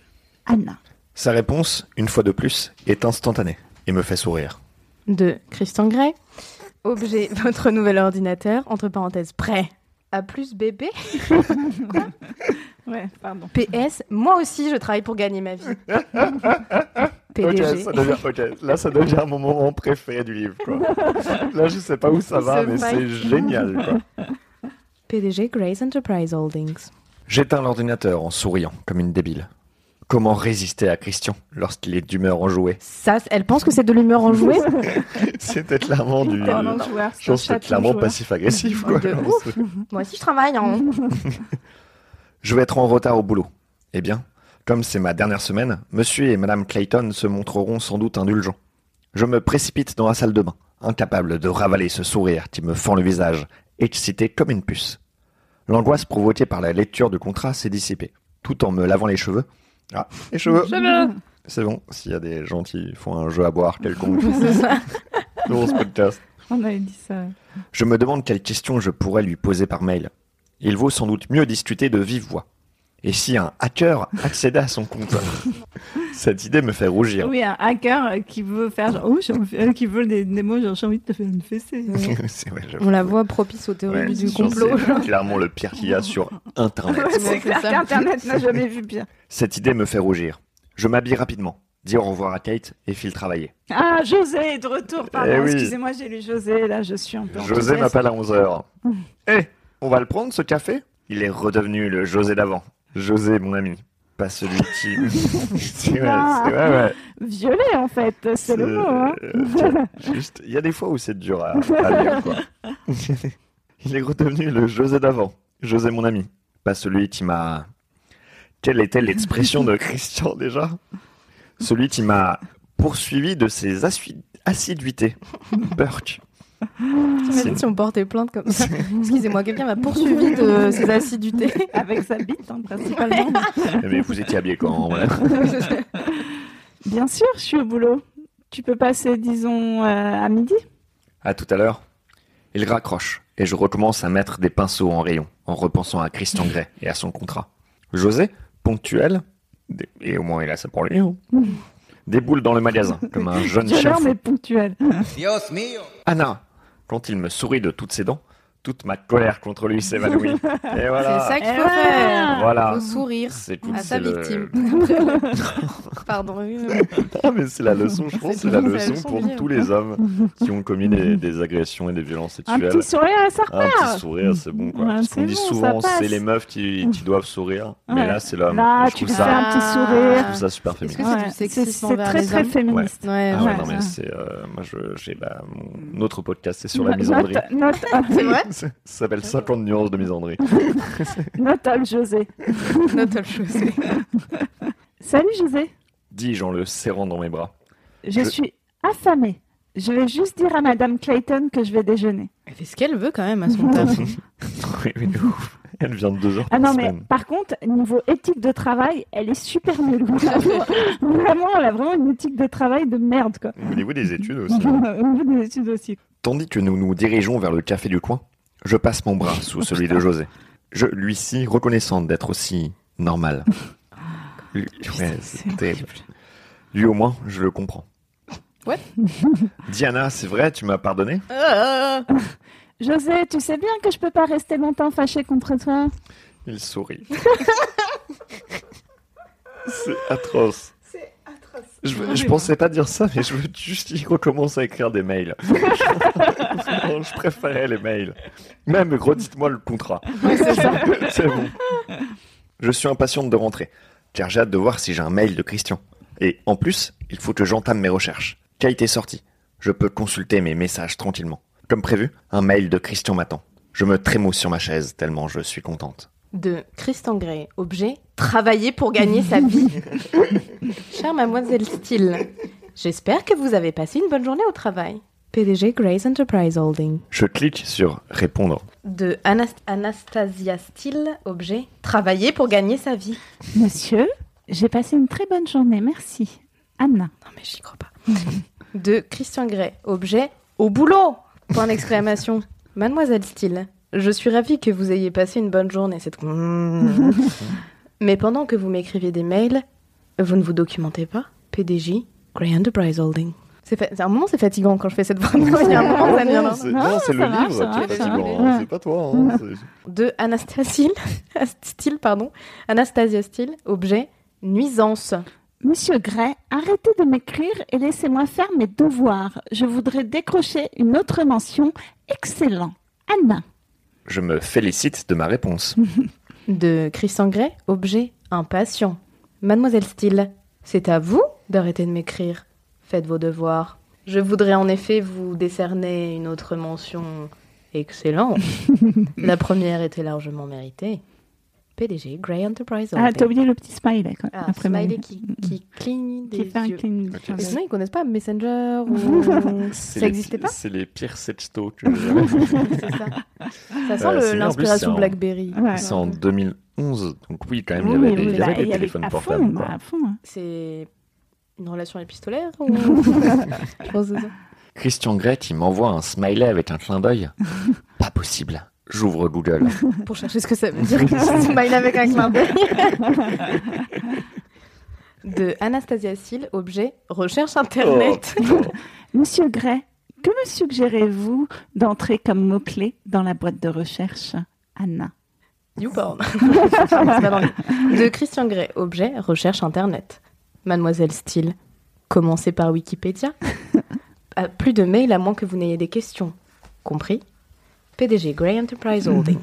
Speaker 3: Anna.
Speaker 6: Sa réponse, une fois de plus, est instantanée et me fait sourire.
Speaker 5: de Christian Grey. Objet, votre nouvel ordinateur, entre parenthèses, prêt. A plus bébé.
Speaker 3: Ouais, pardon.
Speaker 5: PS, moi aussi je travaille pour gagner ma vie. PDG.
Speaker 6: devient, ok, là ça devient mon moment préféré du livre. Quoi. Là je sais pas où ça
Speaker 5: Il se fight.
Speaker 6: génial. quoi.
Speaker 5: PDG Grace Enterprise Holdings.
Speaker 6: J'éteins l'ordinateur en souriant comme une débile. Comment résister à Christian lorsqu'il est d'humeur enjouée
Speaker 5: Ça, c- elle pense que c'est de l'humeur enjouée
Speaker 6: C'était clairement du.
Speaker 3: T'es un joueur,
Speaker 6: Je pense que c'est clairement passif-agressif. quoi.
Speaker 5: De ouf. Moi aussi je travaille hein. en...
Speaker 6: Je vais être en retard au boulot. Eh bien, comme c'est ma dernière semaine, monsieur et madame Clayton se montreront sans doute indulgents. Je me précipite dans la salle de bain, incapable de ravaler ce sourire qui me fend le visage, excité comme une puce. L'angoisse provoquée par la lecture du contrat s'est dissipée, tout en me lavant les cheveux. Ah, les cheveux
Speaker 3: Ah,
Speaker 6: C'est bon, s'il y a des gens qui font un jeu à boire quelconque
Speaker 5: C'est ça.
Speaker 6: dans ce podcast.
Speaker 3: On avait dit ça.
Speaker 6: Je me demande quelles questions je pourrais lui poser par mail. Il vaut sans doute mieux discuter de vive voix. Et si un hacker accédait à son compte Cette idée me fait rougir.
Speaker 3: Oui, un hacker euh, qui veut faire genre, oh, j'ai envie- euh, qui veut des, des mots genre j'ai envie de te faire une fessée.
Speaker 6: C'est vrai, j'avoue.
Speaker 5: On la voit propice aux théories
Speaker 6: Ouais,
Speaker 5: du
Speaker 6: c'est sûr,
Speaker 5: complot.
Speaker 6: c'est clairement le pire qu'il y a sur Internet.
Speaker 5: c'est
Speaker 3: c'est clair
Speaker 5: ça.
Speaker 3: qu'Internet n'a jamais vu pire.
Speaker 6: Cette idée me fait rougir. Je m'habille rapidement, dis au revoir à Kate et file travailler.
Speaker 3: Ah, José est de retour, pardon.
Speaker 6: Eh oui.
Speaker 3: Excusez-moi, j'ai lu José, là, je suis un peu. en
Speaker 6: José
Speaker 3: PTS.
Speaker 6: m'appelle à 11h. Hé, on va le prendre ce café Il est redevenu le José d'avant. José, mon ami. Pas celui qui. c'est vrai, c'est vrai, ouais.
Speaker 3: Violet, en fait, c'est le mot. Hein.
Speaker 6: Euh, tiens, juste, il y a des fois où c'est dur à, à lire, quoi. il est redevenu le José d'avant. José, mon ami. Pas celui qui m'a. Quelle était l'expression de Christian déjà Celui qui m'a poursuivi de ses assi- assiduités. Burke.
Speaker 5: T'imagines si on portait plainte comme ça Excusez-moi, quelqu'un m'a poursuivi de ses assiduités.
Speaker 3: Avec sa bite, hein, principalement.
Speaker 6: Mais Eh vous étiez habillé quand ouais.
Speaker 3: Bien sûr, je suis au boulot. Tu peux passer, disons, euh, à midi
Speaker 6: À tout à l'heure. Il raccroche et je recommence à mettre des pinceaux en rayon en repensant à Christian Grey et à son contrat. José, ponctuel, dé- et au moins il a ça pour lui, hein, déboule dans le magasin comme un jeune chien.
Speaker 3: Violent, mais ponctuel.
Speaker 11: Dios mío.
Speaker 6: Anna, quand il me sourit de toutes ses dents, toute ma colère contre lui s'évanouit. Et voilà.
Speaker 5: C'est ça qu'il
Speaker 3: Eh
Speaker 5: faut faire.
Speaker 6: Voilà.
Speaker 5: Faut sourire
Speaker 6: C'est tout,
Speaker 5: à
Speaker 6: c'est
Speaker 5: sa
Speaker 6: le-
Speaker 5: victime. Pardon. oui, oui, oui.
Speaker 6: Ah, mais c'est la leçon, je pense,
Speaker 5: C'est
Speaker 6: c'est la
Speaker 5: tout, c'est la
Speaker 6: leçon
Speaker 5: leçon
Speaker 6: pour
Speaker 5: du livre.
Speaker 6: tous les hommes qui ont commis des, des agressions et des violences
Speaker 3: Un
Speaker 6: sexuelles.
Speaker 3: petit sourire à ça.
Speaker 6: Un petit sourire, c'est bon quoi.
Speaker 3: Ouais,
Speaker 6: Parce
Speaker 3: c'est
Speaker 6: qu'on dit
Speaker 3: bon,
Speaker 6: souvent,
Speaker 3: ça passe.
Speaker 6: c'est les meufs qui, qui doivent sourire, mais
Speaker 3: Ouais.
Speaker 6: là c'est l'homme.
Speaker 3: Là,
Speaker 6: Et je
Speaker 3: tu
Speaker 6: trouve
Speaker 3: fais
Speaker 6: ça,
Speaker 3: un petit
Speaker 6: je
Speaker 3: sourire.
Speaker 6: trouve ça super
Speaker 5: Est-ce
Speaker 6: féminin.
Speaker 5: que Ah. c'est
Speaker 3: Ouais,
Speaker 5: du
Speaker 3: c'est-
Speaker 5: sexisme
Speaker 3: c'est
Speaker 5: envers
Speaker 3: très,
Speaker 5: les
Speaker 3: très
Speaker 5: hommes
Speaker 3: féministe.
Speaker 5: Ouais,
Speaker 6: Ah ouais,
Speaker 3: Ouais,
Speaker 6: non mais
Speaker 3: ouais.
Speaker 6: c'est, euh, moi je- j'ai bah, mon autre podcast, c'est
Speaker 3: Bah,
Speaker 6: sur la misandrie.
Speaker 3: Note- note-
Speaker 5: C'est vrai
Speaker 6: ça s'appelle 50 nuances de misandrie.
Speaker 3: Notable José.
Speaker 5: Notre chose.
Speaker 3: Salut José,
Speaker 6: Dis-je en le serrant dans mes bras.
Speaker 3: je,
Speaker 6: Je-
Speaker 3: suis affamée. Je vais juste dire à Madame Clayton que je vais déjeuner.
Speaker 5: Elle fait ce qu'elle veut quand même à son taf.
Speaker 6: Oui, mais de ouf. Elle vient de deux heures
Speaker 3: Ah
Speaker 6: par
Speaker 3: non, mais
Speaker 6: semaine.
Speaker 3: par contre, niveau éthique de travail, elle est super nulle. Vraiment, vraiment, elle a vraiment une éthique de travail de merde, quoi.
Speaker 6: Au niveau des études aussi.
Speaker 3: Au niveau des études aussi.
Speaker 6: Tandis que nous nous dirigeons vers le café du coin, je passe mon bras sous celui de José. Je lui suis reconnaissante d'être aussi normal. Lui, ouais, c'est terrible. Lui au moins, je le comprends.
Speaker 5: Ouais.
Speaker 6: Diana, c'est vrai, tu m'as pardonné
Speaker 5: Ah,
Speaker 3: José, tu sais bien que je peux pas rester longtemps fâchée contre toi.
Speaker 6: Il sourit. c'est atroce.
Speaker 5: C'est atroce.
Speaker 6: Je, je pensais pas dire ça, mais je veux juste dire qu'on commence à écrire des mails. Non, je préférais les mails. Même, gros, dites-moi le contrat. c'est bon. Je suis impatiente de rentrer, car j'ai hâte de voir si j'ai un mail de Christian. Et en plus, il faut que j'entame mes recherches. Kate est sortie. Je peux consulter mes messages tranquillement. Comme prévu, un mail de Christian m'attend. Je me trémousse sur ma chaise tellement je suis contente.
Speaker 5: de Christian Grey, objet travailler pour gagner sa vie. Chère mademoiselle Steele, j'espère que vous avez passé une bonne journée au travail. PDG Grace Enterprise Holding.
Speaker 6: Je clique sur répondre.
Speaker 5: De Anas- Anastasia Steele, objet travailler pour gagner sa vie.
Speaker 3: Monsieur, j'ai passé une très bonne journée, merci. Anna.
Speaker 5: Non Ah, mais j'y crois pas. De Christian Grey, objet au boulot Point d'exclamation. Mademoiselle Steele, je suis ravie que vous ayez passé une bonne journée. C'est... Mais pendant que vous m'écriviez des mails, vous ne vous documentez pas PDJ, Grey Enterprise Holding. C'est fa- c'est- À un moment, c'est fatigant quand je fais cette phrase. Il y a un moment, Ah, ça devient lent.
Speaker 6: c'est,
Speaker 3: Non,
Speaker 6: c'est le
Speaker 3: ça va,
Speaker 6: livre
Speaker 3: ça
Speaker 6: qui
Speaker 3: va,
Speaker 6: est
Speaker 3: ça
Speaker 6: fatigant,
Speaker 3: va.
Speaker 6: hein, c'est pas toi. hein, c'est-
Speaker 5: De Anastasie Steele, pardon. Anastasia Steele, objet nuisance.
Speaker 3: Monsieur Gray, arrêtez de m'écrire et laissez-moi faire mes devoirs. Je voudrais décrocher une autre mention. Excellent. Anna.
Speaker 6: Je me félicite de ma réponse.
Speaker 5: De Christian Grey, objet impatient. Mademoiselle Steele, c'est à vous d'arrêter de m'écrire. Faites vos devoirs. Je voudrais en effet vous décerner une autre mention excellente. La première était largement méritée. PDG Grey Enterprise.
Speaker 3: Ah,
Speaker 5: Holding.
Speaker 3: t'as oublié le petit smiley. Quoi,
Speaker 5: Ah,
Speaker 3: après
Speaker 5: smiley
Speaker 3: Manon.
Speaker 5: qui, qui cligne des
Speaker 3: Qui fait un
Speaker 5: yeux.
Speaker 3: clin
Speaker 6: Ah,
Speaker 3: d'œil.
Speaker 5: Mais sinon, ils connaissent pas Messenger ou... Ça
Speaker 6: C'est les-
Speaker 5: existait pas
Speaker 6: C'est les pires sextos
Speaker 3: Ah,
Speaker 6: que j'ai jamais vus.
Speaker 5: C'est ça. Ça sent
Speaker 6: Euh,
Speaker 5: le-
Speaker 6: c'est bien, en plus, c'est
Speaker 5: l'inspiration
Speaker 6: en-
Speaker 5: Blackberry.
Speaker 3: Ouais.
Speaker 6: C'est en 2011, donc oui, quand même,
Speaker 3: Oui,
Speaker 6: il y avait
Speaker 3: oui,
Speaker 6: des, il y
Speaker 3: bah,
Speaker 6: avait des
Speaker 3: il y avait
Speaker 6: téléphones
Speaker 3: à fond,
Speaker 6: portables.
Speaker 3: bah,
Speaker 6: quoi.
Speaker 3: à fond, hein.
Speaker 5: C'est une relation épistolaire ou... Je pense que c'est ça.
Speaker 6: Christian Gret, il m'envoie un smiley avec un clin d'œil. pas possible. J'ouvre Google.
Speaker 5: pour chercher ce que ça veut dire que smile avec un clin d'œil. De Anastasia Seal, objet recherche internet.
Speaker 3: Monsieur Gray, que me suggérez-vous d'entrer comme mot-clé dans la boîte de recherche Anna.
Speaker 5: YouPorn. C'est pas dans le- de Christian Grey, objet recherche internet. Mademoiselle Steele, commencez par Wikipédia. Ah, plus de mails à moins que vous n'ayez des questions. Compris PDG Grey Enterprise Holding.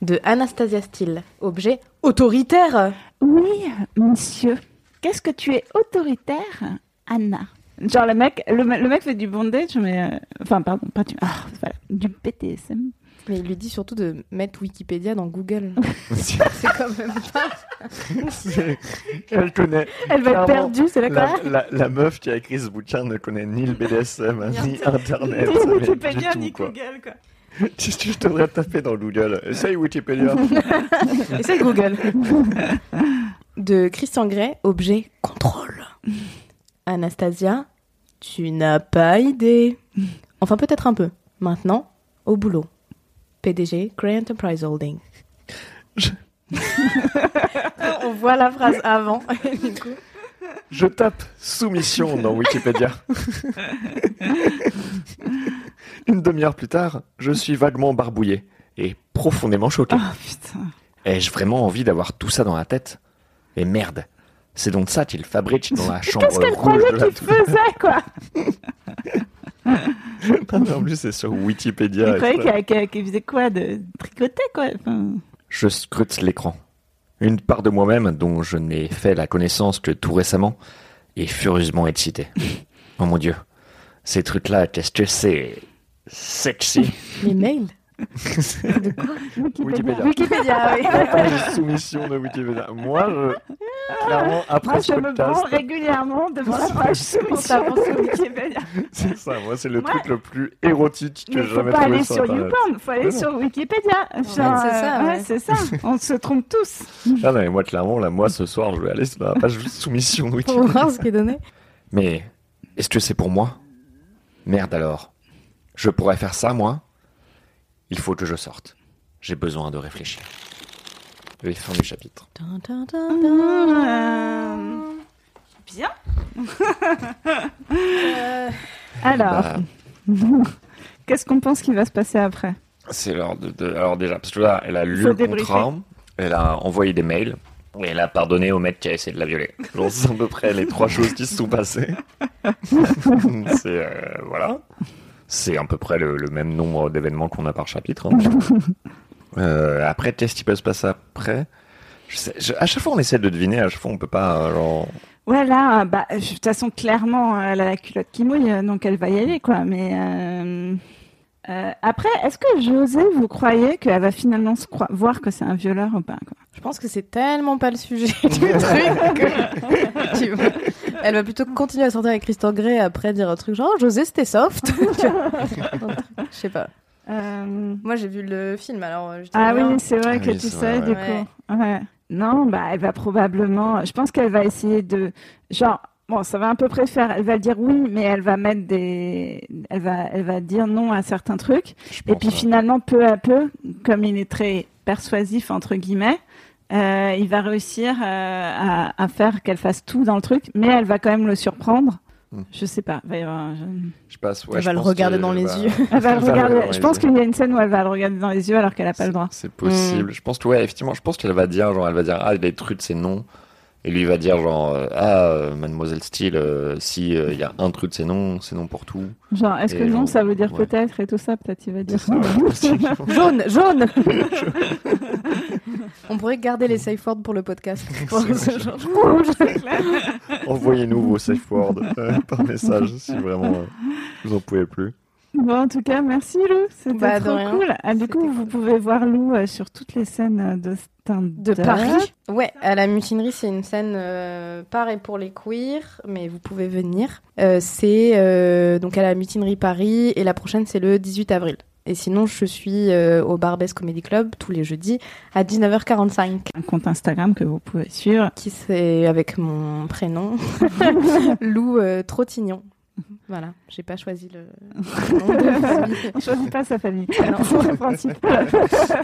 Speaker 5: De Anastasia Steele, objet autoritaire.
Speaker 3: Oui, monsieur. Qu'est-ce que tu es autoritaire, Anna Genre le mec, le, me- le mec fait du bondage, mais euh, enfin pardon, pas du, ah, voilà, du BTSM.
Speaker 5: Mais il lui dit surtout de mettre Wikipédia dans Google. c'est quand même pas.
Speaker 6: Elle connaît.
Speaker 3: Elle va être
Speaker 6: Clairement,
Speaker 3: perdue, c'est la
Speaker 6: La,
Speaker 3: colère.
Speaker 6: la- la meuf qui a écrit ce bouquin ne connaît ni le BDSM, ni Internet.
Speaker 3: Ni
Speaker 6: mais
Speaker 3: Wikipédia,
Speaker 6: du
Speaker 3: ni
Speaker 6: tout, quoi.
Speaker 3: Google, quoi.
Speaker 6: Tu tu devrais taper dans Google. Essaye Wikipédia.
Speaker 5: Essaye Google. De Christian Grey, objet contrôle. Anastasia, tu n'as pas idée. Enfin, peut-être un peu. Maintenant, au boulot. PDG Grey Enterprise Holding.
Speaker 6: Je-
Speaker 5: On voit la phrase avant. du coup.
Speaker 6: Je tape soumission dans Wikipédia. Une demi-heure plus tard, je suis vaguement barbouillé et profondément choqué.
Speaker 3: Oh putain.
Speaker 6: Ai-je vraiment envie d'avoir tout ça dans la tête Et merde, c'est donc ça qu'il fabrique dans la chambre
Speaker 3: Qu'est-ce qu'elle
Speaker 6: rouge
Speaker 3: croyait
Speaker 6: de la
Speaker 3: qu'il faisait, quoi
Speaker 6: tour. Non, mais en plus, c'est sur Wikipédia.
Speaker 3: Elle croyait
Speaker 6: etc.
Speaker 3: qu'elle- qu'elle qu'elle faisait quoi De tricoter, quoi Enfin,
Speaker 6: Je scrute l'écran. Une part de moi-même dont je n'ai fait la connaissance que tout récemment est furieusement excitée. oh mon dieu, ces trucs-là, qu'est-ce que c'est sexy
Speaker 5: Les mails.
Speaker 6: Wikipédia.
Speaker 5: Wikipédia, oui.
Speaker 3: euh,
Speaker 6: Une soumission de Wikipédia. Moi, je... clairement, après
Speaker 3: Moi,
Speaker 6: ce
Speaker 3: je me
Speaker 6: podcast,
Speaker 3: prends régulièrement devant la page soumission
Speaker 5: tape
Speaker 3: sur Wikipédia.
Speaker 6: c'est ça. Moi, c'est le
Speaker 3: Moi-
Speaker 6: truc le plus érotique que
Speaker 3: Mais
Speaker 6: j'ai
Speaker 3: faut
Speaker 6: jamais
Speaker 3: pas
Speaker 6: trouvé
Speaker 3: aller
Speaker 6: sur
Speaker 3: sur
Speaker 6: Internet.
Speaker 3: YouPorn, faut aller
Speaker 6: Mais non.
Speaker 3: sur Wikipédia. Genre,
Speaker 5: c'est
Speaker 3: euh,
Speaker 5: ça,
Speaker 3: ouais,
Speaker 5: ouais.
Speaker 3: c'est ça. On se trompe tous.
Speaker 6: Ah non, mais moi, clairement, là, moi, ce soir, je vais aller sur la page de soumission de
Speaker 5: Pour
Speaker 6: Wikipédia.
Speaker 5: voir ce qui est donné.
Speaker 6: Mais est-ce que c'est pour moi Merde alors. Je pourrais faire ça, moi Il faut que je sorte. J'ai besoin de réfléchir. Et fin du chapitre.
Speaker 5: Dun, dun, dun,
Speaker 3: Euh, Bien. Alors,
Speaker 6: Bah,
Speaker 3: qu'est-ce qu'on pense qu'il va se passer après
Speaker 6: c'est l'heure de, de- Alors déjà, parce que là, elle a lu
Speaker 3: Faut
Speaker 6: le
Speaker 3: débriefer.
Speaker 6: contrat, elle a envoyé des mails. Et elle a pardonné au mec qui a essayé de la violer. Genre, c'est à peu près les trois choses qui se sont passées. c'est, euh, voilà. C'est à peu près le, le même nombre d'événements qu'on a par chapitre. hein. Euh, après, qu'est-ce qui peut se passer après Je sais- je- À chaque fois, on essaie de deviner, à chaque fois, on peut pas. euh, genre...
Speaker 3: Voilà, bah, je- de toute façon, clairement, euh, elle a la culotte qui mouille, euh, donc elle va y aller, quoi. Mais euh, euh, après, est-ce que José, vous croyez qu'elle va finalement se croi- voir que c'est un violeur ou pas, quoi
Speaker 5: Je pense que c'est tellement pas le sujet du truc que- tu vois. Elle va plutôt continuer à sortir avec Christian Grey et après dire un truc genre Oh, José c'était soft. Tu vois. Un truc, Je sais pas.
Speaker 3: Euh,
Speaker 5: Moi j'ai vu le film alors. euh, j'étais
Speaker 3: Ah oui,
Speaker 5: bien.
Speaker 3: c'est vrai
Speaker 6: Ah
Speaker 3: que
Speaker 6: oui,
Speaker 3: tu
Speaker 6: c'est
Speaker 3: sais,
Speaker 6: vrai,
Speaker 3: du
Speaker 5: ouais.
Speaker 3: coup. Ouais. Non, bah, elle va probablement. Je pense qu'elle va essayer de. Genre, bon, ça va un peu près faire. Elle va dire oui, mais elle va mettre des. Elle va, elle va dire non à certains trucs.
Speaker 6: je
Speaker 3: Et
Speaker 6: pense,
Speaker 3: puis
Speaker 6: hein.
Speaker 3: finalement, peu à peu, comme il est très persuasif, entre guillemets, euh, il va réussir euh, à, à faire qu'elle fasse tout dans le truc, mais elle va quand même le surprendre.
Speaker 6: Hmm.
Speaker 3: Je sais pas. va y avoir un- je-
Speaker 6: Je passe, ouais,
Speaker 5: Elle
Speaker 6: je
Speaker 5: va le
Speaker 6: pense
Speaker 5: regarder
Speaker 6: que-
Speaker 5: dans les
Speaker 6: bah,
Speaker 5: yeux.
Speaker 3: Elle va le
Speaker 6: va le
Speaker 3: regarder.
Speaker 6: regarder.
Speaker 3: Je pense qu'il y a une scène où elle va le regarder dans les yeux alors qu'elle a pas le droit.
Speaker 6: C'est
Speaker 5: Mm.
Speaker 6: possible. Je pense que, ouais, effectivement, je pense qu'elle va dire, genre, elle va dire, ah, les trucs, c'est non. Et lui, il va dire, genre, euh, ah, euh, mademoiselle Steele, euh, si il y a un truc, c'est non, c'est non pour tout.
Speaker 3: Genre, est-ce que
Speaker 6: Et
Speaker 3: non,
Speaker 6: genre,
Speaker 3: ça veut dire
Speaker 6: ouais.
Speaker 3: peut-être et tout ça Peut-être il va dire.
Speaker 6: Ça va, c'est possible.
Speaker 5: Jaune, jaune. On pourrait garder les safe words pour le podcast. Pour ce genre.
Speaker 6: Envoyez-nous vos safe words euh, par message si vraiment euh, vous en pouvez plus.
Speaker 3: Bon, en tout cas, merci Lou, c'était
Speaker 5: Bah, de
Speaker 3: trop
Speaker 5: rien.
Speaker 3: cool. Ah, du coup,
Speaker 5: C'était
Speaker 3: vous
Speaker 5: cool.
Speaker 3: pouvez voir Lou euh, sur toutes les scènes euh, de stand
Speaker 5: De Paris Ouais, à la mutinerie, c'est une scène euh, par et pour les queers, mais vous pouvez venir. Euh, c'est euh, donc à la mutinerie Paris, et la prochaine, c'est le 18 avril. Et sinon, je suis euh, au Barbès Comedy Club tous les jeudis à 19h45,
Speaker 3: Un compte Instagram que vous pouvez suivre.
Speaker 5: qui c'est avec mon prénom, Lou euh, Trottignon. Voilà, j'ai pas choisi le le nom de la fille.
Speaker 3: On choisit pas sa famille.
Speaker 5: Non.
Speaker 3: C'est le principe.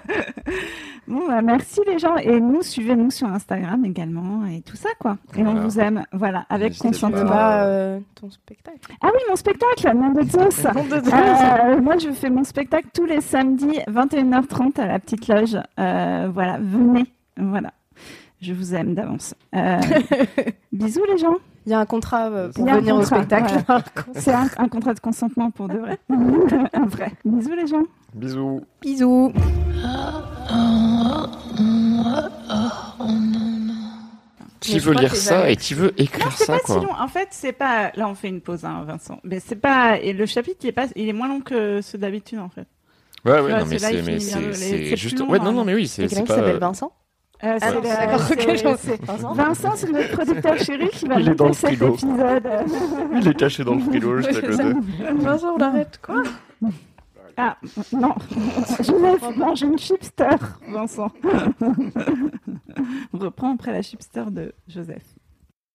Speaker 3: bon, bah, merci les gens. Et nous, suivez-nous sur Instagram également et tout ça, quoi. Et
Speaker 6: Voilà.
Speaker 3: on vous aime. Voilà, avec
Speaker 6: N'hésitez
Speaker 5: Tu
Speaker 6: pas.
Speaker 5: ne
Speaker 3: consentement.
Speaker 5: pas euh, ton spectacle.
Speaker 3: Ah oui, mon spectacle, nom de Zeus. Euh, moi, je fais mon spectacle tous les samedis, 21h30 à la petite loge. Euh, voilà, venez. Voilà. Je vous aime d'avance. Euh, bisous, les gens.
Speaker 5: Il y a un contrat euh, pour
Speaker 3: Il y a un
Speaker 5: venir
Speaker 3: contrat,
Speaker 5: au spectacle.
Speaker 3: voilà.
Speaker 5: par contre.
Speaker 3: C'est un, un contrat de consentement pour de vrai. un vrai. Bisous, les gens.
Speaker 6: Bisous.
Speaker 5: Bisous.
Speaker 6: Qui
Speaker 5: Mais je
Speaker 6: veut
Speaker 5: crois
Speaker 6: lire
Speaker 5: que
Speaker 6: ça
Speaker 5: j'avais-
Speaker 6: et qui veut écrire
Speaker 3: Non, c'est
Speaker 6: ça,
Speaker 3: pas
Speaker 6: quoi
Speaker 3: si long. En fait, c'est pas. Là, on fait une pause, hein, Vincent. Mais c'est pas. Et le chapitre, il est, pas... il est moins long que ceux d'habitude, en fait.
Speaker 6: Ouais,
Speaker 3: Tu
Speaker 6: ouais,
Speaker 3: vois,
Speaker 6: non, mais
Speaker 3: celui-là,
Speaker 6: c'est
Speaker 3: il
Speaker 6: mais
Speaker 3: finit bien
Speaker 6: c'est-
Speaker 3: le- les-
Speaker 6: c'est
Speaker 3: c'est
Speaker 6: juste.
Speaker 3: plus long,
Speaker 6: Ouais, non,
Speaker 3: hein.
Speaker 6: non, mais oui,
Speaker 5: Il y
Speaker 6: c'est
Speaker 5: a quelqu'un
Speaker 6: c'est
Speaker 5: qui
Speaker 6: pas.
Speaker 5: s'appelle
Speaker 6: euh,
Speaker 5: Vincent
Speaker 3: Euh, c'est
Speaker 6: Ouais.
Speaker 3: le-
Speaker 5: D'accord, ok,
Speaker 3: c'est-
Speaker 5: j'en sais.
Speaker 3: c'est-
Speaker 5: Vincent
Speaker 3: Vincent, c'est notre producteur chéri qui va
Speaker 6: Il est
Speaker 3: monter
Speaker 6: dans le
Speaker 3: cet
Speaker 6: frigo.
Speaker 3: épisode.
Speaker 6: Il est caché dans le frigo, juste à
Speaker 5: Ouais,
Speaker 6: côté.
Speaker 5: Vincent, on l'arrête, quoi
Speaker 3: Ah, non. Je laisse manger une chipster, Vincent. On reprend après la chipster de Joseph.